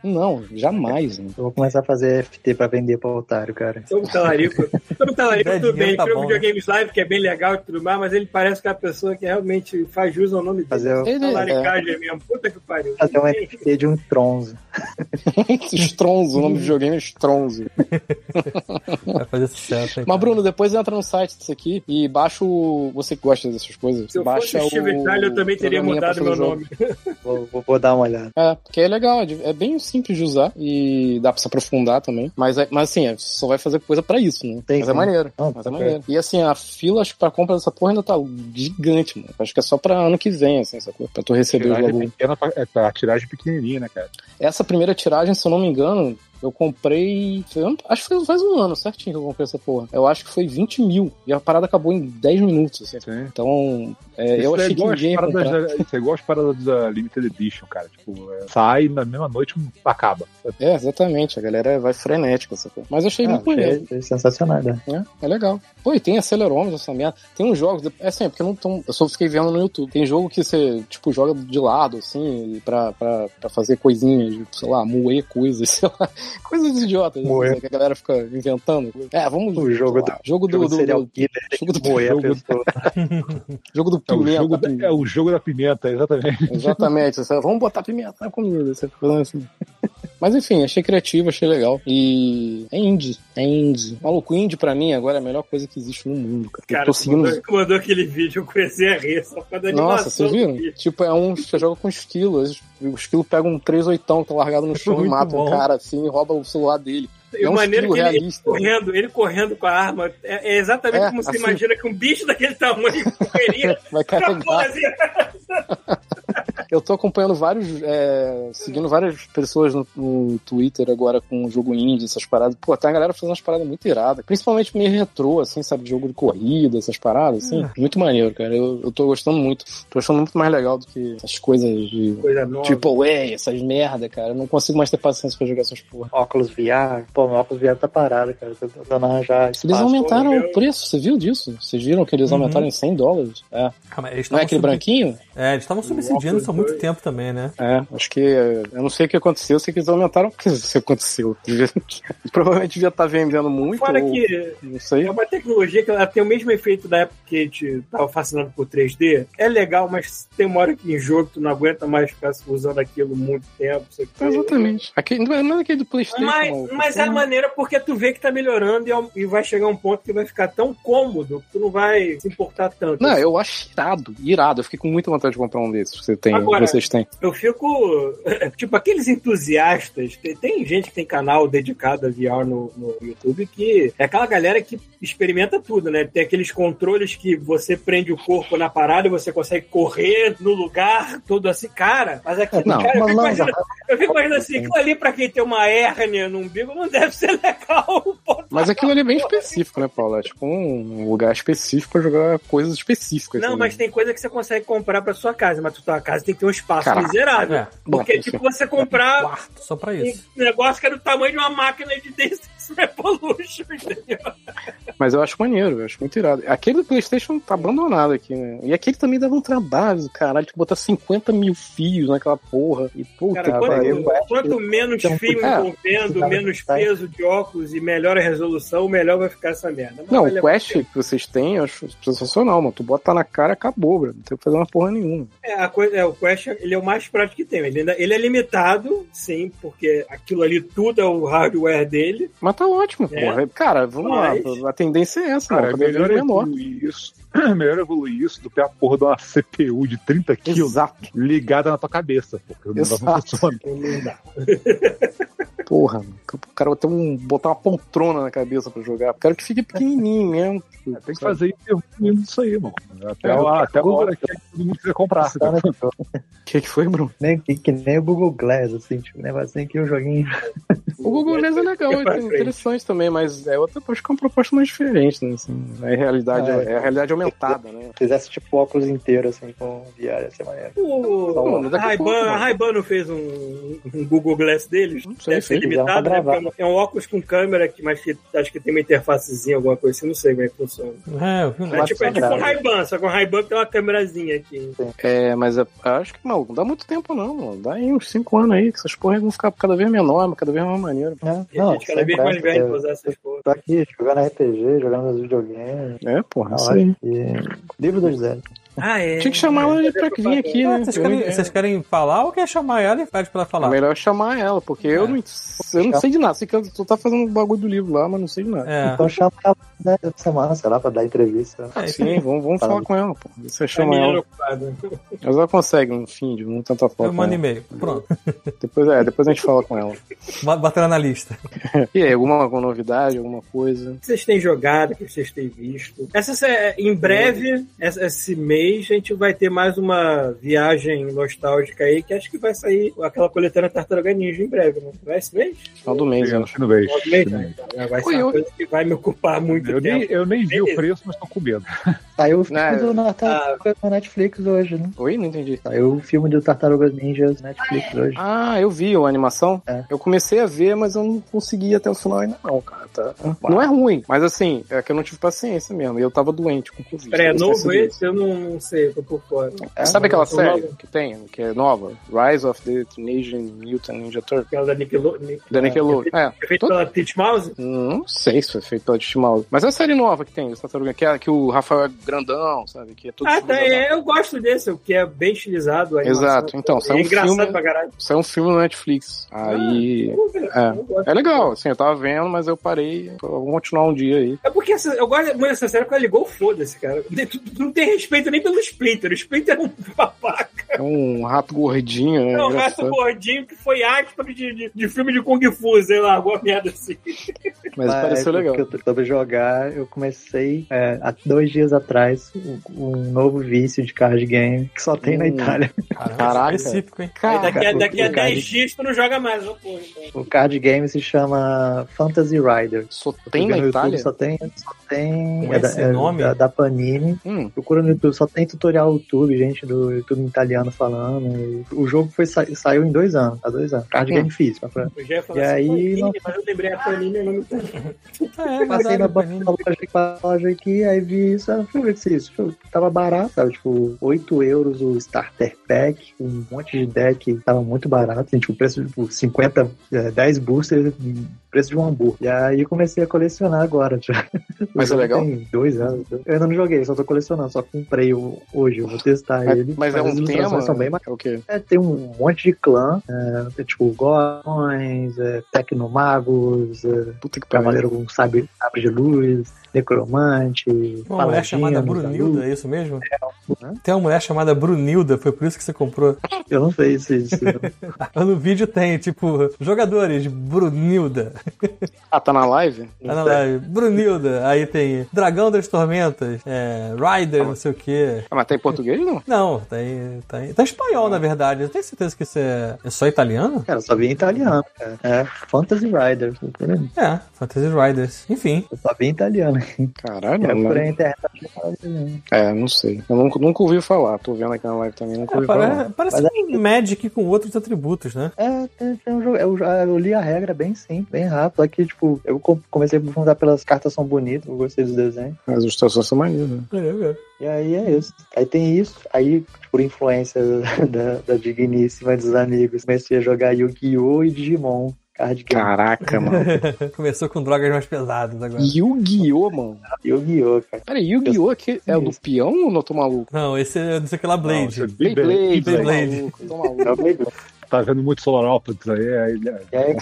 S3: Não, jamais, né?
S5: Eu vou começar a fazer FT pra vender pra otário, cara.
S1: Sobre o Talarico. Sobre o Talarico,
S2: Dedinho
S1: tudo bem.
S2: tá
S1: Tá o
S2: bom,
S1: Videogames Live, que é bem legal e tudo mais, mas ele parece que é uma pessoa que realmente faz jus ao nome dele.
S5: Fazer, o-
S3: Ele é
S1: Talaricagem mesmo. Puta que pariu.
S5: fazer um FT de um tronzo.
S3: Stronzo, o nome do videogame é Stronzo.
S2: Vai fazer
S5: É,
S2: sucesso aí.
S3: Mas,
S2: cara.
S3: Bruno, depois entra no site disso aqui e baixa o. Você que gosta dessas coisas,
S1: Se eu
S3: baixa
S1: fosse o Steve Tyler, eu também teria
S3: programinha
S1: mudado
S3: pra
S1: meu
S3: fazer jogo.
S1: nome.
S5: Vou, vou, vou dar uma olhada.
S3: É, porque é legal, é de- é bem simples de usar e dá pra se aprofundar também. Mas, é- mas assim, é, só vai fazer coisa pra isso, né?
S5: Tem,
S3: mas é
S5: tem.
S3: maneiro.
S5: Não,
S3: mas é
S5: tá
S3: maneiro. E assim, a fila acho que pra compra dessa porra ainda tá gigante, mano. Acho que é só pra ano que vem, assim, essa coisa. Pra tu receber o
S6: Tiragem
S3: jogo.
S6: pequena pra- é, tá, tiragem pequenininha, né, cara?
S3: Essa primeira tiragem, se eu não me engano, eu comprei. foi ano- Acho que foi- faz um ano certinho que eu comprei essa porra. Eu acho que foi 20 mil. E a parada acabou em 10 minutos. assim. Então, é, eu
S6: Isso é
S3: achei que
S6: igual as
S3: ninguém ia
S6: paradas
S3: comprar.
S6: da- Isso é igual as paradas da Limited Edition, cara. Tipo, é, sai na mesma noite um, acaba.
S3: É, exatamente. A galera vai frenética essa coisa. Mas eu achei
S5: Ah,
S3: muito maneiro.
S5: achei- achei sensacional, né?
S3: né? É legal. Pô, e tem acelerômetro essa merda. Tem uns jogos, é assim, é porque eu não tão, eu só fiquei vendo no YouTube. Tem jogo que você, tipo, joga de lado, assim, e pra, pra, pra fazer coisinhas, sei lá, moer coisas, sei lá, coisas idiotas,
S5: Moer.
S3: assim, que a galera fica inventando. É, vamos.
S5: O
S3: sei
S5: jogo
S3: lá, jogo do,
S5: Jogo
S3: do,
S5: de serial
S3: do,
S5: killer, tem
S3: jogo do-
S5: que moer a
S6: jogo-
S5: pessoa.
S3: jogo do
S6: É o,
S3: pimenta.
S6: jogo da, é o jogo da pimenta, exatamente.
S3: Exatamente. Você fala, vamos botar pimenta na comida. Você fica falando assim. Mas enfim, achei criativo, achei legal. E é indie, é indie. Maluco, indie pra mim agora é a melhor coisa que existe no mundo, cara. eu
S1: Cara,
S3: tô seguindo
S1: mandou, mandou aquele vídeo, eu comecei a rir só por causa da
S3: Nossa,
S1: animação.
S3: vocês viram?
S1: do vídeo.
S3: Tipo, é um. Você joga com esquilo. às vezes O esquilo pega um 38 que tá largado no chão e
S2: Muito
S3: mata
S2: bom.
S3: um cara assim e rouba o celular dele.
S1: E
S3: é
S1: o
S3: um
S1: maneiro
S3: esquilo
S1: que ele, ele
S3: realista.
S1: correndo, ele correndo com a arma, é, é exatamente
S3: É,
S1: como você
S3: assim. É,
S1: imagina que um bicho daquele tamanho correria
S3: Vai
S1: pra porra,
S3: carregar.
S1: assim,
S3: Eu tô acompanhando vários. é, seguindo várias pessoas no, no Twitter agora com o jogo indie, essas paradas. Pô, tem a galera fazendo umas paradas muito iradas. Principalmente meio retrô, assim, sabe? Jogo de corrida, essas paradas, assim. Muito maneiro, cara. Eu, eu tô gostando muito. Tô achando muito mais legal do que essas coisas de.
S1: Coisa nova.
S3: Tipo, ué, essas merda, cara. Eu não consigo mais ter paciência pra jogar essas porra.
S5: Óculos VR. Pô, meu óculos VR tá parado, cara. Tô tentando arranjar
S3: Eles
S5: espaço.
S3: aumentaram
S1: meu.
S3: o preço, você viu disso? Vocês viram que eles
S2: Uhum.
S3: aumentaram em 100 dólares? É.
S2: Ah, mas eles
S3: Não é
S2: tavam
S3: aquele
S2: sub-
S3: branquinho?
S2: É, eles estavam subsidiando isso há muito tempo também, né?
S3: É, acho que. é, Eu não sei o que aconteceu, sei que eles aumentaram o que isso aconteceu. Devia- Provavelmente devia estar vendendo muito.
S1: Fora
S3: ou-
S1: que
S3: Não sei.
S1: É uma tecnologia que ela tem o mesmo efeito da época que a gente tava fascinado por 3D. É legal, mas tem uma hora que em jogo tu não aguenta mais ficar usando aquilo muito tempo. Você
S3: Exatamente. Aqui, não é não é aquele do PlayStation.
S1: Mas,
S3: maluco.
S1: mas é a maneira porque tu vê que tá melhorando e, ao- e vai chegar um ponto que vai ficar tão cômodo que tu não vai se importar tanto.
S3: Não, eu acho irado, irado. Eu fiquei com muita vontade de comprar um desses que você tem. que vocês têm.
S1: Eu fico. Tipo, aqueles entusiastas. Tem, tem gente que tem canal dedicado a VR no, no YouTube que é aquela galera que experimenta tudo, né? Tem aqueles controles que você prende o corpo na parada e você consegue correr no lugar, todo assim. Cara, mas
S5: É,
S1: aqui.
S3: Não,
S1: cara, eu
S3: mas
S1: fico
S3: não, tá
S1: imaginando, eu fico imaginando assim: aquilo ali pra quem tem uma hérnia no umbigo não deve ser legal. Pô.
S3: Mas aquilo ali é bem específico, né, Paulo? É tipo um lugar específico pra jogar coisas específicas.
S1: Não,
S3: assim.
S1: mas tem coisa que você consegue comprar pra sua casa, mas tua casa tem que ter um espaço
S3: Caraca.
S1: miserável.
S2: É,
S3: Bom,
S1: Porque,
S3: isso.
S1: tipo, você comprar
S2: quarto, só pra isso.
S1: um negócio que era do tamanho de uma máquina de Dance Revolution, entendeu?
S3: Mas eu acho maneiro, eu acho muito irado. Aquele do Playstation tá abandonado aqui, né? E aquele também dava um trabalho, caralho, de botar 50 mil fios naquela porra. E puta
S1: Cara,
S3: que
S1: quanto,
S3: pariu. é. Então,
S5: eu acho
S1: quanto menos
S5: tem um
S1: filme
S3: cuidado.
S1: envolvendo,
S5: Cuidado,
S1: menos
S5: tá?
S1: peso de óculos e melhor a resolução, melhor vai ficar essa merda. Mas
S3: Não,
S1: vai
S3: o
S1: levar-
S3: Quest que vocês têm, eu acho sensacional, mano. Tu bota na cara, acabou, bro. Não tem que fazer uma porra nenhuma.
S1: É, a coisa, é, o Quest ele é o mais prático que tem. Ele, ainda, ele é limitado, sim, porque aquilo ali tudo é o hardware dele.
S3: Mas tá ótimo,
S1: É.
S3: porra. Cara, vamos
S1: Mas-
S3: lá. A tendência é essa,
S6: Cara,
S3: mano. Cada
S6: melhor é
S3: vez menor.
S6: evoluir isso. Melhor evoluir isso do que a porra de uma CPU de 30 quilos
S3: Exato.
S6: ligada na tua cabeça, porque o negócio não
S3: Exato.
S6: funciona.
S1: Então, Não dá.
S3: Porra, mano. O cara vai ter um, botar uma poltrona na cabeça pra jogar. Quero que fique pequenininho mesmo.
S6: É, Tem que fazer evoluindo isso aí, mano. Até,
S3: É,
S6: lá, até a hora que todo mundo quiser comprar.
S5: Tá, né, tipo,
S3: O que, que foi, Bruno?
S5: nem- né? que, que nem o Google Glass, assim, tipo, um negocinho que eu joguei.
S3: O Google Glass é legal,
S1: Vai pra
S3: é
S1: frente.
S3: interessante também, mas é outra, acho que é uma proposta mais diferente, né? Assim, é, a realidade,
S5: Ah,
S3: é.
S5: é.
S3: a realidade aumentada, né?
S5: Fizesse tipo óculos inteiro, assim, com VR, assim, maneiro.
S1: O
S3: Não, mas daqui a pouco,
S1: Ray-Ban
S3: mano.
S1: Ray-Ban não fez um, um Google Glass deles?
S3: Não sei,
S1: Deve ser
S3: É, sim, tá
S1: limitado, né?
S5: dá pra gravar.
S1: Porque É um óculos com câmera, que, mas que acho que tem uma interfacezinha, alguma coisa assim, não sei como é que funciona.
S2: É, eu vi um
S1: É tipo, é tipo um
S5: grava.
S1: Ray-Ban, só que um Ray-Ban tem uma câmerazinha aqui.
S3: É, mas é- acho que, maluco, não dá muito tempo não, mano. Dá aí uns 5 anos aí, que essas porras vão ficar cada vez menor, mas cada vez mais maneiro.
S5: É, Não,
S1: E a gente é cada
S5: sem
S1: vez mais
S5: graça,
S1: velho pra
S5: eu-
S1: usar essas coisas.
S5: Tô aqui jogando RPG, jogando nos videogames.
S3: É, porra,
S5: tá
S3: é isso aí.
S5: ótimo. E... Livro do José.
S1: Ah, é.
S3: Tinha que chamar ela pra que vir aqui,
S2: Ah,
S3: né?
S2: vocês,
S3: Eu
S2: querem,
S3: não-
S2: vocês querem falar ou quer chamar ela e pede pra ela
S3: É
S2: falar? É.
S3: melhor chamar ela, porque eu, não, eu não sei de nada. Sei que tu tá fazendo um bagulho do livro lá, mas não sei de nada.
S2: É.
S5: Então chama ela né, essa semana, sei lá, pra dar entrevista.
S2: É,
S1: assim,
S2: enfim.
S3: Sim, vamos, vamos
S5: Tá.
S3: falar com ela, pô. Você
S1: É
S3: chama
S1: menina
S3: ela.
S1: ocupada.
S3: Mas ela consegue, no fim, de não tanta foto.
S2: Eu mando
S3: né?
S2: e-mail. Pronto.
S3: Depois, é, depois a gente fala com ela.
S2: Ba- Bota ela na lista.
S3: E aí, alguma, alguma novidade, alguma coisa?
S1: O que vocês têm jogado, o que vocês têm visto. Essa, se- em breve, essa- esse mês, a gente vai ter mais uma viagem nostálgica aí, que acho que vai sair aquela coletânea Tartaruga Ninja em breve, né? Não é esse mês?
S3: Final do mês, né?
S6: Não vejo.
S1: Logo mês, né? Então, Vai ser
S3: Oi,
S1: uma
S3: eu-
S1: coisa que vai me ocupar muito
S6: Eu nem,
S1: tempo.
S6: eu nem vi o
S1: Beleza.
S6: preço, mas tô com medo.
S5: Saiu o filme
S3: Né?
S5: do Natal na Netflix hoje, né?
S3: Oi? Não entendi.
S5: Saiu o filme do Tartarugas Ninjas na Netflix hoje.
S3: Ah, eu vi a animação.
S5: É.
S3: Eu comecei a ver, mas eu não consegui ir até o final ainda não, cara. Tá? Não é ruim, mas assim, é que eu não tive paciência mesmo. E eu tava doente com Covid.
S1: Peraí, é novo
S3: Esqueci disso.
S1: esse? Eu não, não sei, tô por fora.
S5: É,
S3: Sabe aquela
S1: Novo.
S3: série que tem, que é nova? Rise of the Teenage Mutant Ninja Turtle?
S1: Aquela da Nickelodeon. Nick-
S3: Da Nickelodeon. É,
S1: Foi feito
S3: Todo-
S1: pela Teach Mouse?
S3: Não sei se foi feito pela Dismal. Mas é a série nova que tem, o Tartaruga, que, é, que o Rafael é grandão, sabe? Que é tudo
S1: Ah, tá.
S3: estilizado.
S1: é, eu gosto desse, o que é bem estilizado. a animação.
S3: Exato, então,
S1: É
S3: saiu um
S1: engraçado
S3: filme.
S1: pra caralho.
S3: Saiu um filme no Netflix.
S1: Ah.
S3: Aí.
S1: Vamos ver,
S3: É.
S1: eu gosto.
S3: É legal, assim, eu tava vendo, mas eu parei. Vou continuar um dia aí.
S1: É porque essa- eu gosto muito dessa série é porque ela ligou, foda-se, cara. Tu- tu- tu Não tem respeito nem pelo Splinter. O Splinter é um babaca.
S3: É um rato gordinho, né?
S1: É um
S3: engraçado.
S1: gato gordinho que foi aspas de, de, de filme de Kung Fu, sei lá, alguma merda assim.
S3: Mas pareceu legal.
S5: É, porque eu- Sobre jogar, eu comecei é, há dois dias atrás um, um novo vício de card game que só tem na
S3: Hum.
S5: Itália.
S3: Caraca.
S2: Específico, hein?
S1: Aí daqui a,
S3: Ah, Cara,
S1: daqui a
S3: cara,
S1: 10 dias tu não joga mais, ô porra. então.
S5: O card game se chama Fantasy Rider.
S3: Só tem na
S5: Porque no
S3: Itália?
S5: YouTube só tem. Só tem é
S2: Com esse nome?
S5: da, da Panini.
S3: Hum,
S5: Procura no YouTube, só tem tutorial no YouTube, gente do YouTube italiano falando. O jogo foi, sa- saiu em dois anos, há dois anos. Tá Card
S3: Hum.
S5: game físico. Pra...
S1: Eu já ia falar
S5: E aí,
S1: Panini,
S5: não-
S1: mas eu lembrei a Panini, um eu não me
S2: É,
S5: Passei na
S2: verdade,
S5: banca
S2: Panini.
S5: da loja aqui, pra loja aqui, aí vi isso, ah, deixa eu ver se isso. Deixa eu- Tava barato, sabe? Tipo, 8 euros o starter pack, um monte de deck, tava muito barato, assim, tipo, preço de tipo, 50, eh, 10 boosters, hum, preço de um hambúrguer. E aí comecei a colecionar agora, já.
S3: Mas é
S5: O jogo
S3: legal?
S5: Tem dois anos. Eu ainda não joguei, só tô colecionando, só comprei o- hoje, eu vou testar
S3: mas-
S5: ele.
S3: mas é
S5: as
S3: um
S5: ilustrações
S3: tema.
S5: São bem
S3: É o quê?
S5: é, tem um monte de clã, é, tem, tipo Gorões, é, Tecnomagos, é,
S3: Puta que
S5: Cavaleiro com sabre, sabre de luz, Necromante,
S2: Uma mulher chamada Brunilda, é isso mesmo?
S3: né?
S2: Tem uma mulher chamada Brunilda, foi por isso que você comprou.
S5: Eu não sei se... se
S2: No vídeo tem, tipo, jogadores, Brunilda.
S3: Ah, tá na live?
S2: Tá na live. Brunilda, aí tem Dragão das Tormentas, é, Rider, não sei o quê.
S3: Ah, mas tá em português, não?
S2: Não, tá em, tá em, tá em espanhol, na verdade. Eu tenho certeza que isso é, é só italiano?
S5: cara, eu só vi em italiano, cara. É, Fantasy Rider. tá vendo?
S2: É, Fantasy Riders. Enfim,
S5: Eu só vi em italiano.
S3: Caralho,
S5: Eu
S3: não.
S5: procurei na internet, achei falado italiano.
S3: É, não sei. Eu nunca, nunca ouvi falar. Tô vendo aqui na live também, nunca
S2: é,
S3: ouvi
S2: pare-
S3: falar.
S2: parece
S5: Mas
S2: um Magic com outros atributos, né?
S5: É, tem, tem um jogo. Eu, já- eu li a regra bem sim, bem rápido. Aqui, tipo, eu com- comecei a me perguntar pelas cartas são bonitas, eu gostei dos desenhos.
S3: As ilustrações são maneiras, né?
S5: E aí é isso. Aí tem isso. Aí, por influência da, da digníssima dos amigos, comecei a jogar Yu-Gi-Oh! e Digimon. Card game.
S3: Caraca, mano.
S2: Começou com drogas mais pesadas agora.
S3: Yu-Gi-Oh, mano.
S5: Yu-Gi-Oh! cara.
S3: Pera, aí, Yu-Gi-Oh aqui é o do peão ou não tô maluco?
S2: Não, esse é não sei o que lá, Blade.
S3: Beyblade, tô
S2: Beyblade.
S3: maluco, tô
S5: É o é
S3: maluco.
S5: melhor.
S6: Tá vendo muito Solar Optics aí, aí né?
S5: E aí,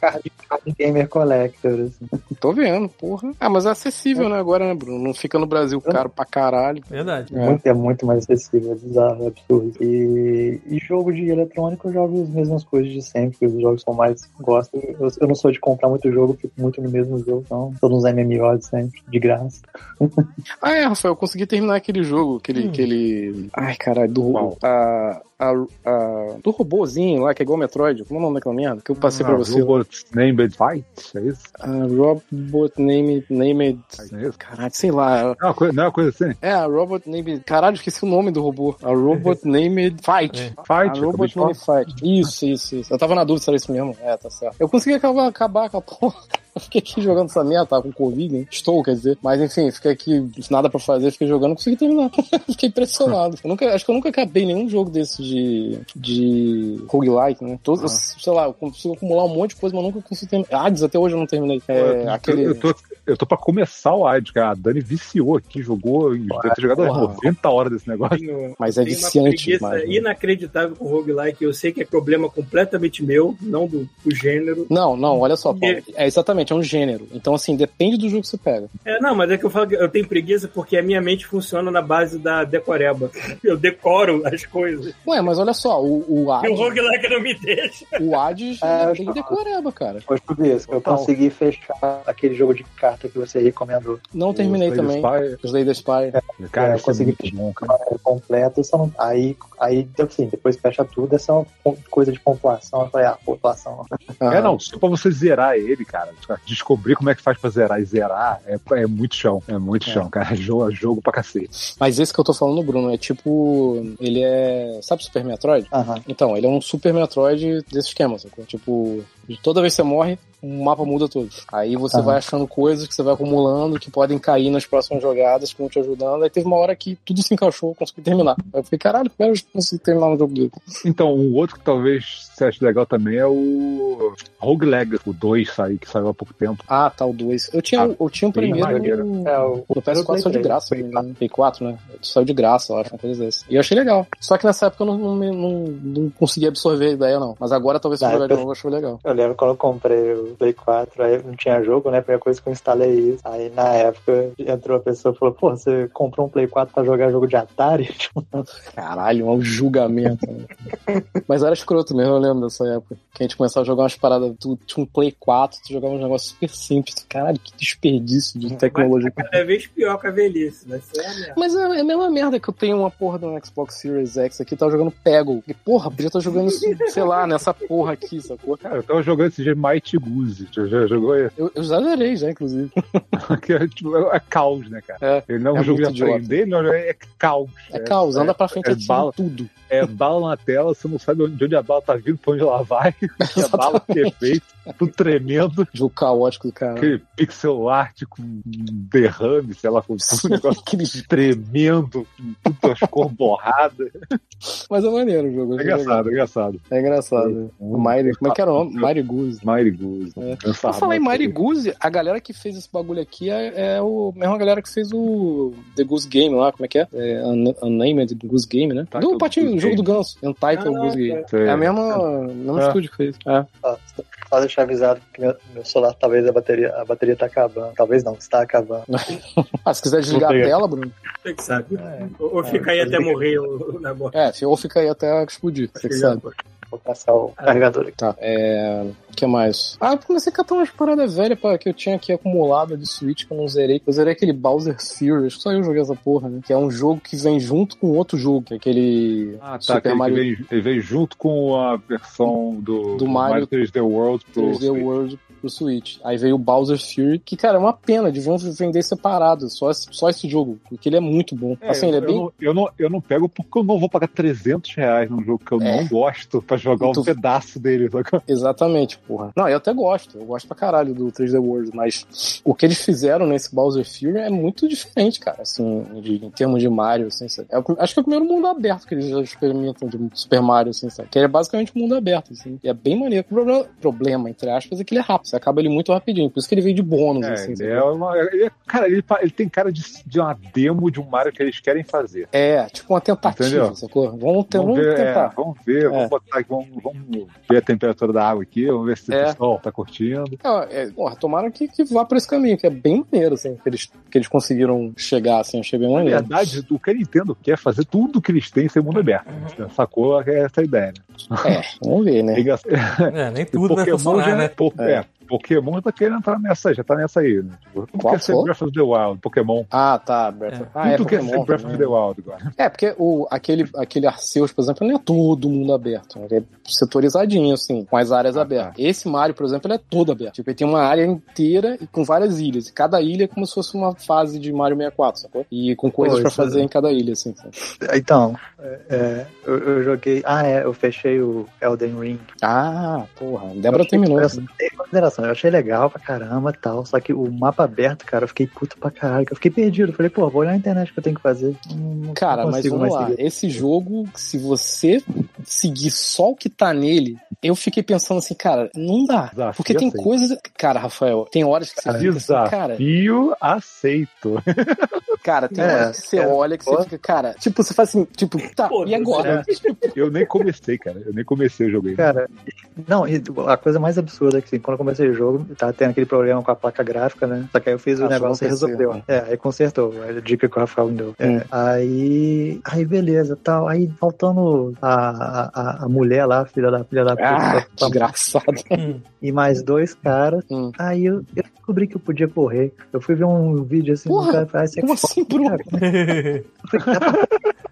S5: card, card Gamer Collector. Assim.
S3: Tô vendo, porra. Ah, mas é acessível, né, agora, né, Bruno? Não fica no Brasil caro pra caralho.
S2: Verdade.
S3: É.
S5: Muito, é muito mais acessível, é bizarro, é absurdo. E, e jogo de eletrônico eu jogo as mesmas coisas de sempre, que os jogos que eu mais gosto. Eu, eu não sou de comprar muito jogo, fico muito no mesmo jogo, então todos os MMO de sempre, de graça.
S3: Ah, é, Rafael, eu consegui terminar aquele jogo, aquele.
S2: Hum.
S3: aquele... Ai, caralho, do robô. A, a, a- do robôzinho lá, que é igual Metroid. Como é o nome daquela merda? Que eu
S6: Ah,
S3: passei pra você.
S6: Robots Name Bad Fight? É isso?
S3: A Robot Named. Named...
S6: É isso?
S3: Caralho, sei lá.
S6: Não é uma coisa, não é uma coisa assim?
S3: É, a Robot Named. Caralho, esqueci o nome do robô. A Robot Named Fight.
S6: Fight?
S3: a
S6: eu acabei
S3: Ah, Robot
S6: de falar.
S3: Named Fight. Isso, isso, isso. Eu tava na dúvida se era isso mesmo. É, tá certo. Eu consegui acabar, acabar com a porra. Eu fiquei aqui jogando essa merda, tava com Covid, hein? Estou, quer dizer. Mas enfim, fiquei aqui, nada pra fazer, fiquei jogando, não consegui terminar. fiquei impressionado. Eu nunca, acho que eu nunca acabei nenhum jogo desse de. de. roguelike, né? Todos,
S6: Ah.
S3: sei lá, eu consigo acumular um monte de coisa, mas nunca consigo terminar. Hades, até hoje eu não terminei. É,
S6: Eu- eu-
S3: aquele.
S6: eu, tô, eu tô pra começar o AID, cara. A Dani viciou aqui, jogou. Deve ter jogado umas
S3: Porra.
S6: 90 horas desse negócio.
S1: Tenho-
S3: Mas é
S1: tenho
S3: viciante
S1: uma
S3: demais.
S1: preguiça
S3: né?
S1: inacreditável com roguelike. Eu sei que é problema completamente meu, não do, do gênero.
S3: Não, não, olha só, Paulo. É exatamente, é um gênero. Então, assim, depende do jogo que você pega.
S1: É, não, mas é que eu falo que eu tenho preguiça porque a minha mente funciona na base da decoreba. Eu decoro as coisas.
S3: Ué, mas olha só, o, o
S1: E o
S3: Hades,
S1: roguelike não me deixa.
S3: o Hades
S5: É, eu
S3: tem
S5: já-
S3: que decoreba, cara.
S5: Foi por isso que eu
S6: Então.
S5: consegui fechar aquele jogo de carta que você recomendou.
S3: Não terminei
S6: O
S3: também.
S6: Slay the
S3: Slay the Spire.
S6: Spire. Cara,
S5: É, eu
S6: isso é
S5: consegui
S6: muito
S3: um
S6: bom, cara.
S5: Cara, completo, só não- aí, aí, assim, depois fecha tudo, essa é uma pon- coisa de pontuação. Eu falei, ah, pontuação.
S3: Aham.
S6: É, não, só pra você zerar ele, cara. Descobrir como é que faz pra zerar e zerar é, é muito chão. É muito chão, cara. Jogo, jogo pra cacete.
S3: Mas esse que eu tô falando, Bruno, é tipo. Ele é. Sabe Super Metroid?
S5: Aham.
S3: Então, ele é um Super Metroid desse esquema, sacou? Tipo, toda vez que você morre, o mapa muda todo. Aí você
S5: Aham.
S3: vai achando coisas que você vai acumulando que podem cair nas próximas jogadas, que vão te ajudando. Aí teve uma hora que tudo se encaixou, eu consegui terminar. Aí eu fiquei, caralho, como é que eu consegui terminar um jogo dele?
S6: Então, um outro que talvez você ache legal também é o Rogue Legacy, o 2 sai, que saiu há pouco tempo.
S3: Ah, tá, o 2. Eu tinha,
S6: Ah,
S3: eu tinha o primeiro.
S6: maneiro.
S3: no-
S5: É, o,
S3: No PS4 saiu de graça, né? Play 4, né? Saiu de graça, eu acho, uma coisa dessa. E eu achei legal. Só que nessa época eu não, não, me- não, não consegui absorver a ideia, não. Mas agora talvez se eu
S5: Ah,
S3: jogar de
S5: eu-
S3: novo eu acho legal.
S5: Eu lembro quando eu comprei o Play 4, aí não tinha jogo, né? A primeira coisa que eu instalei isso. Aí na época entrou a pessoa e falou: Pô, você comprou um Play 4 pra jogar jogo de Atari? Tipo,
S3: Caralho, é um julgamento. né? Mas era escroto mesmo, eu lembro dessa época. Que a gente começava a jogar umas paradas. Tu tinha um Play 4, tu jogava uns negócios super simples. Tu, Caralho, que desperdício de tecnologia.
S1: Cada vez É pior com a velhice. Vai ser uma merda.
S3: Mas é é a mesma merda que eu tenho uma porra do Xbox Series X aqui, tava jogando Peggle. E porra, podia estar jogando isso, sei lá, nessa porra aqui, sacou?
S6: Cara, eu tava jogando esse dia Mighty Goose. Já, já jogou esse?
S3: Eu, eu já zerei, já, inclusive.
S6: Que é, tipo, é- é caos, né, cara?
S3: É,
S6: ele não é um
S3: é
S6: jogo de
S3: muito idiota.
S6: aprender, não, é é caos.
S3: É caos, anda pra frente
S6: é
S3: é, atira
S6: bala.
S3: tudo.
S6: é bala na tela, você não sabe onde- de onde a bala tá vindo, pra onde ela vai, que a bala que é feito, tudo tremendo,
S3: Jogo um caótico do cara.
S6: aquele pixel art com derrame, sei lá, com um negócio
S3: Aquele-
S6: tremendo, com todas as cores borradas.
S3: Mas é maneiro o jogo.
S6: É engraçado, é engraçado.
S3: É engraçado. O Mario, como é que era o nome? Mario Goose.
S6: Mighty Goose.
S3: É.
S6: Essa
S3: Por falar em
S6: arma
S3: Mario
S6: aqui.
S3: Goose, a galera que fez esse bagulho aqui é, é o a mesma galera que fez o The Goose Game lá, como é que é? é Un- Unnamed Goose Game, né?
S6: Entitled
S3: do patinho,
S6: Goose
S3: jogo
S6: Game.
S3: do ganso. Entitled
S1: Caraca.
S3: Goose Game.
S6: É.
S3: É a mesma, o mesmo
S6: É.
S3: estúdio que fez. É.
S5: tá, só deixar avisado que meu, meu celular talvez a bateria, a bateria tá acabando. Talvez não, está acabando.
S3: Ah, se quiser desligar
S6: Vou
S3: a
S6: pegar.
S3: tela, Bruno.
S1: Você que sabe.
S5: É,
S1: Ou ou fica aí
S5: É,
S1: até
S5: fica-
S1: morrer o o negócio.
S3: É, se- ou fica aí até explodir. Você que sabe.
S5: vou passar o carregador aqui.
S3: Tá, é. O que mais? Ah, eu comecei a catar umas paradas velhas pá, que eu tinha aqui acumulada de Switch que eu não zerei. Eu zerei aquele Bowser's Fury, acho que só eu joguei essa porra, né? Que é um jogo que vem junto com outro jogo, que é aquele.
S6: Ah, tá.
S3: Super
S6: que ele
S3: Mario-
S6: veio- ele veio junto com a versão do,
S3: Do Mario
S6: 3D World pro
S3: 3D
S6: Switch.
S3: World pro Switch. Aí veio o Bowser's Fury, que, cara, é uma pena, deviam vender separado, só esse, só esse jogo, porque ele é muito bom.
S6: É,
S3: assim,
S6: eu,
S3: ele é
S6: eu
S3: bem.
S6: não, eu, não, eu não pego porque eu não vou pagar 300 reais num jogo que eu
S3: É.
S6: não gosto pra jogar um
S3: Tu-
S6: pedaço dele. sacou?
S3: Exatamente, porra. Não, eu até gosto, eu gosto pra caralho do 3D World, mas o que eles fizeram nesse Bowser Fury é muito diferente, cara, assim, de- em termos de Mario, assim, sabe? É o prim- acho que é o primeiro mundo aberto que eles já experimentam de Super Mario, assim, sabe? Que ele é basicamente um mundo aberto, assim, e é bem maneiro. O problema, problema, entre aspas, é que ele é rápido, você acaba ele muito rapidinho, por isso que ele veio de bônus,
S6: É,
S3: assim,
S6: ele
S3: sabe?
S6: é uma- ele é- cara, ele, pa- ele tem cara de, de uma demo de um Mario que eles querem fazer.
S3: É, tipo uma tentativa,
S6: Entendeu?
S3: sacou? Vamos, ter-
S6: vamos,
S3: Então, vamos
S6: ver, é,
S3: tentar.
S6: vamos ver, vamos botar aqui, vamos, vamos ver a temperatura da água aqui, vamos ver se
S3: É.
S6: o pessoal tá curtindo.
S3: É, é, porra, tomara que, que vá por esse caminho, que é bem maneiro, assim, que eles, que eles conseguiram chegar, assim, achei bem
S6: Na
S3: maneiro.
S6: verdade, o que a Nintendo quer é fazer tudo que eles têm ser mundo aberto. Sacou essa ideia, né?
S3: Uhum. É, vamos ver, né?
S6: É engraçado.
S2: É, nem tudo vai funcionar,
S6: já,
S2: né?
S6: Po- é. Pokémon já tá querendo entrar nessa, já tá nessa aí. Né? Tipo, Tudo
S3: Qual
S6: quer ser
S3: foi?
S6: Breath of the Wild, Pokémon.
S3: Ah, tá, Breath of... Ah, é,
S6: tudo quer ser
S3: Pokémon
S6: Breath
S3: também.
S6: of the Wild agora.
S3: É, porque o, aquele, aquele Arceus, por exemplo, ele não é todo mundo aberto. né? Ele é setorizadinho, assim, com as áreas
S6: Ah,
S3: abertas. Esse Mario, por exemplo, ele é todo aberto. Tipo, ele tem uma área inteira e com várias ilhas. E cada ilha é como se fosse uma fase de Mario 64, sacou? E com coisas
S5: Pô,
S3: pra
S5: isso
S3: fazer
S5: é-
S3: em cada ilha, assim. sabe?
S5: Então, é, é, eu, eu joguei. Ah, é, eu fechei o Elden Ring.
S3: Ah, porra. A
S5: Eu
S3: Débora
S5: achei-
S3: terminou.
S5: Eu
S3: né?
S5: dei consideração, eu achei legal pra caramba e tal. Só que o mapa aberto, cara, eu fiquei puto pra caralho. que Eu fiquei perdido. Falei, pô, vou olhar na internet o que eu tenho que fazer. Hum, não
S3: Cara, mas
S5: consigo
S3: vamos
S5: mais
S3: lá.
S5: seguir.
S3: Esse jogo, se você seguir só o que tá nele, eu fiquei pensando assim, cara, não dá.
S6: Desafio
S3: Porque tem
S6: aceito.
S3: coisas. Cara, Rafael, tem horas que você fica assim, cara.
S6: Desafio aceito.
S3: Cara, tem
S5: É,
S3: horas que você
S5: é.
S3: olha que você
S5: Pô.
S3: fica, cara, tipo, você faz assim, tipo, tá,
S1: Pô,
S3: e agora?
S6: Eu nem comecei, cara. Eu nem comecei o jogo ainda.
S5: Cara, não, e a coisa mais absurda é que assim, quando eu comecei o jogo, tava tendo aquele problema com a placa gráfica, né? Só que aí eu fiz o
S3: Ah, só
S5: negócio e
S3: aconteceu,
S5: resolveu.
S3: né?
S5: É, aí consertou. A dica que o Rafael me deu. É,
S3: Hum.
S5: aí. Aí beleza, tal. Aí faltando a, a, a mulher lá, filha da filha da
S3: Ah, que
S5: pra-
S3: engraçado.
S5: e mais dois caras.
S3: Hum.
S5: Aí eu, eu descobri que eu podia correr. Eu fui ver um vídeo assim,
S3: Porra,
S5: do cara falou, "Ah, você
S3: Como
S5: é
S3: assim, Bruno?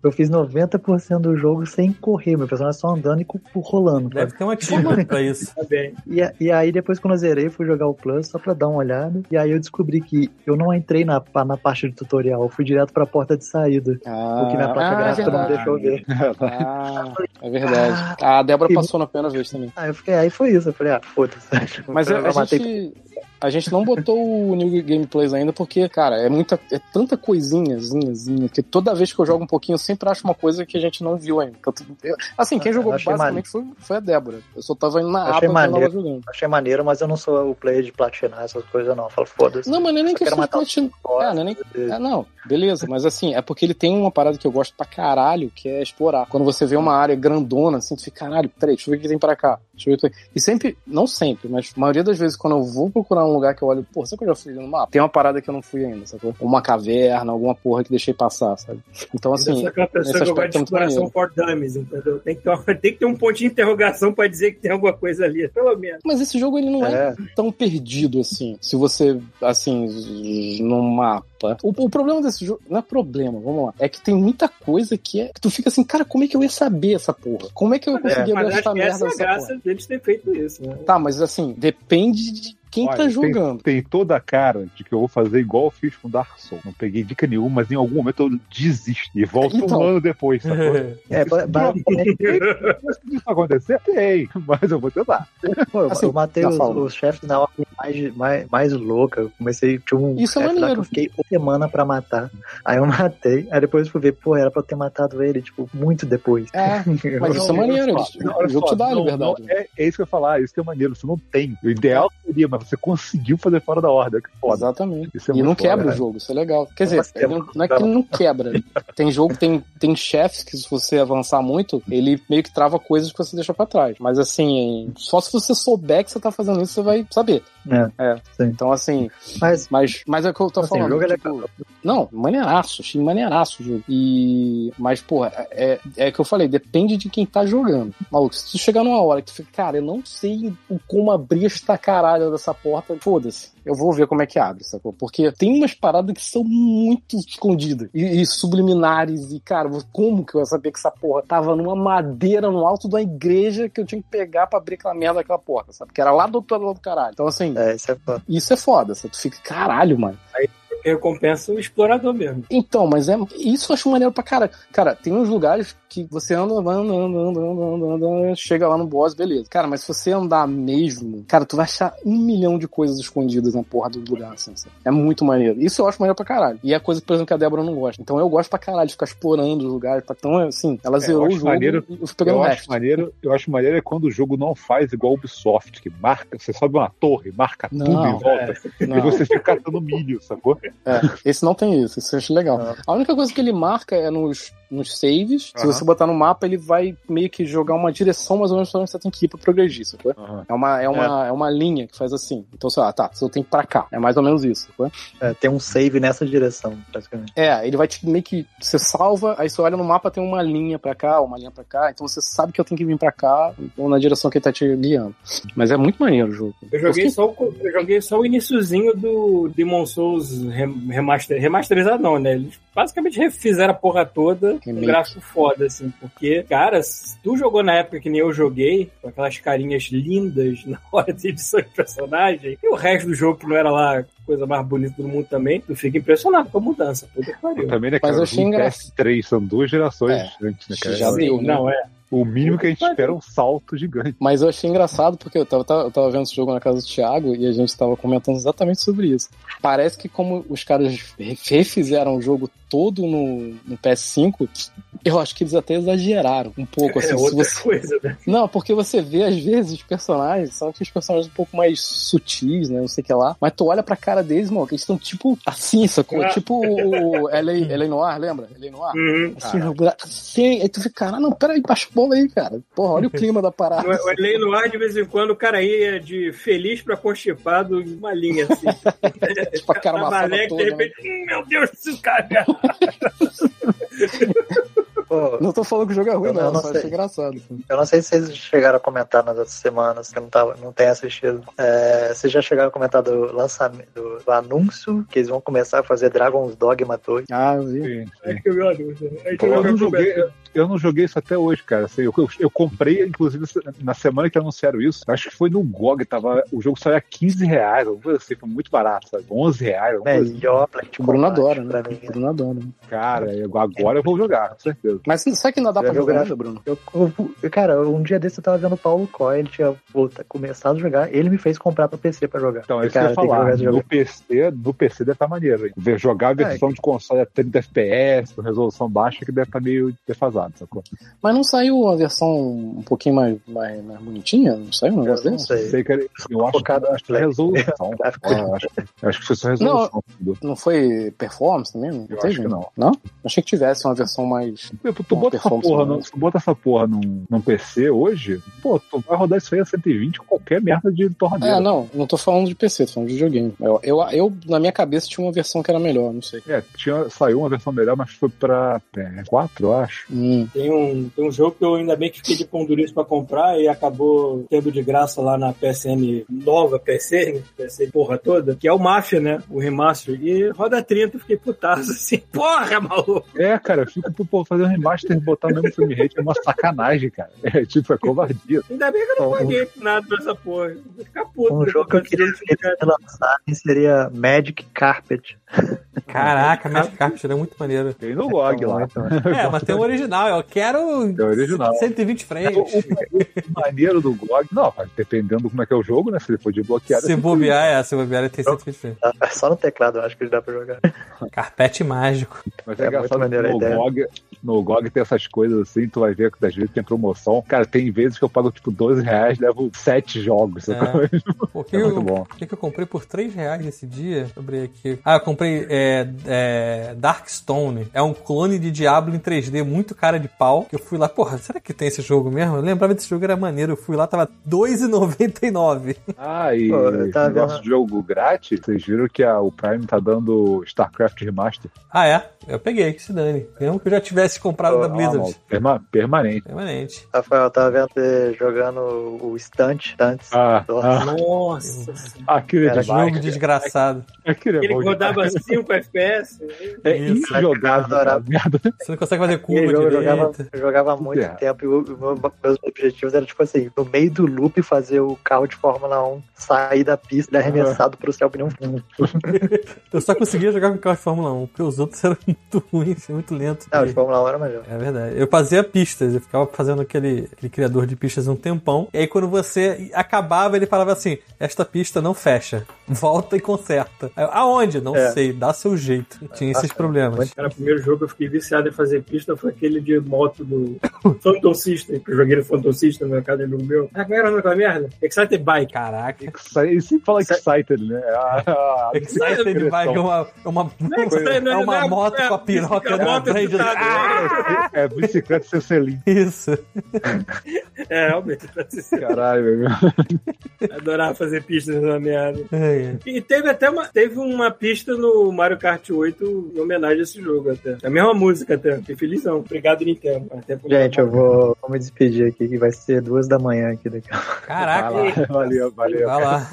S5: Eu fiz 90% do jogo sem correr, meu personagem só andando e cu- cu- rolando.
S2: Deve ter uma achievement pra isso.
S1: Tá bem.
S3: Então,
S5: E, a- e aí depois quando eu zerei, fui jogar o Plus só pra dar uma olhada. E aí eu descobri que eu não entrei na, pa- na parte do tutorial, eu fui direto pra porta de saída.
S3: Ah,
S5: Porque
S6: é
S5: na placa
S3: ah,
S5: gráfica não
S3: verdade.
S5: deixa eu ver.
S3: Ah, é verdade. A Débora
S5: E-
S3: passou na primeira vez também.
S5: Aí eu fiquei, aí foi isso. Eu falei, ah, foda-se.
S3: Mas
S5: eu,
S3: a, a gente, a gente não botou o New Gameplays ainda porque, cara, é muita é tanta coisinha, zinha, zinha, que toda vez que eu jogo um pouquinho eu sempre acho uma coisa que a gente não viu ainda. Então, eu- assim, quem
S5: Ah,
S3: jogou
S5: eu achei
S3: basicamente foi, foi a Débora. Eu só tava indo na
S5: Eu
S3: aba
S5: achei
S3: e tava
S5: maneiro.
S3: jogando.
S5: Achei maneiro, mas eu não sou o player de platinar essas coisas, não. Eu falo, foda-se.
S3: Não, mas não é nem
S5: Só quero
S3: questão de
S5: matar o
S3: platinar. É, não é nem
S5: E-
S3: Ah, não, beleza, mas assim, é porque ele tem uma parada que eu gosto pra caralho, que é explorar. Quando você vê uma área grandona, assim, tu fica, caralho, peraí, deixa eu ver o que tem pra cá. Deixa eu ver o que... E sempre, não sempre, mas a maioria das vezes quando eu vou procurar um lugar que eu olho, pô, sabe que eu já fui no mapa? Tem uma parada que eu não fui ainda, sacou? Uma caverna, alguma porra que deixei passar, sabe? Então,
S1: eu
S3: assim,
S1: sou aquela
S3: nesse
S1: pessoa que eu gosto
S3: aspecto
S1: de
S3: é muito
S1: exploração
S3: maneiro.
S1: for dummies, entendeu? Tem que, ter, uma- tem que ter um ponto de interrogação pra dizer que tem alguma coisa ali, pelo menos.
S3: mas esse jogo ele não é
S5: É,
S3: tão perdido assim. Se você, assim, no mapa. O, o problema desse jogo. Não é problema, vamos lá. É que tem muita coisa que é. Que tu fica assim, cara, como é que eu ia saber essa porra? Como é que eu ia conseguir abrir
S1: Mas
S3: essa
S1: acho que essa
S3: merda
S1: é a
S3: dessa porra?
S1: graça deles ter feito isso, né?
S3: Tá, mas assim, depende de quem
S6: Olha,
S3: tá
S6: tem-
S3: jogando.
S6: Tem toda a cara de que eu vou fazer igual eu fiz com Dark Souls. Não peguei dica nenhuma, mas em algum momento eu desisto. E volto
S3: Então.
S6: um ano depois, sacou?
S5: é, ba- basicamente,
S6: Se isso acontecer, tem, mas eu vou tentar.
S5: Pô, eu-
S3: Assim,
S5: eu matei
S3: já
S5: os,
S3: fala.
S5: os chefes na ordem mais, mais, mais louca. Eu comecei, tinha um
S3: Isso é
S5: chefe lá que
S3: maneiro.
S5: eu fiquei uma semana pra matar. Aí eu matei, aí depois eu fui ver, pô, era pra eu ter matado ele, tipo, muito depois.
S3: É, mas isso é
S6: Não,
S3: maneiro.
S6: olha
S3: eles-
S6: só, não, olha
S3: o jogo
S6: só,
S3: te dá a
S6: não,
S3: liberdade.
S6: não, é, é isso que eu ia falar, isso que é maneiro, você não tem. O ideal seria, mas você conseguiu fazer fora da ordem. Que foda.
S3: Exatamente.
S6: Isso é
S3: e
S6: muito
S3: não quebra
S6: foda,
S3: o jogo, isso é legal. Quer dizer,
S6: Mas quebra.
S3: não, não é que ele não quebra. Tem jogo, tem, tem chefes que se você avançar muito, ele meio que trava coisas que você deixa pra trás. Mas assim, só se você souber que você tá fazendo isso, você vai saber.
S5: É, sim.
S3: Então assim,
S5: Mas,
S3: mas, mas é o que eu tô
S5: assim, o
S3: falando.
S5: jogo ele é
S3: tipo, Não, maneiraço, achei maneiraço o jogo. E. Mas, porra, é, é o que eu falei, depende de quem tá jogando. Maluco, se tu chegar numa hora que tu fica, cara, eu não sei o como abrir esta caralho dessa porta, foda-se. Eu vou ver como é que abre, sacou? Porque tem umas paradas que são muito escondidas e, e subliminares. E, cara, como que eu ia saber que essa porra tava numa madeira no alto da igreja que eu tinha que pegar pra abrir aquela merda daquela porta, sabe? Que era lá do outro lado do caralho. Então, assim,
S5: É, isso é foda.
S3: isso é foda, sabe? Tu fica, caralho, mano.
S1: Recompensa o explorador mesmo.
S3: Então, mas é. Isso eu acho maneiro pra cara. Cara, tem uns lugares que você anda, anda, anda, anda, anda, anda, anda, chega lá no boss, beleza. Cara, mas se você andar mesmo, cara, tu vai achar um milhão de coisas escondidas na porra do lugar, assim, sabe? É muito maneiro. Isso eu acho maneiro pra caralho. E é a coisa, por exemplo, que a Débora não gosta. Então eu gosto pra caralho de ficar explorando os lugares. pra- Então, assim, ela
S6: É, eu
S3: zerou o
S6: acho
S3: jogo
S6: maneiro-
S3: e eu fui pegando
S6: eu
S3: o
S6: acho
S3: resto.
S6: maneiro, eu acho maneiro é quando o jogo não faz igual o Ubisoft, que marca, você sobe uma torre, marca
S3: Não, é,
S6: tudo em volta, e
S3: Não.
S6: você fica catando milho, sacou?
S3: É, esse não tem isso, isso eu acho legal.
S5: Ah.
S3: A única coisa que ele marca é nos, nos saves. Se
S6: Aham.
S3: você botar no mapa, ele vai meio que jogar uma direção mais ou menos pra onde você tem que ir pra progredir, sacou?
S6: Aham.
S3: É uma, é, uma, é. uma linha que faz assim. Então, sei lá, tá, se eu tenho que ir pra cá. É mais ou menos isso, sacou?
S5: É, tem um save nessa direção, praticamente.
S3: É, ele vai te meio que. Você salva, aí você olha no mapa, tem uma linha pra cá, uma linha pra cá. Então você sabe que eu tenho que vir pra cá ou na direção que ele tá te guiando. Mas é muito maneiro o jogo.
S1: Eu joguei só o, eu joguei só o iniciozinho do Demon Souls rem- remaster, remasterizado não, né? Eles basicamente refizeram a porra toda com
S3: Remake.
S1: gráfico foda, assim, porque, cara, se tu jogou na época que nem eu joguei, com aquelas carinhas lindas na hora de edição de personagem, e o resto do jogo que não era lá a coisa mais bonita do mundo também, tu fica impressionado com a mudança, puta que pariu.
S6: Também, né,
S3: Mas
S6: cara?
S3: eu achei
S6: um
S3: engra-
S6: PS3 são duas gerações
S3: É.
S6: diferentes, né, cara?
S3: Já viu, né?
S1: não, é.
S6: O mínimo que a gente espera é um salto gigante.
S3: Mas eu achei engraçado porque eu tava, tava- eu tava vendo esse jogo na casa do Thiago e a gente tava comentando exatamente sobre isso. Parece que como os caras re- refizeram o jogo todo no, no PS5, eu acho que eles até exageraram um pouco. Assim,
S1: É
S3: se
S1: outra
S3: você-
S1: coisa, né?
S3: Não, porque você vê às vezes os personagens, são aqueles personagens um pouco mais sutis, né, não sei o que lá, mas tu olha pra cara deles, mano, que eles estão tipo assim, sacou?
S1: Ah.
S3: Tipo o o L.A. L.A. Noir, lembra? L.A. Noir?
S1: Uhum.
S3: Assim, no buraco, assim, aí tu fica, caralho, não, peraí, baixa a bola aí, cara. Porra, olha o clima da parada.
S1: O o Elei no ar, de vez em quando, o cara ia de feliz pra constipado em uma linha, assim.
S3: Tipo, a cara
S1: Tava
S3: amassada
S1: alegre,
S3: toda,
S1: de
S3: né?
S1: repente, "Hum, meu Deus, esse cara. é
S5: Pô,
S3: Não tô falando que o jogo é ruim,
S5: Eu
S3: não,
S5: não
S3: só
S5: sei.
S3: achei engraçado. assim.
S5: eu não sei se vocês chegaram a comentar nas outras semanas, que eu não, tava, não tenho assistido. É, vocês já chegaram a comentar do lançamento, do, do anúncio que eles vão começar a fazer Dragon's Dogma 2.
S3: Ah, eu vi.
S1: É que eu me adoro. É que
S6: Eu não,
S1: eu me
S6: joguei, eu não joguei isso até hoje, cara. Assim, eu, eu- eu comprei, inclusive, na semana que anunciaram isso. Acho que foi no GOG. Tava, o jogo saiu a 15 reais. alguma coisa Assim, foi muito barato, sabe? 11 reais. alguma coisa
S5: Melhor Planet
S3: O Bruno
S5: Combat
S3: adora, né?
S5: pra mim.
S3: O Bruno adora. né?
S6: assim. Cara, eu- agora eu vou jogar, com certeza.
S3: Mas será que ainda dá
S5: Já
S3: pra
S5: viu
S3: jogar,
S5: gra-
S3: ainda, Bruno?
S5: Eu, eu- cara, um dia desse eu tava vendo o Paulo Coy, ele tinha volta- começado a jogar, ele me fez comprar pra PC pra jogar.
S6: Então, é isso que eu
S5: cara,
S6: ia
S5: tem
S6: falar.
S5: jogar É.
S6: No PC, no PC deve estar maneiro. Hein? Ver- Jogar a versão de console a 30 FPS, com resolução baixa, que deve estar meio defasado, sacou?
S3: Mas não saiu a versão um pouquinho mais, mais, mais bonitinha? Não saiu um negócio
S5: Eu não
S3: desse?
S5: sei.
S6: Sei que era- eu acho,
S5: É. Focado
S6: acho que é resolução.
S5: gráfico
S6: É, eu acho, eu acho que foi só resolução.
S3: Não foi performance também? Não
S6: Eu
S3: teve?
S6: acho que não.
S3: Achei que tivesse uma versão mais.
S6: Meu, tu
S3: Uma
S6: bota essa,
S3: performance
S6: porra
S3: melhor.
S6: num, tu bota essa porra num, num PC hoje, pô, tu vai rodar isso aí a 120 com qualquer merda de
S3: É,
S6: torradeira.
S3: não, não tô falando de PC, tô falando de videogame. Eu, eu, eu, na minha cabeça, tinha uma versão que era melhor, não sei.
S6: É, tinha, saiu uma versão melhor, mas foi pra PS4, eu acho.
S3: Hum.
S1: Tem um, tem um jogo que eu ainda bem que fiquei de pão duríssimo pra comprar e acabou tendo de graça lá na PSN nova, PSN, PSN porra toda, que é o Mafia, né? O remaster. E roda 30, eu fiquei putaço assim, porra, maluco!
S6: É, cara, eu fico, pô, pô, fazer um remaster e botar o mesmo frame rate é uma sacanagem, cara. É tipo, é covardia.
S1: Ainda bem que eu não
S5: Um-
S1: paguei nada pra essa porra. Vou ficar puto. né?
S5: Um jogo que eu queria que eles lançassem seria Magic Carpet.
S2: Caraca, Magic Carpet era muito maneiro.
S6: Tem no GOG lá.
S2: É, mas tem o original, eu quero
S6: Tem o original.
S2: 120 frames.
S6: O, o- o maneiro do GOG, não, mas dependendo como é que é o jogo, né? Se ele for desbloqueado.
S2: Se bobear, é, se bobear, ele tem 120 frames.
S5: então, é Só no teclado eu acho que ele dá pra jogar.
S2: Carpete mágico.
S6: Mas
S5: É
S6: é,
S5: muito
S6: engraçado que
S5: maneiro a
S6: no
S5: ideia.
S6: GOG, no GOG tem essas coisas assim, tu vai ver que às vezes tem promoção. Cara, tem vezes que eu pago tipo 12 reais levo 7 jogos.
S2: É.
S6: sacou?
S2: Pô, o que,
S6: É
S2: eu,
S6: muito bom.
S2: o que que eu comprei por 3 reais esse dia? Deixa eu abrir aqui. Ah, eu comprei é, é, Darkstone. É um clone de Diablo em 3D, muito cara de pau. Que eu fui lá, porra, será que tem esse jogo mesmo? Eu lembrava desse jogo, era maneiro. Eu fui lá, tava R$2,99.
S6: Ah, e
S5: Pô,
S6: esse
S5: tá vendo?
S6: negócio de jogo grátis, vocês viram que a- o Prime tá dando StarCraft Remaster?
S2: Ah, é? Eu peguei, que se dane. Mesmo que eu já tivesse comprado da
S6: Ah,
S2: Blizzard.
S6: não, perma- permanente.
S2: Permanente.
S5: Rafael, eu tava vendo você jogando o Stunt antes.
S6: Ah,
S5: Nossa.
S1: Nossa.
S6: ah, aquilo é
S5: Cara,
S6: demais.
S2: Jogo
S6: cara.
S2: desgraçado.
S6: Aquilo é
S1: Ele
S6: bom
S1: que
S6: demais.
S1: rodava
S5: assim,
S1: 5 FPS.
S6: É
S2: Isso. né?
S6: injogável,
S5: Cara,
S6: cara. merda.
S2: Você não consegue fazer curva
S5: Aquele jogo eu jogava,
S2: direita.
S5: eu jogava há
S6: Tudo
S5: muito
S6: errado.
S5: tempo e o, o meu- meus objetivos eram, tipo assim, no meio do loop fazer o carro de Fórmula 1 sair da pista e arremessado pro céu que nem um fundo.
S2: Eu só conseguia jogar com carro de Fórmula 1, porque os outros eram muito ruins, muito lentos.
S5: Não,
S2: E-
S5: de Fórmula 1 era melhor.
S2: É verdade. Eu fazia pistas, eu ficava fazendo aquele, aquele criador de pistas um tempão. E aí, quando você acabava, ele falava assim: Esta pista não fecha, volta e conserta. Aí eu, Aonde? Não
S5: É.
S2: sei, dá seu jeito. Tinha esses problemas.
S1: Cara, o primeiro jogo que eu fiquei viciado em fazer pista foi aquele de moto do Phantom System, que eu joguei no Phantom System na casa do meu. Ah, como era o nome daquela merda? Excited Bike.
S2: Caraca.
S6: Ele sempre fala excited, né? Ah, ah,
S2: Excited Bike é uma, é uma, é uma moto com a piroca
S1: da
S2: na
S1: moto
S2: frente. Ah,
S1: Ah!
S6: É bicicleta sem selim.
S2: Isso.
S1: É, realmente, pra ser sincero,
S6: Caralho, meu.
S1: eu adorava fazer pista nessa merda.
S2: É.
S1: E teve até uma, teve uma pista no Mario Kart 8 em homenagem a esse jogo até. A mesma música até. Fiquei felizão. Obrigado, Nintendo. Até por-
S5: Gente, eu vou, vou me despedir aqui, que vai ser duas da manhã aqui daqui.
S2: Caraca.
S6: Vai lá. Valeu, valeu.
S2: Tá Vai lá.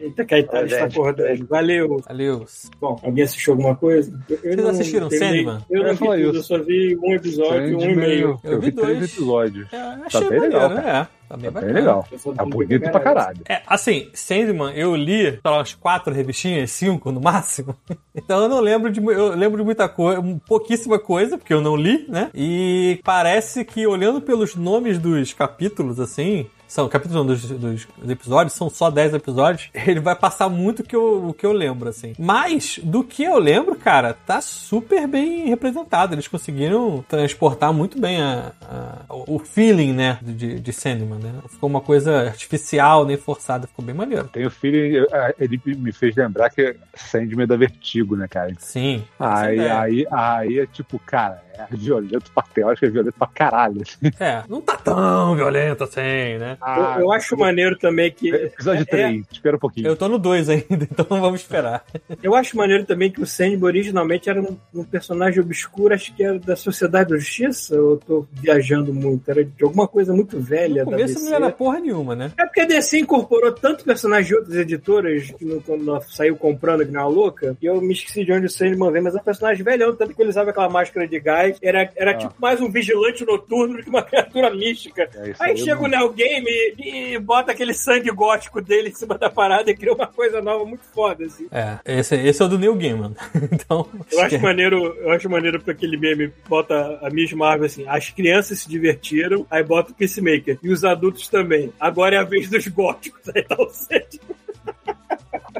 S1: Eita, Caetano
S5: Olha,
S1: está
S5: gente,
S1: acordando.
S5: gente.
S1: Valeu.
S2: Valeu.
S1: Bom, alguém assistiu alguma coisa? Eu, eu
S2: Vocês assistiram
S1: terminei-
S2: Sandman?
S1: Eu
S6: Eu ia
S1: não vi
S6: falar
S1: tudo,
S6: isso.
S1: eu só vi um episódio, um
S6: Grande
S1: e meio.
S2: Eu vi
S6: três
S2: dois.
S6: episódios.
S2: É,
S6: Tá
S2: achei
S6: bem legal,
S2: maneiro,
S6: cara.
S2: né? Tá bem
S6: Tá
S2: bacana.
S6: bem legal.
S1: Eu um sou
S6: Tá
S1: doido
S6: bonito pra caralho.
S2: É, assim, Sandman, eu li sei lá, umas quatro revistinhas, cinco no máximo. Então eu não lembro de. mu- Eu lembro de muita coisa, pouquíssima coisa, porque eu não li, né? E parece que olhando pelos nomes dos capítulos, assim. São capítulos não, dos, dos episódios, são só 10 episódios. Ele vai passar muito o que, eu, o que eu lembro, assim. Mas, do que eu lembro, cara, tá super bem representado. Eles conseguiram transportar muito bem a- a- o o feeling, né, de, de Sandman, né? Não Ficou uma coisa artificial, nem forçada. Ficou bem maneiro.
S6: Tenho filho, eu- ah, ele me fez lembrar que Sandman dá vertigo, né, cara?
S2: Sim.
S6: Aí,
S2: ideia.
S6: aí, aí é tipo, cara, é violento pra eu acho que é violento pra caralho. assim.
S2: É, não tá tão violento assim, né?
S1: Ah, Eu, eu acho é, maneiro também que.
S6: Episódio 3, espera um pouquinho.
S2: Eu tô no 2 ainda, então vamos esperar.
S1: Eu acho maneiro também que o Sandman originalmente era um, um personagem obscuro, acho que era da Sociedade da Justiça, ou eu tô viajando muito? Era de alguma coisa muito velha
S2: No
S1: é da
S2: começo
S1: DC.
S2: não era porra nenhuma, né?
S1: É porque a DC incorporou tanto personagem de outras editoras que não, quando ela saiu comprando que não é uma louca, que eu me esqueci de onde o Sandman veio, mas é um personagem velhão, tanto que ele usava aquela máscara de gás, era, era
S6: Ah.
S1: tipo mais um vigilante noturno do que uma criatura mística.
S6: É isso
S1: Aí
S6: eu
S1: chega
S6: não-
S1: o Neo Game e, e bota aquele sangue gótico dele em cima da parada e cria uma coisa nova muito foda, assim.
S2: É, esse, esse é o do Neil Gaiman. então,
S1: Eu acho maneiro, eu acho maneiro pra aquele meme bota a Miss Marvel assim, as crianças se divertiram, aí bota o Peacemaker, e os adultos também. Agora é a vez dos góticos, aí tá o Sandman.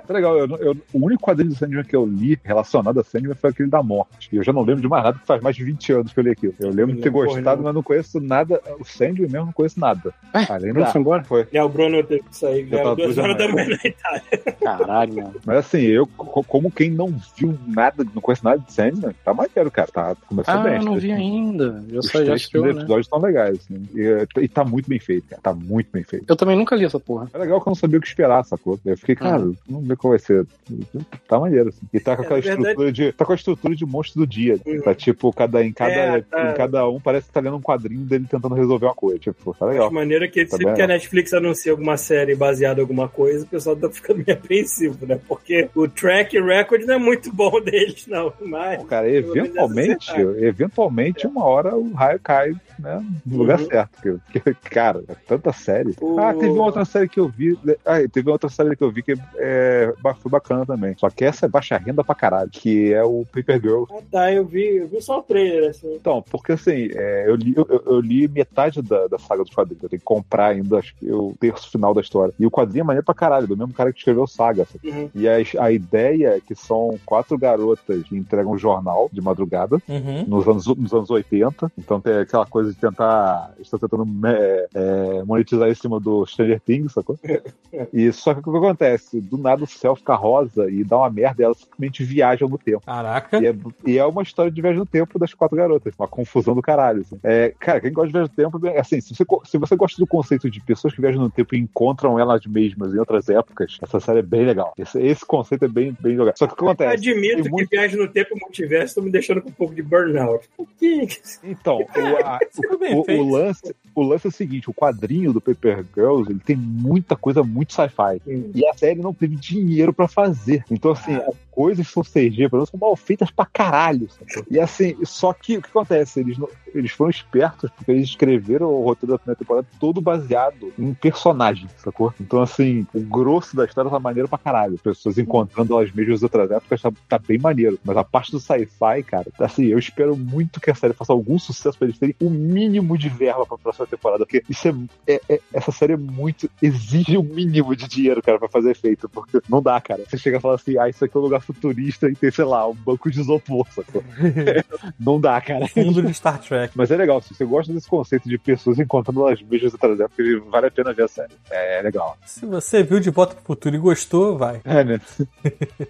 S6: Tá legal, eu, não- eu- o único quadrinho do Sandman que eu li relacionado a Sandman foi aquele da morte. E eu já não lembro de mais nada, porque faz mais de 20 anos que eu li aquilo. Eu lembro de ter
S1: Porra,
S6: gostado,
S1: não.
S6: mas não conheço nada. O Sandman mesmo não conheço nada. Ah,
S3: É,
S6: Além
S3: Pronto,
S6: da-
S3: foi embora?
S6: Foi.
S1: É, o Bruno teve que sair,
S6: Já
S1: já
S6: tá
S1: era duas
S6: duas
S1: horas
S6: da
S1: da manhã né? na Itália.
S3: Caralho, mano.
S6: Mas assim, eu, co- como quem não viu nada, não conhece nada de Sandman, tá maneiro, cara. Tá, começou
S3: Ah,
S6: bem.
S3: eu não
S6: Os-
S3: vi ainda. Já
S6: Os
S3: saiu, já
S6: três
S3: estreou,
S6: primeiros
S3: né?
S6: episódios estão legais, assim. E, eh, e tá muito bem feito, cara. Tá muito bem feito.
S3: Eu também nunca li essa porra.
S6: É legal que eu não sabia o que esperar, sacou? Eu
S1: Ah.
S6: fiquei, cara, vamos ver qual vai ser. Tá maneiro, assim. E tá com
S1: É,
S6: aquela
S1: na verdade-
S6: estrutura de. Tá com a estrutura de monstro do dia.
S1: Uhum.
S6: Tá tipo, cada, em, cada,
S1: É, tá.
S6: em cada um parece que tá lendo um quadrinho dele tentando resolver uma coisa. Tipo, tá legal.
S1: De maneira que
S6: Tá
S1: sempre
S6: bem,
S1: que a
S6: né?
S1: Netflix anuncia alguma série baseada em alguma coisa, o pessoal tá ficando meio apreensivo, né? Porque o track record não é muito bom deles, não. Mas.
S6: Pô, cara,
S1: pelo menos
S6: eventualmente,
S1: essa é
S6: eventualmente, uma hora o raio cai né, no lugar
S1: Uhum.
S6: certo. Porque, porque, cara, é tanta série.
S1: O-
S6: Ah, teve uma outra série que eu vi. Ah, teve uma outra série que eu vi que é, é, ba- foi bacana também. Só que essa é baixa renda pra caralho, que é o Paper Girl.
S1: Ah, tá, eu vi, eu vi só o trailer, assim.
S6: Então, porque assim, é, eu, li, eu, eu- eu li metade da, da saga dos quadrinhos. Eu tenho que comprar ainda, acho que o terço final da história. E o quadrinho é maneiro pra caralho, do mesmo cara que escreveu Saga. sabe?
S1: Uhum.
S6: E a, a ideia é que são quatro garotas que entregam um jornal de madrugada
S2: Uhum.
S6: nos anos, nos anos 80. Então tem aquela coisa de tentar. Eles estão tentando é, é, monetizar em cima do Stranger Things, sacou? E só que o que acontece? Do nada o céu fica rosa e dá uma merda e elas simplesmente viajam no tempo.
S2: Caraca.
S6: E é, e é uma história de viagem no tempo das quatro garotas. Uma confusão do caralho. assim. É, cara, quem gosta de viagem no tempo, é assim, se você, co- se você gosta do conceito de pessoas que viajam no tempo e encontram elas mesmas em outras épocas, essa série é bem legal. Esse, esse conceito é bem, bem jogado. Só que o que acontece?
S1: Admito
S6: tem
S1: que
S6: muito-
S1: viagem no tempo e multiverso estão me deixando com um pouco de burnout. Por quê?
S6: Então, o, a-
S2: Tudo bem
S6: o-
S2: feito.
S6: o lance, o lance é o seguinte: o quadrinho do Paper Girls ele tem muita coisa muito sci-fi. E a série não teve dinheiro pra fazer. Então, assim, as coisas são CG, pelo menos são mal feitas pra caralho. sacou? E assim, só que o que acontece? Eles, não- eles foram espertos porque eles escreveram o roteiro da primeira temporada todo baseado em personagens, sacou? Então, assim, o grosso da história tá maneiro pra caralho. As pessoas encontrando elas mesmas em outras épocas tá, tá bem maneiro. Mas a parte do sci-fi, cara, assim, eu espero muito que a série faça algum sucesso pra eles terem o mínimo de verba pra próxima temporada. Porque isso é é- é- essa série é muito. exige o mínimo de dinheiro, cara, pra fazer efeito. Porque não dá, cara. Você chega e fala assim, ah, isso aqui é um lugar futurista e tem, sei lá, um banco de isopor, sacou? não dá, cara.
S2: Fundo de Star Trek.
S6: Mas é legal, se você gosta desse conceito de pessoas encontrando elas mesmas atrás dela, porque vale a pena ver a série. É, legal.
S2: Se você viu De Volta pro Futuro e gostou, vai.
S6: É, né?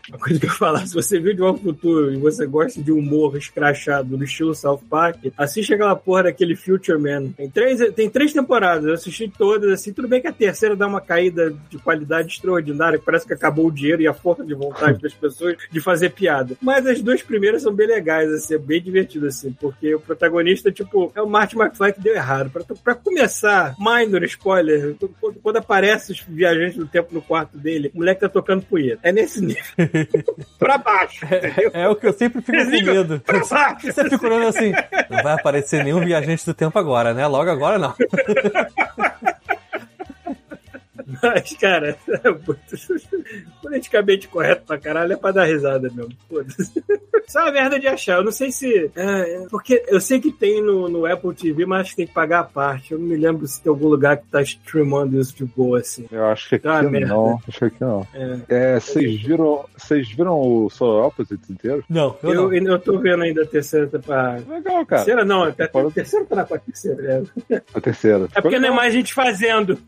S1: Uma coisa que eu ia falar, se você viu de volta pro futuro e você gosta de humor escrachado do estilo South Park, assiste aquela porra daquele Future Man. Tem três, tem três temporadas, eu assisti todas, assim, tudo bem que a terceira dá uma caída de qualidade extraordinária, que parece que acabou o dinheiro e a força de vontade das pessoas de fazer piada. Mas as duas primeiras são bem legais, assim, é bem divertido, assim, porque o protagonista, tipo, é o Martin McFly que deu errado. Pra, pra começar, minor spoiler, quando, quando aparece os viajantes do tempo no quarto dele, o moleque tá tocando punheta. É nesse nível pra baixo. entendeu?
S2: É o que eu sempre fico com
S1: Desliga.
S2: medo.
S1: Pra baixo.
S2: Você fica olhando assim, não vai aparecer nenhum viajante do tempo agora, né? Logo agora não.
S1: Mas, cara, é muito- politicamente correto pra caralho é pra dar risada mesmo. Foda-se. Isso é uma merda de achar. Eu não sei se. é, porque eu sei que tem no, no Apple TV, mas acho que tem que pagar a parte. Eu não me lembro se tem algum lugar que tá streamando isso de boa, assim.
S6: Eu acho que aqui
S1: Ah, merda.
S6: não. Acho que aqui não.
S1: É.
S6: É, vocês viram. Vocês viram o Solar Opposite inteiro?
S2: Não, eu,
S1: Eu,
S2: não.
S1: eu tô vendo ainda a terceira temporada.
S6: Legal, cara.
S1: Terceira não, até
S6: fora-
S1: a terceira tá na quarta terceira. É,
S6: A terceira.
S1: é porque
S6: foi,
S1: não é
S6: legal,
S1: mais gente fazendo.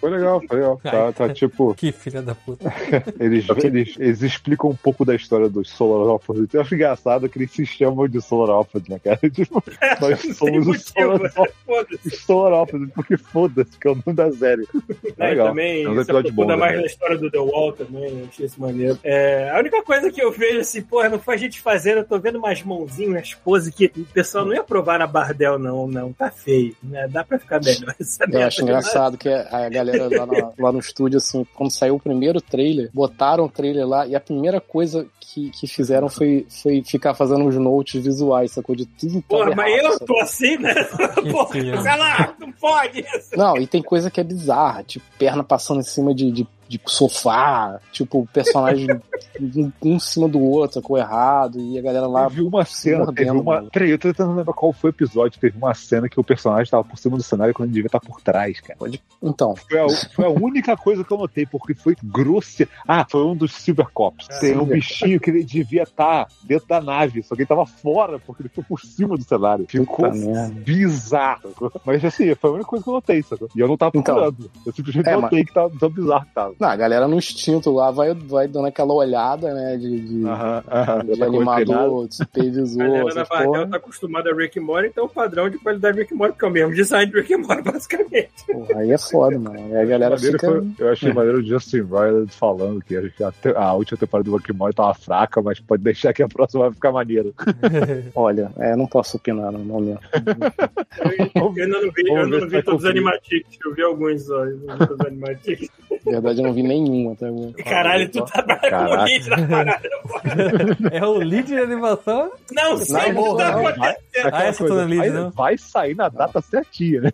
S6: foi legal, foi legal. Tá, tá tipo.
S2: Que filha da puta.
S6: Eles,
S1: Tá
S6: eles, eles explicam um pouco da história dos Solar Opposites. Eu acho engraçado que eles se chamam de Solar Opposites, né, cara? Tipo, nós
S1: Não tem
S6: somos os
S1: É, motivo.
S6: Solar, Op-
S1: Foda-se.
S6: os Solar Opposites, porque foda-se, que é o nome da série.
S1: Né,
S6: Legal.
S1: E também
S6: É um
S1: se
S6: episódio bom,
S1: aprofunda
S6: né?
S1: mais na história do The Wall também, eu achei isso maneiro. É, a única coisa que eu vejo assim, porra, não foi a gente fazer, eu tô vendo umas mãozinhas, umas poses que o pessoal não ia provar na Bardel, não, não, tá feio, né? Dá pra ficar melhor é essa
S3: Eu
S1: merda.
S3: É, acho engraçado que a galera lá, na- lá no estúdio, assim, quando saiu o primeiro trailer, botaram o trailer lá e a primeira coisa que, que fizeram foi, foi ficar fazendo uns notes visuais, sacou? De tudo que tava
S1: Porra, mas
S3: errado,
S1: eu
S3: sabe?
S1: tô assim, né? Porra,
S2: filha.
S1: sei lá, não pode.
S3: Não, e tem coisa que é bizarra, tipo, perna passando em cima de, de, de sofá, tipo, personagem um, um em cima do outro, sacou? Errado, e a galera lá.
S6: Teve uma cena,
S3: mordendo,
S6: teve uma.
S3: mano.
S6: Peraí, eu tô tentando lembrar qual foi o episódio. Teve uma cena que o personagem tava por cima do cenário quando ele devia estar por trás, cara.
S3: Então,
S6: Foi a, foi a única coisa que eu notei, porque foi grossa. Ah, foi um dos Silver Cops.
S3: É.
S6: Tem um bichinho que ele devia estar dentro da nave, só que ele tava fora, porque ele foi por cima do cenário. Ficou
S3: Puta merda.
S6: bizarro. sacou? Mas assim, foi a única coisa que eu notei, sacou? E eu não tava
S3: Então.
S6: procurando. eu simplesmente
S3: É,
S6: notei que tava tão bizarro que tava.
S3: não, a galera no instinto lá vai, vai dando aquela olhada, né? De, de,
S6: Aham, aham.
S3: de
S6: Tá com treinado.
S3: animador, de
S1: A galera
S3: supervisor,
S1: da
S3: essas
S1: Bardel
S3: porra.
S1: tá acostumada a Rick and Morty, então o padrão de qualidade de Rick and Morty, que é o mesmo design de Rick and Morty, basicamente.
S3: Porra, aí é foda, mano. Aí a galera
S6: Maneiro
S3: fica.
S6: foi- eu achei maneiro o Justin Roiland falando que a, gente- a te- a última temporada do Bakimori tava fraca, mas pode deixar que a próxima vai ficar maneira.
S3: Olha, é, não posso opinar no momento.
S1: Eu ainda não vi, eu
S6: Vamos
S1: ainda não
S6: ver se vai
S1: vi todos os
S6: conferir.
S1: animatics, eu vi alguns só, eu não vi todos os animatics.
S3: Na verdade, não vi tá nenhum até agora.
S1: Caralho, tu tá bravo com o
S6: Caraca.
S1: lead na parada.
S2: É o lead de animação?
S1: Não sei o que tá
S6: não,
S1: acontecendo.
S2: Ah, essa tô no lead,
S6: vai,
S2: não?
S6: vai sair na data certinha, né?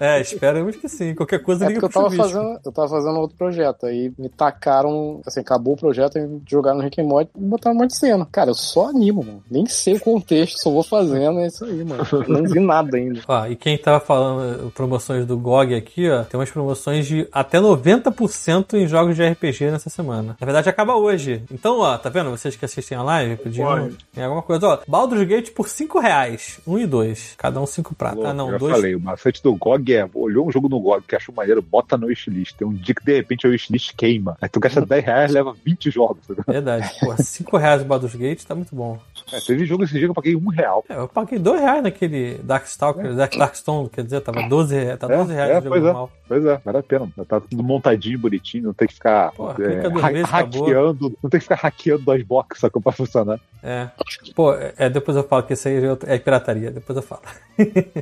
S2: É, esperamos que sim. Qualquer coisa
S3: É
S2: liga
S3: porque eu
S2: pro
S3: tava,
S2: chuvisco.
S3: fazendo, eu tava fazendo outro projeto, aí me tacaram, assim, acabou o projeto, aí me jogaram no Rick and Morty e botaram um monte de cena. Cara, eu só animo, mano. Nem sei o contexto, só vou fazendo, é isso aí, mano. Eu não vi nada ainda.
S2: Ó, e quem tava falando eh, promoções do GOG aqui, ó, tem umas promoções de até 90% em jogos de RPG nessa semana. Na verdade, acaba hoje. Então, ó, tá vendo? Vocês que assistem a live, podiam
S1: Pode.
S2: tem alguma coisa. Ó, Baldur's Gate por 5 reais. Um e dois. Cada um 5 pratos. Ah,
S6: Eu
S2: não,
S6: já
S2: dois.
S6: falei, o macete do GOG é, olhou um jogo no GOG que achou maneiro, bota no wishlist. Tem um dia que de repente o wishlist queima. Aí tu gasta
S3: Hum.
S6: 10 reais leva 20 jogos. É,
S2: Verdade. Porra, 5 reais o Baldur's Gate tá muito bom.
S6: teve jogo esse dia que eu paguei um real.
S2: É, eu paguei 2 reais naquele Darkstalker, Dark, Darkstone, quer dizer, tava 12 reais. Tá 12
S6: É,
S2: reais
S6: é,
S2: o jogo
S6: pois é.
S2: normal.
S6: Pois é, vale a pena. Já tá tudo montadinho, bonitinho, não tem que ficar
S2: Porra,
S6: é,
S2: clica duas
S6: ha-
S2: vezes, acabou.
S6: hackeando, não tem que ficar hackeando duas boxes sacou, pra funcionar.
S2: É. Pô, é, depois eu falo que isso aí é outro- é pirataria, depois eu falo.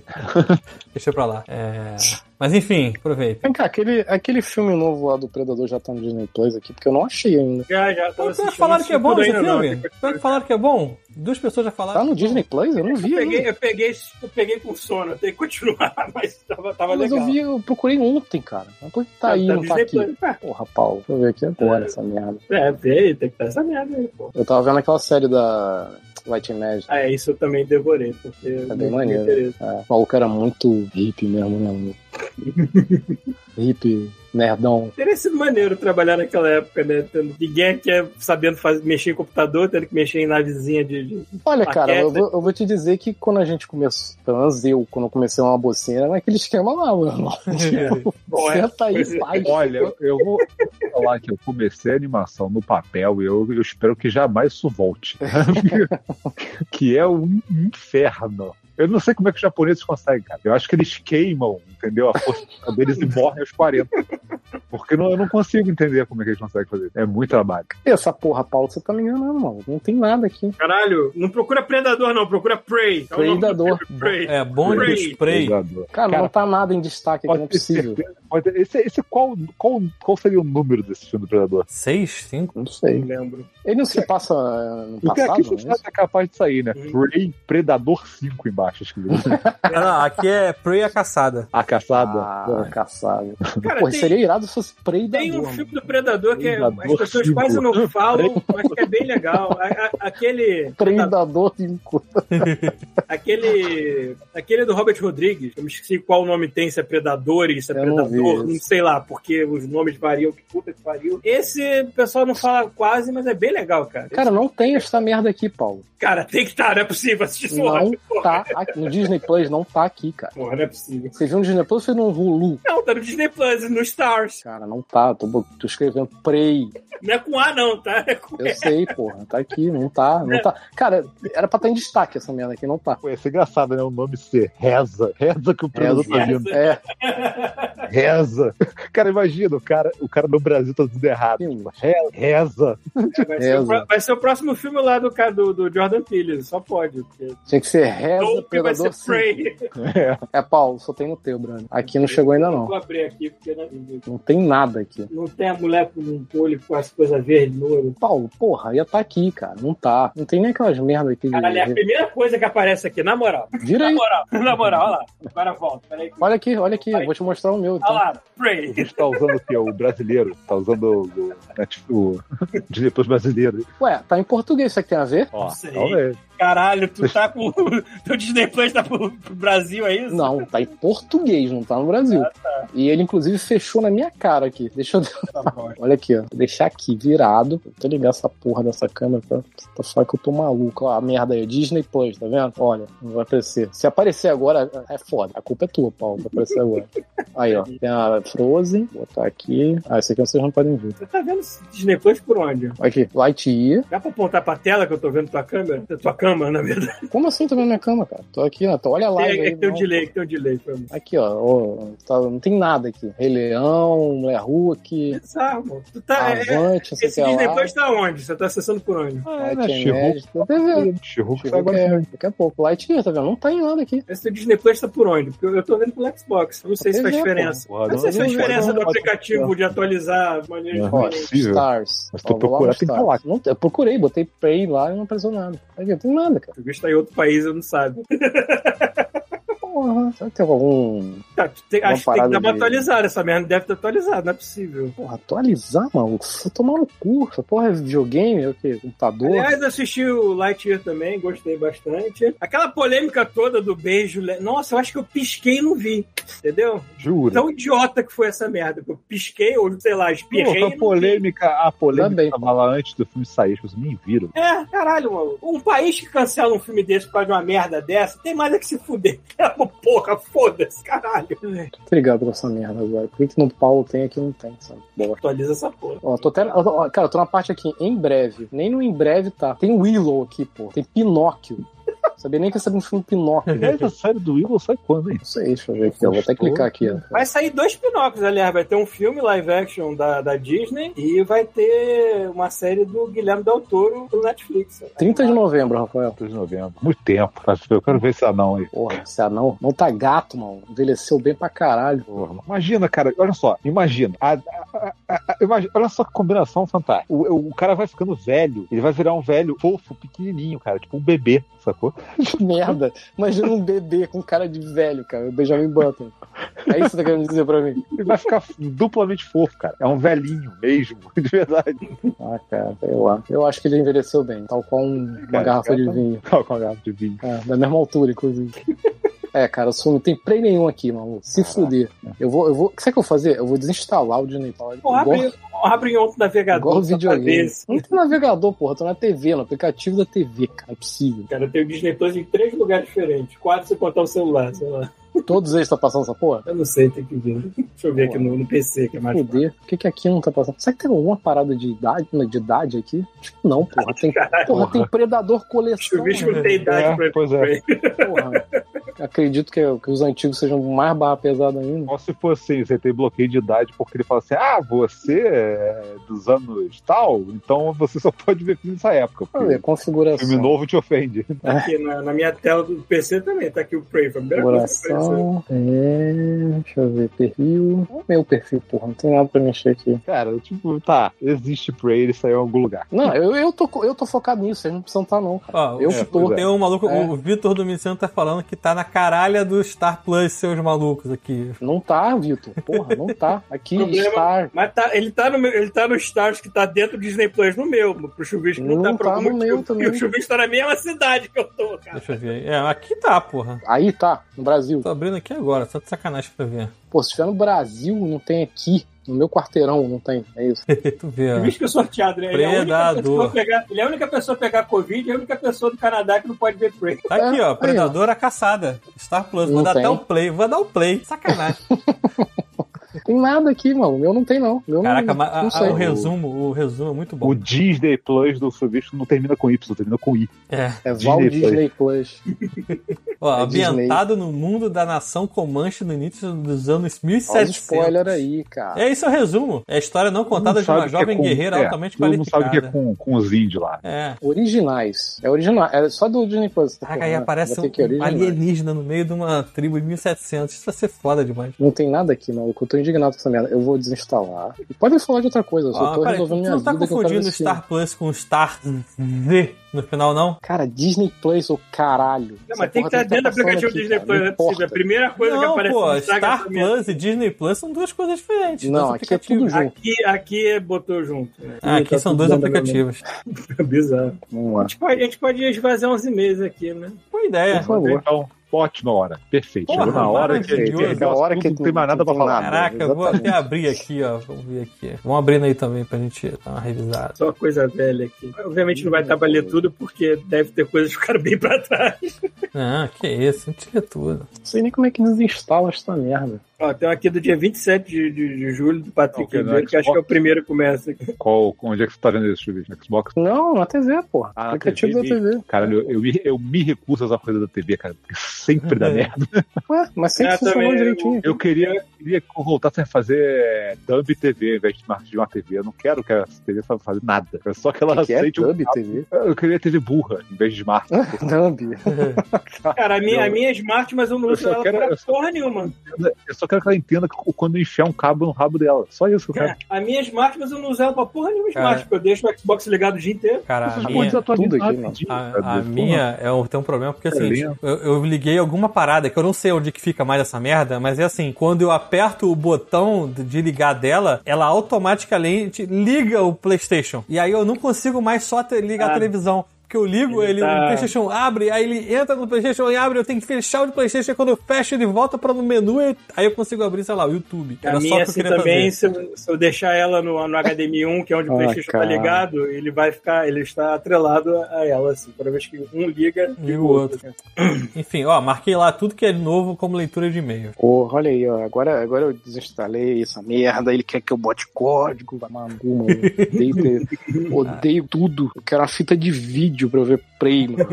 S2: Deixa pra lá. É, Mas enfim, aproveita.
S3: Vem cá, aquele, aquele filme novo lá do Predador já tá no Disney Plus aqui, porque eu não achei ainda.
S1: Já, já, tava
S2: Pô, pior que
S1: assistindo,
S2: falaram que é
S1: assisti
S2: bom
S1: tudo
S2: esse
S1: ainda não,
S2: filme? Pior que falaram que é bom? Duas pessoas já
S3: Tá
S2: falaram. é
S3: no Disney Plus? Eu não vi
S1: Eu peguei,
S3: ainda.
S1: eu peguei, eu peguei com sono, tem que continuar, mas tava, tava
S3: Mas
S1: legal.
S3: eu vi, eu procurei ontem, cara. Mas por que tá aí, não tá
S1: Disney
S3: aqui?
S1: Plus. Ah,
S3: Porra, Paulo, deixa eu ver aqui agora essa merda.
S1: É, vê, tem que estar essa merda aí, pô.
S3: Eu tava vendo aquela série da Light and Magic.
S1: Ah, é, isso eu também devorei, porque
S3: É
S1: não
S3: bem
S1: tinha
S3: maneiro.
S1: interesse.
S3: É, o maluco era muito hippie mesmo, né? mano? hippie, nerdão.
S1: Teria sido maneiro trabalhar naquela época, né? Tendo, ninguém aqui é sabendo fazer, mexer em computador, tendo que mexer em navezinha de. de-
S3: Olha,
S1: Maquete.
S3: cara, eu vou, eu vou te dizer que quando a gente começou, pelo menos eu, quando eu comecei uma bocina, era aquele esquema lá, mano. Tipo,
S1: Bom, é.
S3: senta aí,
S1: Pois é.
S3: faz.
S6: Olha, eu- eu vou falar que eu comecei a animação no papel e eu, eu espero que jamais isso volte. que é um inferno. Eu não sei como é que os japoneses conseguem, cara. Eu acho que eles queimam, entendeu? A força deles e morrem aos 40. Porque não- eu não consigo entender como é que eles conseguem fazer. É muito trabalho.
S3: E Essa porra, Paulo, você tá me enganando, mano. Não tem nada aqui.
S1: Caralho, não procura predador, não, procura prey. É o nome do
S3: Predador.
S1: filme, Prey.
S2: É, bom
S1: Prey.
S2: de spray.
S6: Obrigado.
S3: Cara,
S6: Cara,
S3: não tá nada em destaque aqui, não é
S6: Pode ter
S3: possível.
S6: certeza. Pode ter- Esse, esse qual, qual, qual seria o número desse filme do Predador?
S2: Seis, cinco?
S3: Não
S1: Não
S3: sei.
S1: lembro.
S3: Ele não se passa eh, no
S6: Porque
S3: passado,
S6: aqui
S3: não
S6: essa
S3: é
S6: frase é capaz de sair, né?
S1: Uhum.
S6: Prey Predador 5 embaixo, escrito.
S2: Ah, não, aqui é Prey a caçada.
S6: A caçada.
S3: Ah, caçado.
S1: Cara,
S3: Porra,
S1: tem-
S3: seria irado se fosse
S1: Tem
S3: predador.
S1: um
S3: mano.
S1: filme do Predador que é- as
S6: Predador
S1: pessoas
S6: cinco.
S1: quase não falam, mas que é bem legal. A- a- aquele,
S3: Predador de um
S1: aquele, aquele do Robert Rodrigues, eu me esqueci qual nome tem, se é Predador, se é
S3: Eu não vi
S1: Predador, não,
S3: esse.
S1: sei lá, porque os nomes variam, que puta que pariu. Esse o pessoal não fala quase, mas é bem legal, cara.
S3: Cara, não tem essa merda aqui, Paulo.
S1: Cara, tem que estar, não é possível assistir isso
S3: Não
S1: óbvio, porra.
S3: tá aqui. No Disney Plus não tá aqui, cara.
S1: Porra, não é possível.
S3: Você viu no Disney Plus ou foi no Hulu?
S1: Não, tá no Disney Plus, no Stars.
S3: Cara, não tá. Tô, bo- tô escrevendo Prey.
S1: Não é com A, não, tá? É com
S3: Eu sei, porra. Tá aqui, não tá. Não tá. Cara, era pra estar em destaque essa merda aqui, não tá.
S6: Pô, ia ser engraçado, né? O nome ser Reza. Reza que o Predador tá vindo.
S3: É,
S6: Reza. Cara, imagina, o cara, o cara no Brasil tá tudo errado.
S3: filme.
S6: Re- Reza.
S3: É,
S1: Vai ser, o, pro- vai ser o próximo filme lá do, cara- do, do Jordan Peele, só pode. Porque...
S3: Tinha que ser Reza,
S1: Dope vai
S3: Predador
S1: ser
S3: sim.
S1: Prey.
S3: É, Paulo, só tem no teu, Bruno. Aqui não chegou ainda, não.
S1: Vou abrir aqui, porque não,
S3: Não tem nada aqui.
S1: não tem a mulher com um olho com as coisas verdes no olho.
S3: Paulo, porra, ia tá aqui, cara. Não tá. Não tem nem aquelas merda aqui.
S1: Caralho, é a
S3: De...
S1: primeira coisa que aparece aqui, na moral.
S3: Vira
S1: Na
S3: aí.
S1: moral, na moral, olha lá. Agora volta, peraí.
S3: Olha aqui, olha aqui. Vou te mostrar o meu.
S1: tá Olha
S3: Então.
S1: lá,
S6: A
S1: Prey.
S6: gente tá usando o quê? O brasileiro. Tá usando o, o, né, tipo, o, Disney Plus brasileiro.
S3: Ué, tá em português. Isso aqui tem a ver?
S6: Ó,
S1: Sei.
S6: talvez.
S1: Caralho, tu tá com. Teu Disney Plus tá pro, pro Brasil, é isso?
S3: Não, tá em português, não tá no Brasil. E ele, inclusive, fechou na minha cara aqui. Deixa eu.
S1: Tá bom.
S3: Olha aqui, ó. Vou deixar aqui virado. Vou até ligar essa porra dessa câmera pra, pra falar que eu tô maluco. Ó, a merda aí. Disney Plus, tá vendo? Olha, não vai aparecer. Se aparecer agora, é foda. A culpa é tua, Paulo. Vai aparecer agora. Aí, ó. Tem a Frozen. Vou botar aqui. Ah, isso aqui vocês não podem ver.
S1: Você tá vendo esse Disney Plus por onde?
S3: Aqui, Lightyear.
S1: Dá pra apontar pra tela que eu tô vendo tua câmera? Tua cama, na verdade.
S3: Como assim tá na minha cama, cara? Tô aqui, ó. Tô, olha lá.
S1: É, é que tem um delay, que tem um delay. Foi
S3: Aqui, ó. ó, tá- não tem nada aqui. Rei Leão, Mulher Hulk,
S1: bizarro, mano. Tu
S3: Ah,
S1: tá. é-
S3: Avante, não sei o que
S1: esse Disney
S3: lá.
S1: Plus tá onde? Você tá acessando por onde?
S6: Ah, é,
S3: Black
S6: né?
S3: and
S6: Chihou.
S3: Magic, tá vendo?
S6: Chihou que sai
S3: Chegou que
S6: agora.
S3: é, daqui a pouco. Lightyear, tá vendo? Não tem nada aqui.
S1: Esse Disney Plus tá por onde? Porque eu- eu tô vendo pelo Xbox. Eu não sei se faz
S3: Pois é, pô. um
S1: diferença.
S6: Porra, né?
S1: Eu não sei se faz
S3: não, não,
S1: diferença
S3: não,
S1: do
S6: pode-
S1: aplicativo de atualizar as maneiras
S6: Não é
S3: Ó,
S1: de
S6: possível.
S3: Stars.
S6: Mas tu
S3: Ó, vou lá
S6: procurar,
S3: no
S6: tem que
S3: Stars.
S6: falar.
S3: Não, eu procurei, botei Prey lá e não apareceu nada. Aqui, não tem nada, cara.
S1: Tu está em outro país, eu não sabe.
S3: Porra, será que tem algum...
S1: Tá, tu tem-
S3: Uma
S1: acho que tem que
S3: parada
S1: dar uma
S3: de-
S1: atualizada. Essa merda deve estar atualizada, não é possível.
S3: Porra, atualizar, maluco? Vou tomar no cu. Essa porra é videogame, é o quê? Computador?
S1: Aliás, assisti o Lightyear também, gostei bastante. Aquela polêmica toda do beijo. le- Nossa, eu acho que eu pisquei e não vi. Entendeu?
S6: Juro.
S1: Tão idiota que foi essa merda. que Eu pisquei, ou sei lá, espirrei.
S6: Porra,
S1: e
S6: a
S1: não vi.
S6: polêmica, a polêmica
S3: Também.
S6: tava lá antes do filme sair, as pessoas nem viram.
S1: É, caralho, mano. Um país que cancela um filme desse por causa de uma merda dessa, tem mais é que se fuder. É uma porra, foda-se, caralho.
S3: Obrigado por essa merda agora. Por que que no Paulo tem aqui não tem, sabe? Boa.
S1: Atualiza essa porra.
S3: Ó, tô até. ó, ó, cara, eu tô na parte aqui, em breve. Nem no em breve tá. Tem Willow aqui, pô. Tem Pinóquio. Sabia nem que ia saber um filme Pinóquio.
S6: Aliás, a série do Willow sai quando, hein?
S3: Não sei, deixa eu ver aqui. Eu vou até clicar aqui. ó.
S1: Vai sair dois pinóculos, aliás. Vai ter um filme live action da, da Disney e vai ter uma série do Guilherme Del Toro pro Netflix.
S3: 30 de novembro, Rafael.
S6: 3 de novembro. Muito tempo. Mas Eu quero ver ah, esse anão aí.
S3: Porra, esse anão não tá gato, mano. Envelheceu bem pra caralho.
S6: Porra, imagina, cara, olha só, imagina. A- a- a- a- imagina olha só que combinação fantástica. O, o- o cara vai ficando velho, ele vai virar um velho fofo, pequenininho, cara, tipo um bebê, sacou?
S3: Que merda. Imagina um bebê com cara de velho, cara. O Benjamin Button. É isso que você tá querendo dizer pra mim?
S6: Ele vai ficar duplamente fofo, cara. É um velhinho mesmo, de verdade.
S3: Ah, cara, sei lá. Eu acho que ele envelheceu bem, tal qual um- uma
S6: Cara,
S3: garrafa
S6: cara,
S3: de
S6: tá-
S3: vinho.
S6: Ó, Com a garrafa de vinho.
S3: É, da mesma altura, inclusive. É, cara, eu sou, não tem play nenhum aqui, mano. Se
S6: Caraca.
S3: fuder. Eu vou, eu vou. Sabe o que eu vou fazer? Eu vou desinstalar o Disney Plus.
S1: Porra,
S3: igual,
S1: abre, abre outro navegador.
S3: igual o
S1: só pra ver
S3: videogame.
S1: se-
S3: Não tem navegador, porra. Tô na TV, no aplicativo da TV, cara. É possível.
S1: Cara, tem o Disney Plus em três lugares diferentes. Quatro se contar o celular, sei lá.
S3: Todos eles estão passando essa porra?
S1: Eu não sei, tem que ver. Deixa eu ver aqui no, no PC, que é mais fácil.
S3: Fuder. Por que, que aqui não tá passando? Será que tem alguma parada de idade, de idade aqui? Acho que não, porra. Tem, porra, tem predador
S1: Deixa
S3: coleção.
S1: eu ver se eu
S3: né,
S1: não tenho idade pra
S6: É, pois é.
S3: porra. Acredito que, que os antigos sejam mais barra pesada ainda.
S6: Só se fosse assim, você tem bloqueio de idade porque ele fala assim: ah, você é dos anos tal, então você só pode ver filme dessa época.
S3: Deixa eu ver,
S6: Porque
S3: configuração.
S6: filme novo te ofende.
S1: Tá aqui na, na minha tela do PC também, tá aqui o Prey. Foi a primeira coisa que apareceu.
S3: Configuração. É. Deixa eu ver, perfil. Não é Meu perfil, porra, não tem nada pra mexer aqui.
S6: Cara, tipo, tá, existe Prey, ele saiu em algum lugar.
S3: Não, eu, eu, tô, co- eu tô focado nisso, vocês não precisam estar, não. cara.
S2: Ó,
S3: eu
S2: o-
S3: que tô.
S6: pois
S2: Tem um maluco,
S3: É.
S2: o Vitor do Domiciano tá falando que tá na caralha do Star Plus, seus malucos aqui.
S3: Não tá, Vitor. Porra, não tá. Aqui,
S1: Problema.
S3: Star.
S1: Mas tá, ele, tá no, meu- ele tá no Stars que tá dentro do Disney Plus no meu, pro Chuvisco não,
S3: Não
S1: tá por
S3: tá
S1: algum
S3: no
S1: motivo.
S3: meu também.
S1: E o Chuvisco tá na mesma cidade que eu tô, cara.
S2: Deixa eu ver aí. É, aqui tá, porra.
S3: Aí tá, no Brasil.
S2: Tô abrindo aqui agora, só de sacanagem pra ver.
S3: Pô, se tiver no Brasil, não tem aqui. No meu quarteirão, não tem. É isso.
S2: tu vê, ó.
S1: Chuvisco é sorteado, né? Ele é, a única pessoa
S2: Predador.
S1: a pegar, ele é a única pessoa a pegar Covid e a única pessoa do Canadá que não pode ver Prey.
S2: Tá aqui, ó.
S3: Aí, ó.
S2: Predadora caçada. Star Plus. Vou
S3: Não
S2: dar
S3: tem.
S2: até o play. Vou dar o play. Sacanagem.
S3: Tem nada aqui, mano. Meu não tem, não. Meu
S2: Caraca,
S3: não,
S2: mas a-
S3: não
S2: a-
S3: sei.
S2: o resumo, o resumo é muito bom.
S6: O Disney Plus do Subvisto não termina com Y, termina com I.
S2: É.
S3: É Val
S6: Disney
S3: Disney Plus.
S2: Ó,
S3: É
S2: ambientado no mundo da nação Comanche no início dos anos
S3: Olha o
S2: 1700.
S3: spoiler aí, cara.
S2: É isso é o resumo. É a história não contada
S6: Não
S2: de
S6: sabe
S2: uma
S6: o que é
S2: jovem
S6: com-
S2: guerreira
S6: é,
S2: altamente
S6: tu não sabe o que é
S2: qualificada.
S6: com, com os índios lá.
S2: É.
S3: Originais. É original. É só do Disney Plus.
S2: Caraca, aí
S3: Porra,
S2: aparece
S3: vai
S2: um
S3: ter que originais.
S2: alienígena no meio de uma tribo em 1700. Isso vai ser foda demais.
S3: Não tem nada aqui, maluco. Eu tô indignado com essa merda. Eu vou desinstalar. E podem falar de outra coisa. Eu só
S2: Ah,
S3: tô
S2: peraí,
S3: resolvendo
S2: tu
S3: minha
S2: não tá
S3: vida que eu quero ver
S2: confundindo
S3: esse filme.
S2: Star Plus com Star Z no final, não?
S3: Cara, Disney Plus, ô caralho.
S1: Não,
S3: Essa
S1: mas tem que
S3: porra tá
S1: estar dentro do
S3: passando
S1: aplicativo
S3: aqui,
S1: Disney
S3: cara.
S1: Plus,
S3: Não
S1: não é possível. A
S3: importa.
S1: primeira coisa que
S2: não,
S1: aparece
S2: pô,
S1: no Instagram
S2: Star
S1: também.
S2: Plus e Disney Plus são duas coisas diferentes.
S3: Não,
S2: dois
S3: aqui é tudo
S2: aplicativos.
S3: junto.
S1: Aqui, aqui botou junto.
S2: Ah, aqui
S1: Tá
S2: são
S1: tudo
S2: dois
S3: né,
S1: dentro da
S2: aplicativos.
S1: mesma- Bizarro.
S3: Vamos lá.
S1: A gente, pode, a gente pode esvaziar uns e-mails aqui, né?
S2: Boa ideia.
S3: Por favor.
S6: Então, ótima hora. Perfeito.
S2: É. Porra,
S6: Chegou na hora que
S2: maravilhoso.
S6: que- que-
S3: A hora que
S6: não tem mais
S3: não
S6: nada pra
S3: tem
S6: falar.
S3: nada.
S2: Caraca, eu vou até
S3: exatamente.
S2: abrir aqui, ó. Vamos ver aqui. Vamos abrindo aí também pra gente dar uma revisada.
S1: Só coisa velha aqui. Obviamente não vai dar pra ler tudo, porque deve ter coisas que ficaram bem pra trás.
S2: Não, que isso, não tira tudo.
S3: Não sei nem como é que desinstala essa merda.
S1: Ó, Ó, tem um aqui do dia 27 de, de, de julho, do
S6: Não,
S1: Patrick
S6: que é do
S1: Ribeiro, que acho que é o
S6: Xbox.
S1: primeiro que começa aqui.
S6: Qual, onde é que você tá vendo isso, Chubi? Xbox?
S3: Não, na TV, porra.
S6: Ah, na
S3: Aplicativo
S6: TV.
S3: da TV.
S6: Caralho, eu, eu, me- eu me recuso a essa coisa da TV, cara, porque sempre
S2: É.
S6: dá merda.
S3: Ué, mas sempre
S1: É,
S3: funcionou
S1: também,
S3: direitinho.
S6: Eu queria, queria que eu voltasse a fazer é, Dumb TV ao invés de uma, de uma TV. Eu não quero que a TV fa- faça nada. Eu só que ela
S3: que é
S6: aceite. um-
S3: Dub TV?
S6: Eu queria TV burra em vez de smart.
S3: Dub.
S1: Cara, a minha,
S6: Não.
S1: a minha é smart, mas eu não
S6: Eu
S1: uso
S6: só
S1: ela
S6: quero-
S1: pra
S6: eu só-
S1: porra nenhuma.
S6: Eu só quero que ela entenda que quando eu enfiar um cabo no rabo dela. Só isso que eu quero.
S1: É, a minha é smart, mas eu não uso ela pra porra nenhuma
S2: Cara.
S1: smart, porque eu deixo o Xbox ligado o dia inteiro.
S2: Cara, a
S6: Essas
S2: minha,
S6: coisas atualizam
S3: tudo aqui,
S6: rapidinho,
S1: Tá
S6: cara.
S2: a, a
S6: Porra.
S2: minha é um, tem um problema, porque assim,
S6: Beleza.
S2: eu, eu liguei alguma parada que eu não sei onde que fica mais essa merda, mas é assim, quando eu aperto o botão de- de ligar dela, ela automaticamente liga o Playstation. E aí eu não consigo mais só te- ligar a
S1: Ah.
S2: televisão. Porque eu ligo, ele,
S1: Ele tá-
S2: o Playstation abre, aí ele entra no Playstation e abre, eu tenho que fechar o de Playstation, e quando eu fecho ele volta pra no menu, e- aí eu consigo abrir, sei lá, o YouTube.
S1: A
S2: Era só o
S1: minha,
S2: que eu
S1: assim,
S2: queria
S1: também,
S2: fazer.
S1: se eu, se eu deixar ela no, no HDMI 1, que é onde o
S3: Ah,
S1: PlayStation tá
S3: cara.
S1: ligado, ele vai ficar, ele está atrelado a ela, assim. Toda vez que um liga,
S2: E o outro. Enfim, ó, marquei lá tudo que é de novo como leitura de e-mail.
S3: Porra, olha aí, ó. Agora, agora eu desinstalei essa merda. Ele quer que eu bote código. Vai maluco, mano. Odeio, ter- odeio tudo. Eu quero uma fita de vídeo pra eu ver Prey, mano.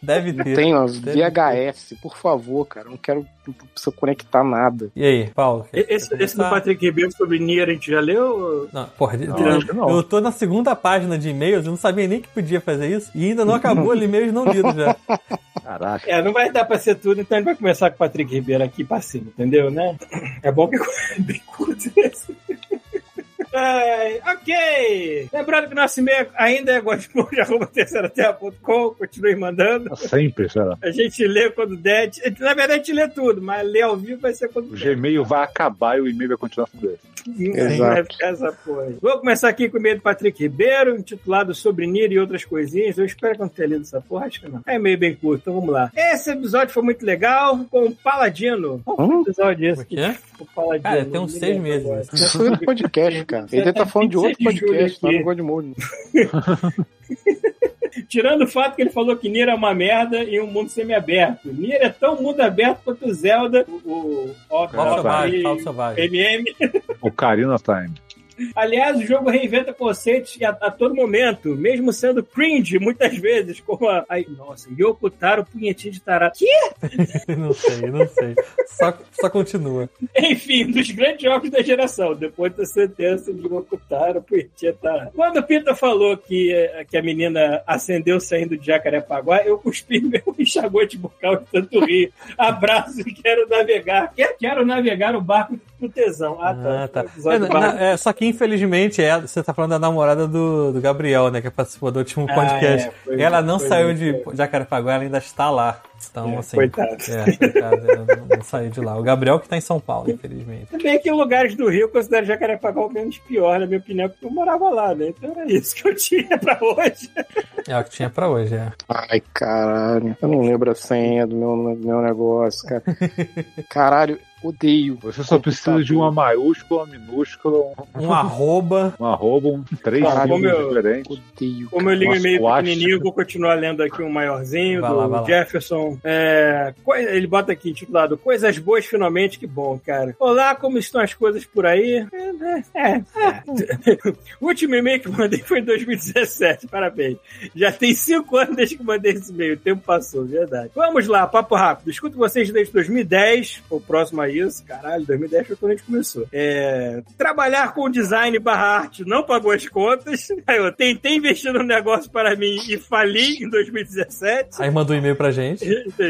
S2: Deve ter.
S3: Tem uma
S2: Deve
S3: VHS, por favor, cara. Eu Não quero. Não precisa conectar nada.
S2: E aí, Paulo?
S1: E- Esse, esse
S2: tá?
S1: do Patrick Ribeiro sobre Nier, a gente já leu?
S2: Não, porra,
S6: Não, acho que não.
S2: eu tô na segunda página de e-mails, eu não sabia nem que podia fazer isso, e ainda não acabou de e-mails não lidos já.
S6: Caraca.
S1: É, não vai dar pra ser tudo, então a gente vai começar com o Patrick Ribeiro aqui pra cima, entendeu, né? É bom que é bem curto esse. Ai, ok! Lembrando que nosso e-mail ainda é gosmode.com, continue mandando.
S6: Sempre, será?
S1: A gente lê quando der. Na verdade, a gente lê tudo, mas ler ao vivo vai ser quando
S6: O Gmail vai acabar e o e-mail vai continuar sendo esse.
S3: Exato.
S1: Vai ficar essa porra. aí. Vou começar aqui com o e-mail do Patrick Ribeiro, intitulado Sobre Nir e outras coisinhas. Eu espero que eu não tenha lido essa porra, acho que não. É meio bem curto, então vamos lá. Esse episódio foi muito legal com o Paladino. Qual foi o
S3: Hum?
S1: episódio esse
S2: Como é
S1: que
S2: que é?
S1: o Paladino?
S2: Cara, tem uns
S1: Me
S2: seis
S1: lembro
S2: meses. né?
S1: agora.
S3: Isso foi do podcast, cara. Ele tá falando de outro
S1: 26 de julho
S3: podcast, tá
S1: aqui.
S3: no Godmode.
S1: Tirando o fato que ele falou que Nier é uma merda em um mundo semiaberto. Nier é tão mundo aberto quanto Zelda, o, o, o,
S2: Paulo Selvagem,
S1: o-
S2: Paulo Selvagem.
S1: MM.
S6: O Karina tá Time.
S1: Aliás, o jogo reinventa conceitos a, a todo momento, mesmo sendo cringe muitas vezes, como a. Ai, nossa, Yoko Taro Punhetinho de Tarado. Que?
S2: Não sei, não sei. Só, só continua.
S1: Enfim, dos grandes jogos da geração, depois da sentença de Yoko Taro Punhetinho de Tarado. Quando o Pita falou que, eh, que a menina acendeu saindo de Jacarepaguá, eu cuspi meu enxaguante bucal de tanto rir. Abraço e quero navegar. Quero, quero navegar o barco do tesão. Ah, tá.
S2: Ah, tá. É,
S1: Episódio do
S2: na-
S1: barco.
S2: é, só que infelizmente é, você tá falando da namorada do, do Gabriel, né? Que participou do último
S1: Ah,
S2: podcast.
S1: é, foi-
S2: ela não
S1: foi-
S2: saiu de Jacarepaguá, ela ainda está lá. Então,
S1: É,
S2: assim.
S1: coitado.
S2: É, coitado, ela não, não saiu de lá. O Gabriel que tá em São Paulo, infelizmente.
S1: Se bem que em lugares do Rio eu considero Jacarepaguá o menos um pior, na minha opinião, porque eu morava lá, né? Então era isso que eu tinha pra hoje.
S2: É o que tinha pra hoje, é.
S3: Ai, caralho. Eu não lembro a senha do meu, do meu negócio, cara. Caralho, odeio.
S6: Você só precisa de uma maiúscula, uma minúscula, um,
S2: Um arroba.
S6: um arroba, um três
S1: Caralho,
S6: símbolos
S1: meu.
S6: diferentes.
S3: Odeio.
S1: Como eu li o
S6: Nossa,
S1: e-mail
S6: eu acho.
S1: pequenininho, eu vou continuar lendo aqui um maiorzinho
S2: Vai
S1: do
S2: lá, vai lá.
S1: Jefferson. É, coi- ele bota aqui intitulado Coisas Boas Finalmente, que bom, cara. Olá, como estão as coisas por aí? É, é, é. o último e-mail que mandei foi em 2017, parabéns. Já tem cinco anos desde que mandei esse e-mail, o tempo passou, verdade. Vamos lá, papo rápido. Escuto vocês desde 2010, ou próximo a isso, caralho, 2010 foi quando a gente começou. É, trabalhar com design barra arte não pagou as contas. Aí eu tentei investir num negócio para mim e fali em 2017.
S2: Aí mandou um e-mail pra gente.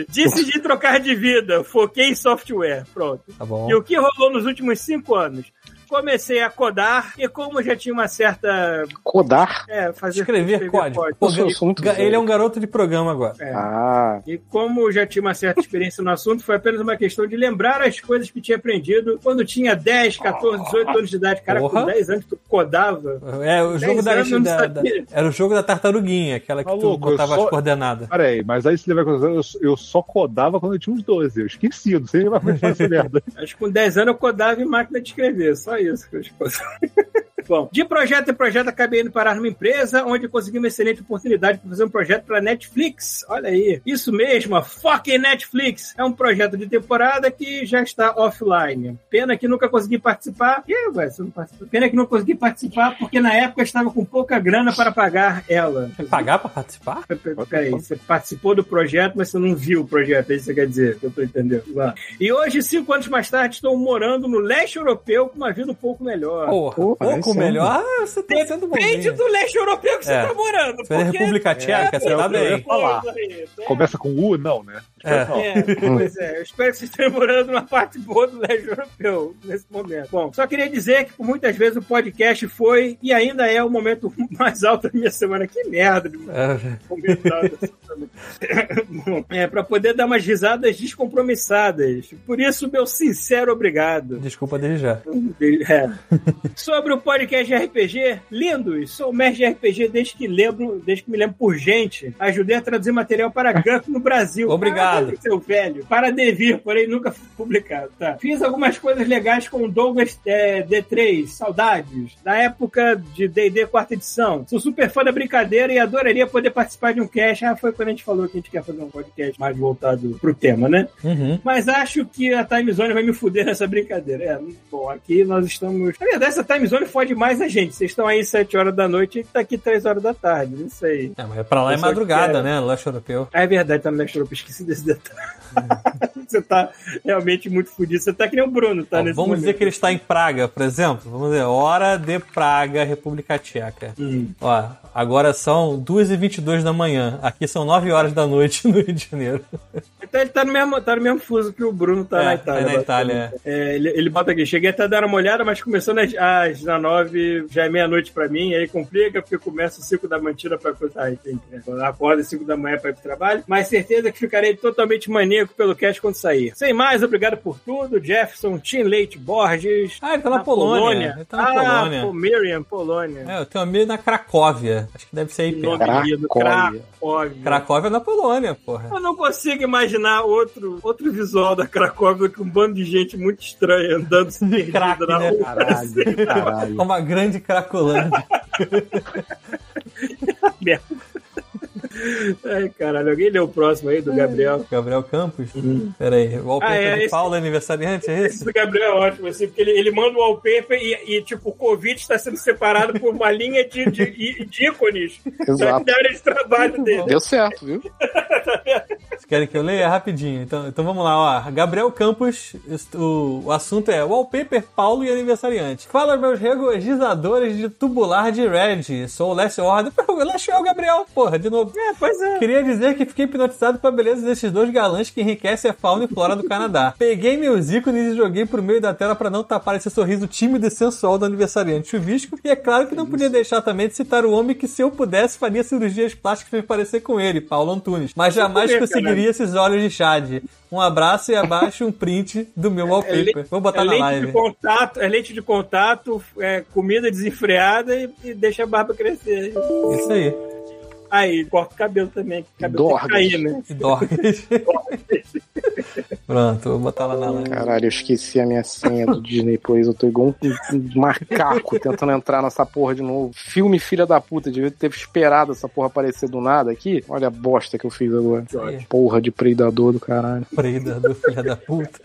S1: Decidi trocar de vida, foquei em software, pronto.
S2: Tá bom.
S1: E o que rolou nos últimos cinco anos? Comecei a codar e como já tinha uma certa...
S3: Codar?
S1: É, fazer
S2: Escrever código.
S3: Eu sou, eu sou muito
S2: Ga- Ele é
S3: velho.
S2: um garoto de programa agora.
S1: É.
S3: Ah,
S1: E como eu já tinha uma certa experiência no assunto, foi apenas uma questão de lembrar as coisas que tinha aprendido quando tinha 10, 14, 18 anos de idade. Cara,
S2: Porra.
S1: com 10 anos tu codava.
S2: É, o jogo
S1: Dez
S2: da,
S1: anos eu não
S2: da-
S1: sabia.
S2: da- Era o jogo da tartaruguinha, aquela que tu
S6: Maluco, eu
S2: botava
S6: só-
S2: as coordenadas.
S6: Pera aí, mas aí você vai considerar, eu, eu só codava quando eu tinha uns 12. Eu esqueci, eu não sei mais como é que faz essa merda.
S1: Acho que com 10 anos eu codava em máquina de escrever, só isso que eu escutava. Filipão. De projeto em projeto, acabei indo parar numa empresa onde eu consegui uma excelente oportunidade para fazer um projeto para Netflix. Olha aí. Isso mesmo, a fucking Netflix. É um projeto de temporada que já está offline. Pena que nunca consegui participar. Ih, ué, você não participou? Pena que não consegui participar porque na época eu estava com pouca grana para pagar ela.
S2: Quer pagar pra participar?
S1: P- p- Peraí, você participou do projeto, mas você não viu o projeto, é isso que você quer dizer, eu tô entendendo. Vá. E hoje, cinco anos mais tarde, estou morando no leste europeu com uma vida um pouco melhor.
S2: Ah, Porra,
S5: Pô,
S2: pouco
S5: parece
S2: melhor ah, você tá sendo bom.
S1: Depende do leste europeu que você
S2: É.
S1: tá morando.
S2: Você é República Tcheca, você tá
S1: outra
S2: bem.
S1: coisa
S6: Falar.
S1: aí, tá?
S6: Começa com U? Não, né?
S2: É.
S6: Não.
S1: É, pois é, eu espero que vocês estejam morando numa parte boa do leste europeu nesse momento. Bom, só queria dizer que por muitas vezes o podcast foi e ainda é o momento mais alto da minha semana. Que merda de
S2: É.
S1: comentada. Bom, é, pra poder dar umas risadas descompromissadas. Por isso, meu sincero obrigado.
S2: Desculpa desde já.
S1: É. Sobre o podcast de RPG, lindos, sou mestre de RPG desde que lembro, desde que me lembro por gente. Ajudei a traduzir material para Gump no Brasil.
S2: Obrigado.
S1: Parabéns, seu velho. Para devir, porém nunca foi publicado, tá? Fiz algumas coisas legais com o Douglas é, D3, saudades, da época de D&D quarta edição. Sou super fã da brincadeira e adoraria poder participar de um cast. Ah, foi quando a gente falou que a gente quer fazer um podcast mais voltado pro tema, né?
S2: Uhum.
S1: Mas acho que a Time Zone vai me fuder nessa brincadeira. É, bom, aqui nós estamos. Na verdade, essa Time Zone fode mais a gente. Vocês estão aí 7 horas da noite e tá aqui 3 horas da tarde. Não sei.
S2: É, mas pra lá é
S1: Eu só
S2: madrugada,
S1: quero-
S2: né? Leste europeu.
S1: Ah, é verdade, tá no Leste Europa. Esqueci desse detalhe. Você tá realmente muito fudido. Você tá que nem o Bruno, tá?
S2: É. Ó,
S1: nesse
S2: vamos dizer que ele está em Praga, por exemplo. Vamos dizer, hora de Praga, República Tcheca.
S1: Hum.
S2: Ó, agora são 2h22 da manhã. Aqui são 9 horas da noite no Rio de Janeiro.
S1: Então ele tá no, mesmo, tá no mesmo fuso que o Bruno tá
S2: É,
S1: na Itália.
S2: é na Itália.
S1: É, ele, ele bota aqui, cheguei até a dar uma olhada, mas começando às, às 19, já é meia-noite pra mim, aí complica, porque começa às 5 da mantida pra coisa. Aí tem que né, acorda às 5 da manhã pra ir pro trabalho, mas certeza que ficarei totalmente maníaco pelo cast quando sair. Sem mais, obrigado por tudo, Jefferson, Tim Leite Borges.
S2: Ah, ele tá na, Polônia. Ele tá na
S1: ah,
S2: Polônia.
S1: Pô, Miriam, Polônia.
S2: É, eu tenho um amigo na Cracóvia. Acho que deve ser aí perto.
S1: Nome é
S3: Cracóvia.
S1: Cracóvia.
S2: Cracóvia é na Polônia, porra.
S1: Eu não consigo imaginar outro, outro visual da Cracóvia que um bando de gente muito estranha andando se
S2: Craque,
S1: perdendo na
S2: né?
S1: rua.
S3: Caralho, caralho.
S2: É uma grande Cracolândia.
S1: Ai, caralho, alguém leu o próximo aí do Gabriel?
S2: Gabriel Campos? Pera aí. O Alpenta
S1: Ah, é,
S2: de
S1: esse-
S2: Paula aniversariante, é
S1: Esse
S2: esse?
S1: do Gabriel é ótimo, assim, porque ele, ele manda o wallpaper e, e, tipo, o Covid está sendo separado por uma linha de, de, de ícones da
S3: Exato.
S1: da área de trabalho dele.
S3: Deu certo, viu?
S2: Vocês querem que eu leia? É rapidinho. Então, então vamos lá, ó. Gabriel Campos, est- o, o assunto é Wallpaper Paulo e aniversariante. Fala, meus regozijadores de tubular de Red. Sou o Last Order. Pô, o Last é o Gabriel, porra, de novo.
S1: É, pois é.
S2: Queria dizer que fiquei hipnotizado com a beleza desses dois galãs que enriquecem a fauna e flora do Canadá. Peguei meus ícones e joguei pro meio da tela pra não tapar esse sorriso tímido e sensual do aniversariante chuvisco. E é claro que não podia deixar também de citar o homem que, se eu pudesse, faria cirurgias plásticas pra me parecer com ele, Paulo Antunes. Mas jamais
S1: é comer,
S2: conseguiria esses olhos de Chad. Um abraço e abaixo um print do meu
S1: É le-
S2: wallpaper. Vou botar
S1: é
S2: Tá na
S1: leite
S2: live.
S1: De contato, é leite de contato, é comida desenfreada e, e deixa a barba crescer.
S2: Isso aí.
S1: Aí, corta o cabelo também. que o Cabelo tem que
S3: Dorgas.
S1: cair, né?
S2: E dorme. Pronto, vou botar lá na live.
S3: Caralho, eu esqueci a minha senha do Disney Plus. Eu tô igual um, um macaco tentando entrar nessa porra de novo. Filme filha da puta, devia ter esperado essa porra aparecer do nada aqui. Olha a bosta que eu fiz agora.
S2: ótimo.
S3: Porra de predador do caralho.
S2: Prenda do filho da puta.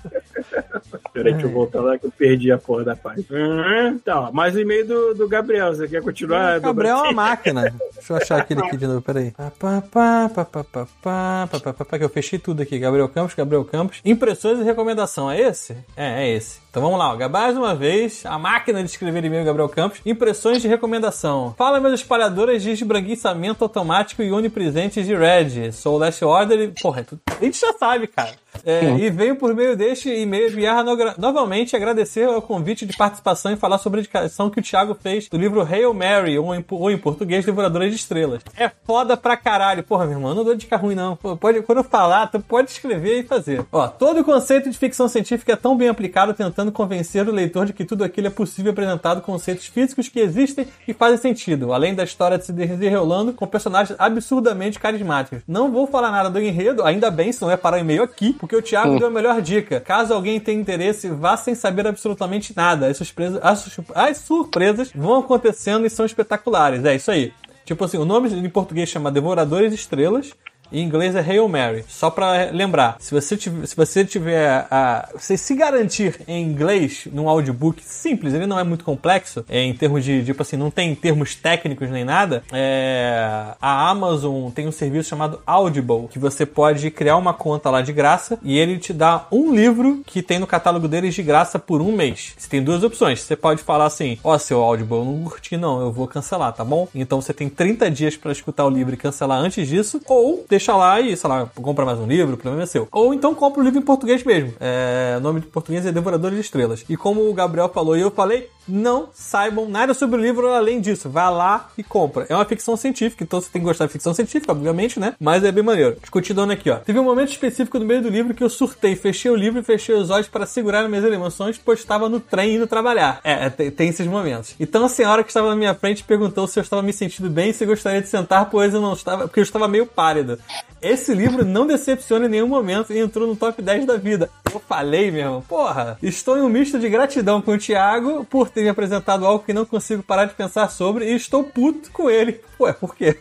S1: Peraí, deixa eu voltar lá que eu perdi a porra da página. Hum, Então, ó, mais um e-mail do, do Gabriel. Você quer continuar?
S2: Gabriel é
S1: Dobradinho?
S2: uma máquina. Deixa eu achar aquele aqui de novo, peraí. Pá, pá, pá, pá, pá, pá, pá, pá, pá, pá, pá, que eu fechei tudo aqui. Gabriel Campos, Gabriel Campos. Impressões e recomendação, é esse? É, é esse. Então vamos lá, ó. mais uma vez, a máquina de escrever e-mail, Gabriel Campos. Impressões de recomendação. Fala, meus espalhadores de esbranquiçamento automático e onipresentes de Red. Sou o Last Order e... Porra, é tudo... a gente já sabe, cara. É, e veio por meio deste e-mail Biarra no- novamente agradecer ao um convite de participação e falar sobre a indicação que o Thiago fez do livro Hail Mary, ou em, ou em português, Devoradora Caçadores de Estrelas. É foda pra caralho. Porra, meu irmão, eu não dou dica ruim, não. Pô, pode, quando eu falar, tu pode escrever e fazer. Ó, todo o conceito de ficção científica é tão bem aplicado tentando convencer o leitor de que tudo aquilo é possível apresentado conceitos físicos que existem e fazem sentido, além da história de se desenrolando com personagens absurdamente carismáticos. Não vou falar nada do enredo, ainda bem, senão ia parar o e-mail aqui, porque o Thiago deu a melhor dica. Caso alguém tenha interesse, vá sem saber absolutamente nada. As surpresas, as sur- as surpresas vão acontecendo e são espetaculares. É isso aí. Tipo assim, o nome em português chama Devoradores de Estrelas. Em inglês é Hail Mary. Só pra lembrar, se você tiver, se você tiver a, você se garantir em inglês num audiobook simples, ele não é muito complexo, é, em termos de, tipo assim, não tem termos técnicos nem nada. é, a Amazon tem um serviço chamado Audible, que você pode criar uma conta lá de graça e ele te dá um livro que tem no catálogo deles de graça por um mês. Você tem duas opções. Você pode falar assim: Ó, seu Audible, eu não curti, não, eu vou cancelar, tá bom? Então você tem 30 dias pra escutar o livro e cancelar antes disso, ou deixa lá e, sei lá, compra mais um livro, o problema é seu. Ou então compra o livro em português mesmo. É, o nome de português é Devorador de Estrelas. E como o Gabriel falou e eu falei, não saibam nada sobre o livro além disso. Vá lá e compra. É uma ficção científica, então você tem que gostar de ficção científica, obviamente, né? Mas é bem maneiro. Continuando aqui, ó. Teve um momento específico no meio do livro que eu surtei, fechei o livro e fechei os olhos para segurar minhas emoções, pois estava no trem indo trabalhar. É, é, tem, tem esses momentos. Então a senhora que estava na minha frente perguntou se eu estava me sentindo bem e se eu gostaria de sentar, pois eu não estava, porque eu estava meio pálido. Esse livro não decepciona em nenhum momento e entrou no top 10 da vida. Eu falei, meu irmão, porra, estou em um misto de gratidão com o Thiago por ter me apresentado algo que não consigo parar de pensar sobre e estou puto com ele. Ué, por quê?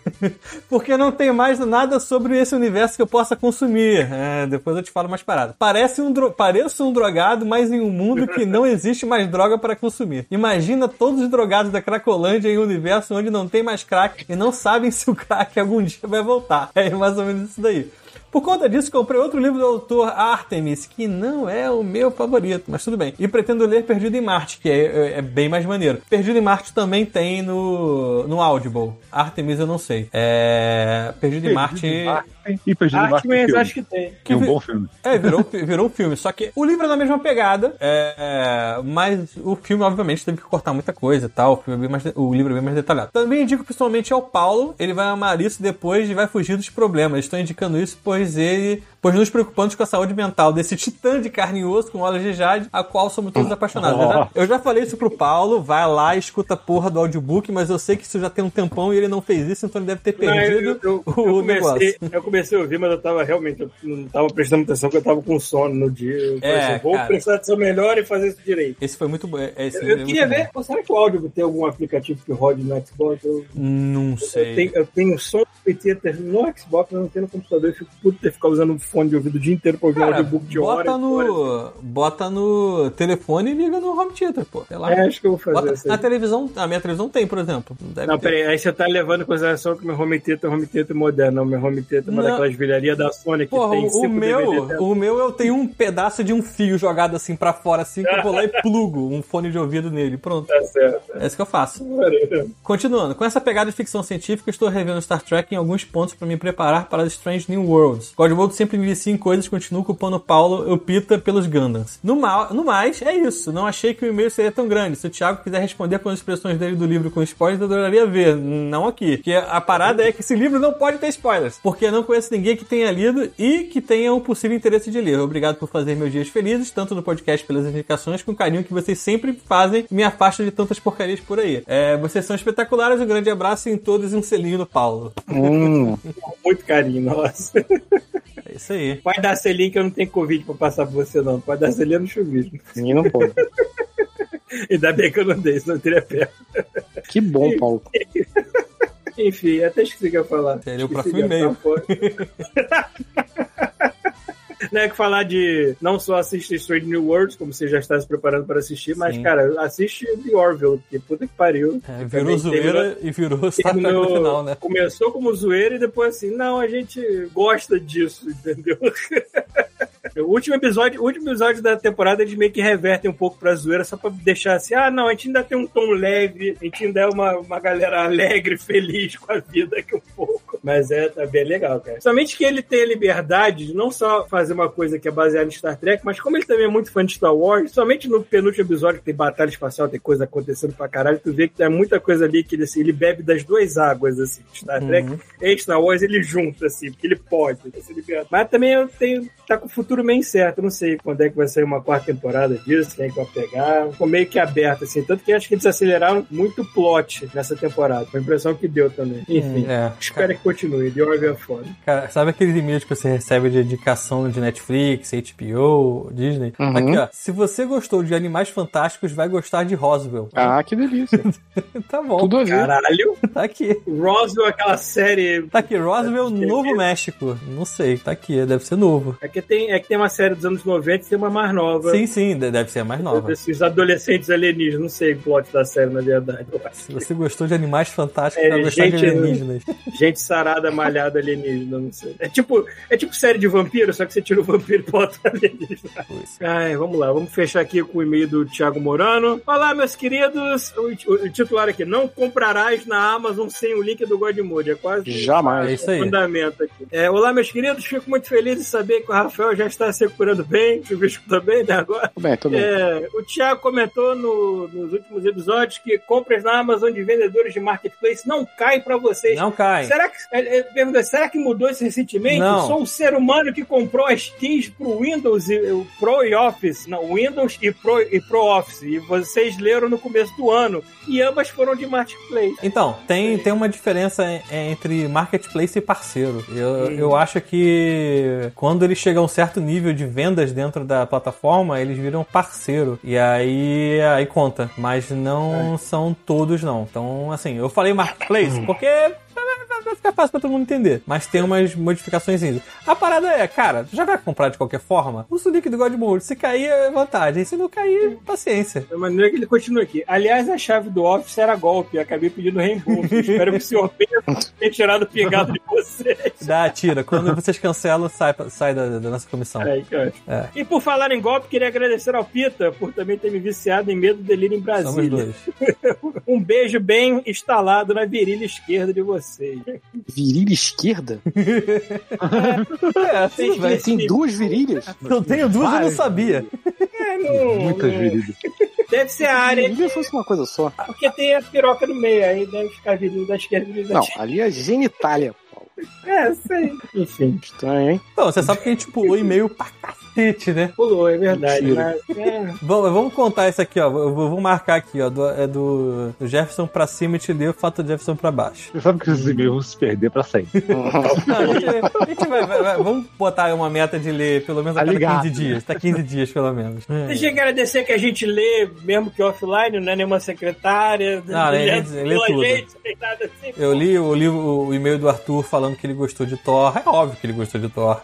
S2: Porque não tem mais nada sobre esse universo que eu possa consumir. É, depois eu te falo mais parado. Parece um dro... Pareço um drogado, mas em um mundo que não existe mais droga para consumir. Imagina todos os drogados da Cracolândia em um universo onde não tem mais crack e não sabem se o crack algum dia vai voltar. É mais ou menos isso daí. Por conta disso, comprei outro livro do autor Artemis, que não é o meu favorito, mas tudo bem. E pretendo ler Perdido em Marte, que é, é- é bem mais maneiro. Perdido em Marte também tem no, no Audible. Artemis eu não sei. É. Perdido em Marte.
S6: E Perdido em Marte.
S1: Artemis,
S6: filme.
S1: acho que tem.
S6: Que é um
S2: vi-
S6: bom filme.
S2: É, virou, virou um filme. Só que o livro é na mesma pegada, é, mas o filme, obviamente, teve que cortar muita coisa e tal. O, filme é bem mais de- o livro é bem mais detalhado. Também indico pessoalmente ao Paulo. Ele vai amar isso depois e vai fugir dos problemas. Estou indicando isso, pois ele. Pois nos preocupamos com a saúde mental desse titã de carne e osso com olhos de jade, a qual somos todos apaixonados. Eu já- Eu já falei isso pro Paulo, vai lá, e escuta a porra do audiobook, mas eu sei que isso já tem um tempão e ele não fez isso, então ele deve ter
S1: Não, eu,
S2: perdido
S1: eu- eu- eu
S2: o negócio.
S1: comecei, eu comecei a ouvir, mas eu tava realmente, eu não tava prestando atenção porque eu tava com sono no dia. Eu
S2: É,
S1: falei assim, vou
S2: cara.
S1: prestar atenção melhor e fazer isso direito.
S2: Esse foi muito bom. é- esse
S1: Eu,
S2: livro é
S1: eu
S2: muito
S1: queria
S2: bom.
S1: ver, pô, será que o áudio tem algum aplicativo que rode no Xbox? Eu,
S2: Não sei.
S1: eu tenho, eu tenho um som do theater no Xbox, mas não tenho no computador. Eu fico puto de ter ficado usando um fone de ouvido o dia inteiro pra ouvir um
S2: Cara,
S1: audiobook de horas.
S2: bota
S1: e horas.
S2: no, bota no telefone e liga no home theater, pô. Sei lá.
S1: É, acho que eu vou fazer
S2: Bota-
S1: isso aí.
S2: na televisão, a minha televisão tem, por exemplo. Deve
S1: Não,
S2: ter.
S1: peraí, aí você tá levando em consideração que meu home theater é home theater moderno, não, meu home theater é uma
S2: Não.
S1: daquelas velharias da Sony que
S2: Porra,
S1: tem
S2: o, o
S1: cinco
S2: meu,
S1: DVD.
S2: o meu eu tenho um pedaço de um fio jogado assim pra fora assim que eu vou lá e plugo um fone de ouvido nele, pronto.
S1: Tá certo.
S2: É isso que eu faço.
S1: Peraí.
S2: Continuando, com essa pegada de ficção científica, estou revendo Star Trek em alguns pontos para me preparar para as Strange New Worlds. Godbold sempre me vicia em coisas e continuo culpando o Paulo eu pita pelos Gundams. No, ma- no mais, é isso. Não achei que o e-mail seria tão grande. Se o Thiago quiser responder com as expressões dele do livro com spoilers, eu adoraria ver. Não aqui. Porque a parada é que esse livro não pode ter spoilers. Porque eu não conheço ninguém que tenha lido e que tenha um possível interesse de ler. Obrigado por fazer meus dias felizes, tanto no podcast pelas indicações, com o carinho que vocês sempre fazem e me afasta de tantas porcarias por aí. É, vocês são espetaculares, um grande abraço em todos e um selinho do Paulo.
S3: Hum,
S1: Muito carinho, nossa.
S2: É isso aí.
S1: Pode dar selinho que eu não tenho Covid pra passar pra você, não. Pode dar selinho no chuvisco.
S3: ninguém não pode.
S1: Ainda bem que eu não dei, senão eu teria pé.
S3: Que bom, Paulo.
S1: Enfim, até esqueci o que eu ia falar.
S2: Seria é o
S1: Esqueci
S2: próximo
S1: de botar
S2: e-mail.
S1: fora. Não é que falar de não só assiste Strange New Worlds, como você já está se preparando para assistir, mas,
S2: Sim.
S1: cara, assiste The Orville, que puta que pariu.
S2: É,
S1: tá Também
S2: virou zoeira e virou Star Trek no
S1: Terminou-
S2: final, né?
S1: Começou como zoeira e depois assim, não, a gente gosta disso, entendeu? o último episódio, o último episódio da temporada eles meio que revertem um pouco pra zoeira, só pra deixar assim, ah, não, a gente ainda tem um tom leve, a gente ainda é uma, uma galera alegre, feliz com a vida aqui um pouco. Mas é, tá bem legal, cara. Somente que ele tem a liberdade de não só fazer uma coisa que é baseada em Star Trek, mas como ele também é muito fã de Star Wars, somente no penúltimo episódio que tem batalha espacial, tem coisa acontecendo pra caralho, tu vê que tem muita coisa ali que ele, assim, ele bebe das duas águas, assim, de Star Trek e Star Wars, ele junta, assim, porque ele pode. ele tem essa liberdade. Mas também eu tenho, tá com o futuro meio incerto, eu não sei quando é que vai sair uma quarta temporada disso, quem é que vai pegar. Ficou meio que aberto, assim, tanto que acho que eles aceleraram muito o plot nessa temporada, foi a impressão que deu também. Enfim,
S2: É.
S1: espero que continue, The Orville é foda.
S2: Cara, sabe aqueles e-mails que você recebe de indicação de Netflix, HBO, Disney?
S3: Uhum.
S2: Aqui, ó. Se você gostou de Animais Fantásticos, vai gostar de Roswell.
S3: Ah, que delícia.
S2: tá bom,
S3: Tudo a ver.
S1: Caralho,
S2: tá aqui.
S1: Roswell, aquela série
S2: Tá aqui, Roswell,
S1: Deve ser
S2: Novo
S1: mesmo.
S2: México. Não sei, tá aqui, deve ser novo.
S1: É que, tem, é que tem uma série dos anos 90 e tem uma mais nova.
S2: Sim, sim, de- deve ser a mais nova.
S1: Desses adolescentes alienígenas, não sei o plot da série, na verdade. Eu acho
S2: Se você gostou de Animais Fantásticos,
S1: É,
S2: vai gostar de
S1: gente,
S2: alienígenas.
S1: que Gente sarada, malhada, alienígena, não sei. É tipo, é tipo série de vampiro, só que você tira o vampiro e bota alienígena.
S2: Pois.
S1: Ai, vamos lá, vamos fechar aqui com o e-mail do Thiago Morano. Olá, meus queridos. O, o- o titular aqui, não comprarás na Amazon sem o link do Godmode. É quase
S2: É
S3: Jamais.
S2: isso aí.
S1: fundamento aqui. É, olá, meus queridos. Fico muito feliz em saber que o Rafael já está se curando bem, que o bicho também, né, agora.
S3: Tudo bem, tudo bem.
S1: É, o Thiago comentou no- nos últimos episódios que compras na Amazon de vendedores de marketplace não caem pra vocês.
S2: Não cai.
S1: Será que, é, é, pergunta, será que mudou isso recentemente?
S2: Não.
S1: Sou um ser humano que comprou as skins pro Windows, e, o Pro e Office, não, Windows e Pro, e Pro Office, e vocês leram no começo do ano, e ambas foram de marketplace.
S2: Então, tem, tem uma diferença en- entre marketplace e parceiro. Eu, eu acho que quando eles chegam a um certo nível de vendas dentro da plataforma, eles viram parceiro. E aí, aí conta. Mas não são todos, não. Então, assim, eu falei marketplace porque vai ficar fácil pra todo mundo entender. Mas tem umas modificações. A parada é, cara, tu já vai comprar de qualquer forma? Usa o link do Godmode. Se cair, é vantagem. Se não cair, paciência.
S1: Da maneira é que ele continua aqui. Aliás, a chave do Office era golpe, acabei pedindo reembolso. Espero que o senhor tenha tirado o pingado de você.
S2: Dá, tira. Quando vocês cancelam, sai, sai da, da nossa comissão.
S1: Peraí, que ótimo.
S2: É.
S1: E por falar em golpe, queria agradecer ao Pita por também ter me viciado em medo e delírio em
S2: Somos
S1: Brasília.
S2: dois.
S1: Um beijo bem instalado na virilha esquerda de vocês.
S3: Virilha esquerda?
S2: É, assim, vai.
S3: Ele tem duas virilhas?
S2: Eu tenho duas e não sabia.
S1: É, não-
S6: Muitas
S1: não-
S6: virilhas.
S1: Deve ser a
S3: Se
S1: área,
S3: virilha fosse uma coisa só.
S1: porque tem a piroca no meio, aí deve ficar a virilha da esquerda e a virilha da
S3: Não, ali é genitália, Paulo.
S1: É, sei. Enfim,
S3: Estranho, hein?
S2: Então, você sabe que a gente pulou e-mail pra cacete, né?
S1: pulou, é verdade.
S3: Mentira.
S1: Mas, é,
S2: Vamos, vamos contar isso aqui, ó. Eu vou vou marcar aqui, ó. Do, é do do Jefferson pra cima e te ler o fato do Jefferson pra baixo.
S6: Você sabe que esses e-mails vão se perder pra sempre.
S2: Não, a gente, a gente vai, vai- vai- Vamos botar uma meta de ler pelo menos a cada
S6: Aligado.
S2: 15 dias. Tá 15 dias, pelo menos.
S1: Deixa eu agradecer que a gente lê, mesmo que offline, não é nenhuma secretária.
S2: Não, lê-
S1: lê-
S2: lê
S1: pela
S2: tudo.
S1: gente, nem nada assim.
S2: Eu li, eu li o, o e-mail do Arthur falando que ele gostou de Thor. É óbvio que ele gostou de Thor.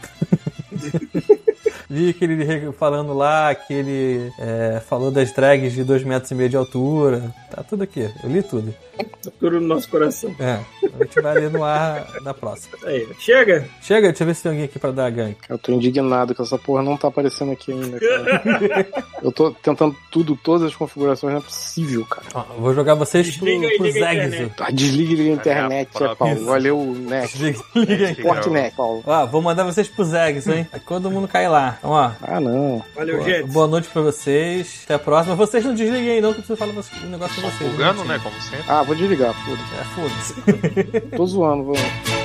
S2: li que ele re- falando lá que ele é, falou das drags de 2,5 metros e meio de altura. Tá tudo aqui. Eu li tudo.
S1: Tudo no nosso coração.
S2: É. A gente vai ler no ar na próxima.
S1: Aí, chega.
S2: Chega, deixa eu ver se tem alguém aqui pra dar gank.
S3: Eu tô indignado que essa porra não tá aparecendo aqui ainda, cara. Eu tô tentando tudo, todas as configurações, não é possível, cara.
S2: Ó, eu vou jogar vocês pro,
S1: Desliga e
S2: pro
S1: liga a
S2: Zegzo.
S1: internet.
S3: Ah, Desliga a internet, é, Paulo. Valeu, net.
S2: Desliga, liga aí.
S3: Fortnet, Paulo.
S2: Ó, vou mandar vocês pro Zegzo, hein? Aí todo mundo cai lá. Então, ó.
S3: Ah, não.
S1: Valeu,
S2: Boa,
S1: gente.
S2: boa noite pra vocês. Até a próxima. Vocês não desliguem aí, não, que eu preciso falar um
S6: Tá
S2: negócio pra vocês.
S7: Bugando,
S2: Gente.
S7: né? Como sempre.
S3: Ah, vou desligar, foda
S2: É, foda-se.
S3: Tô zoando, vou.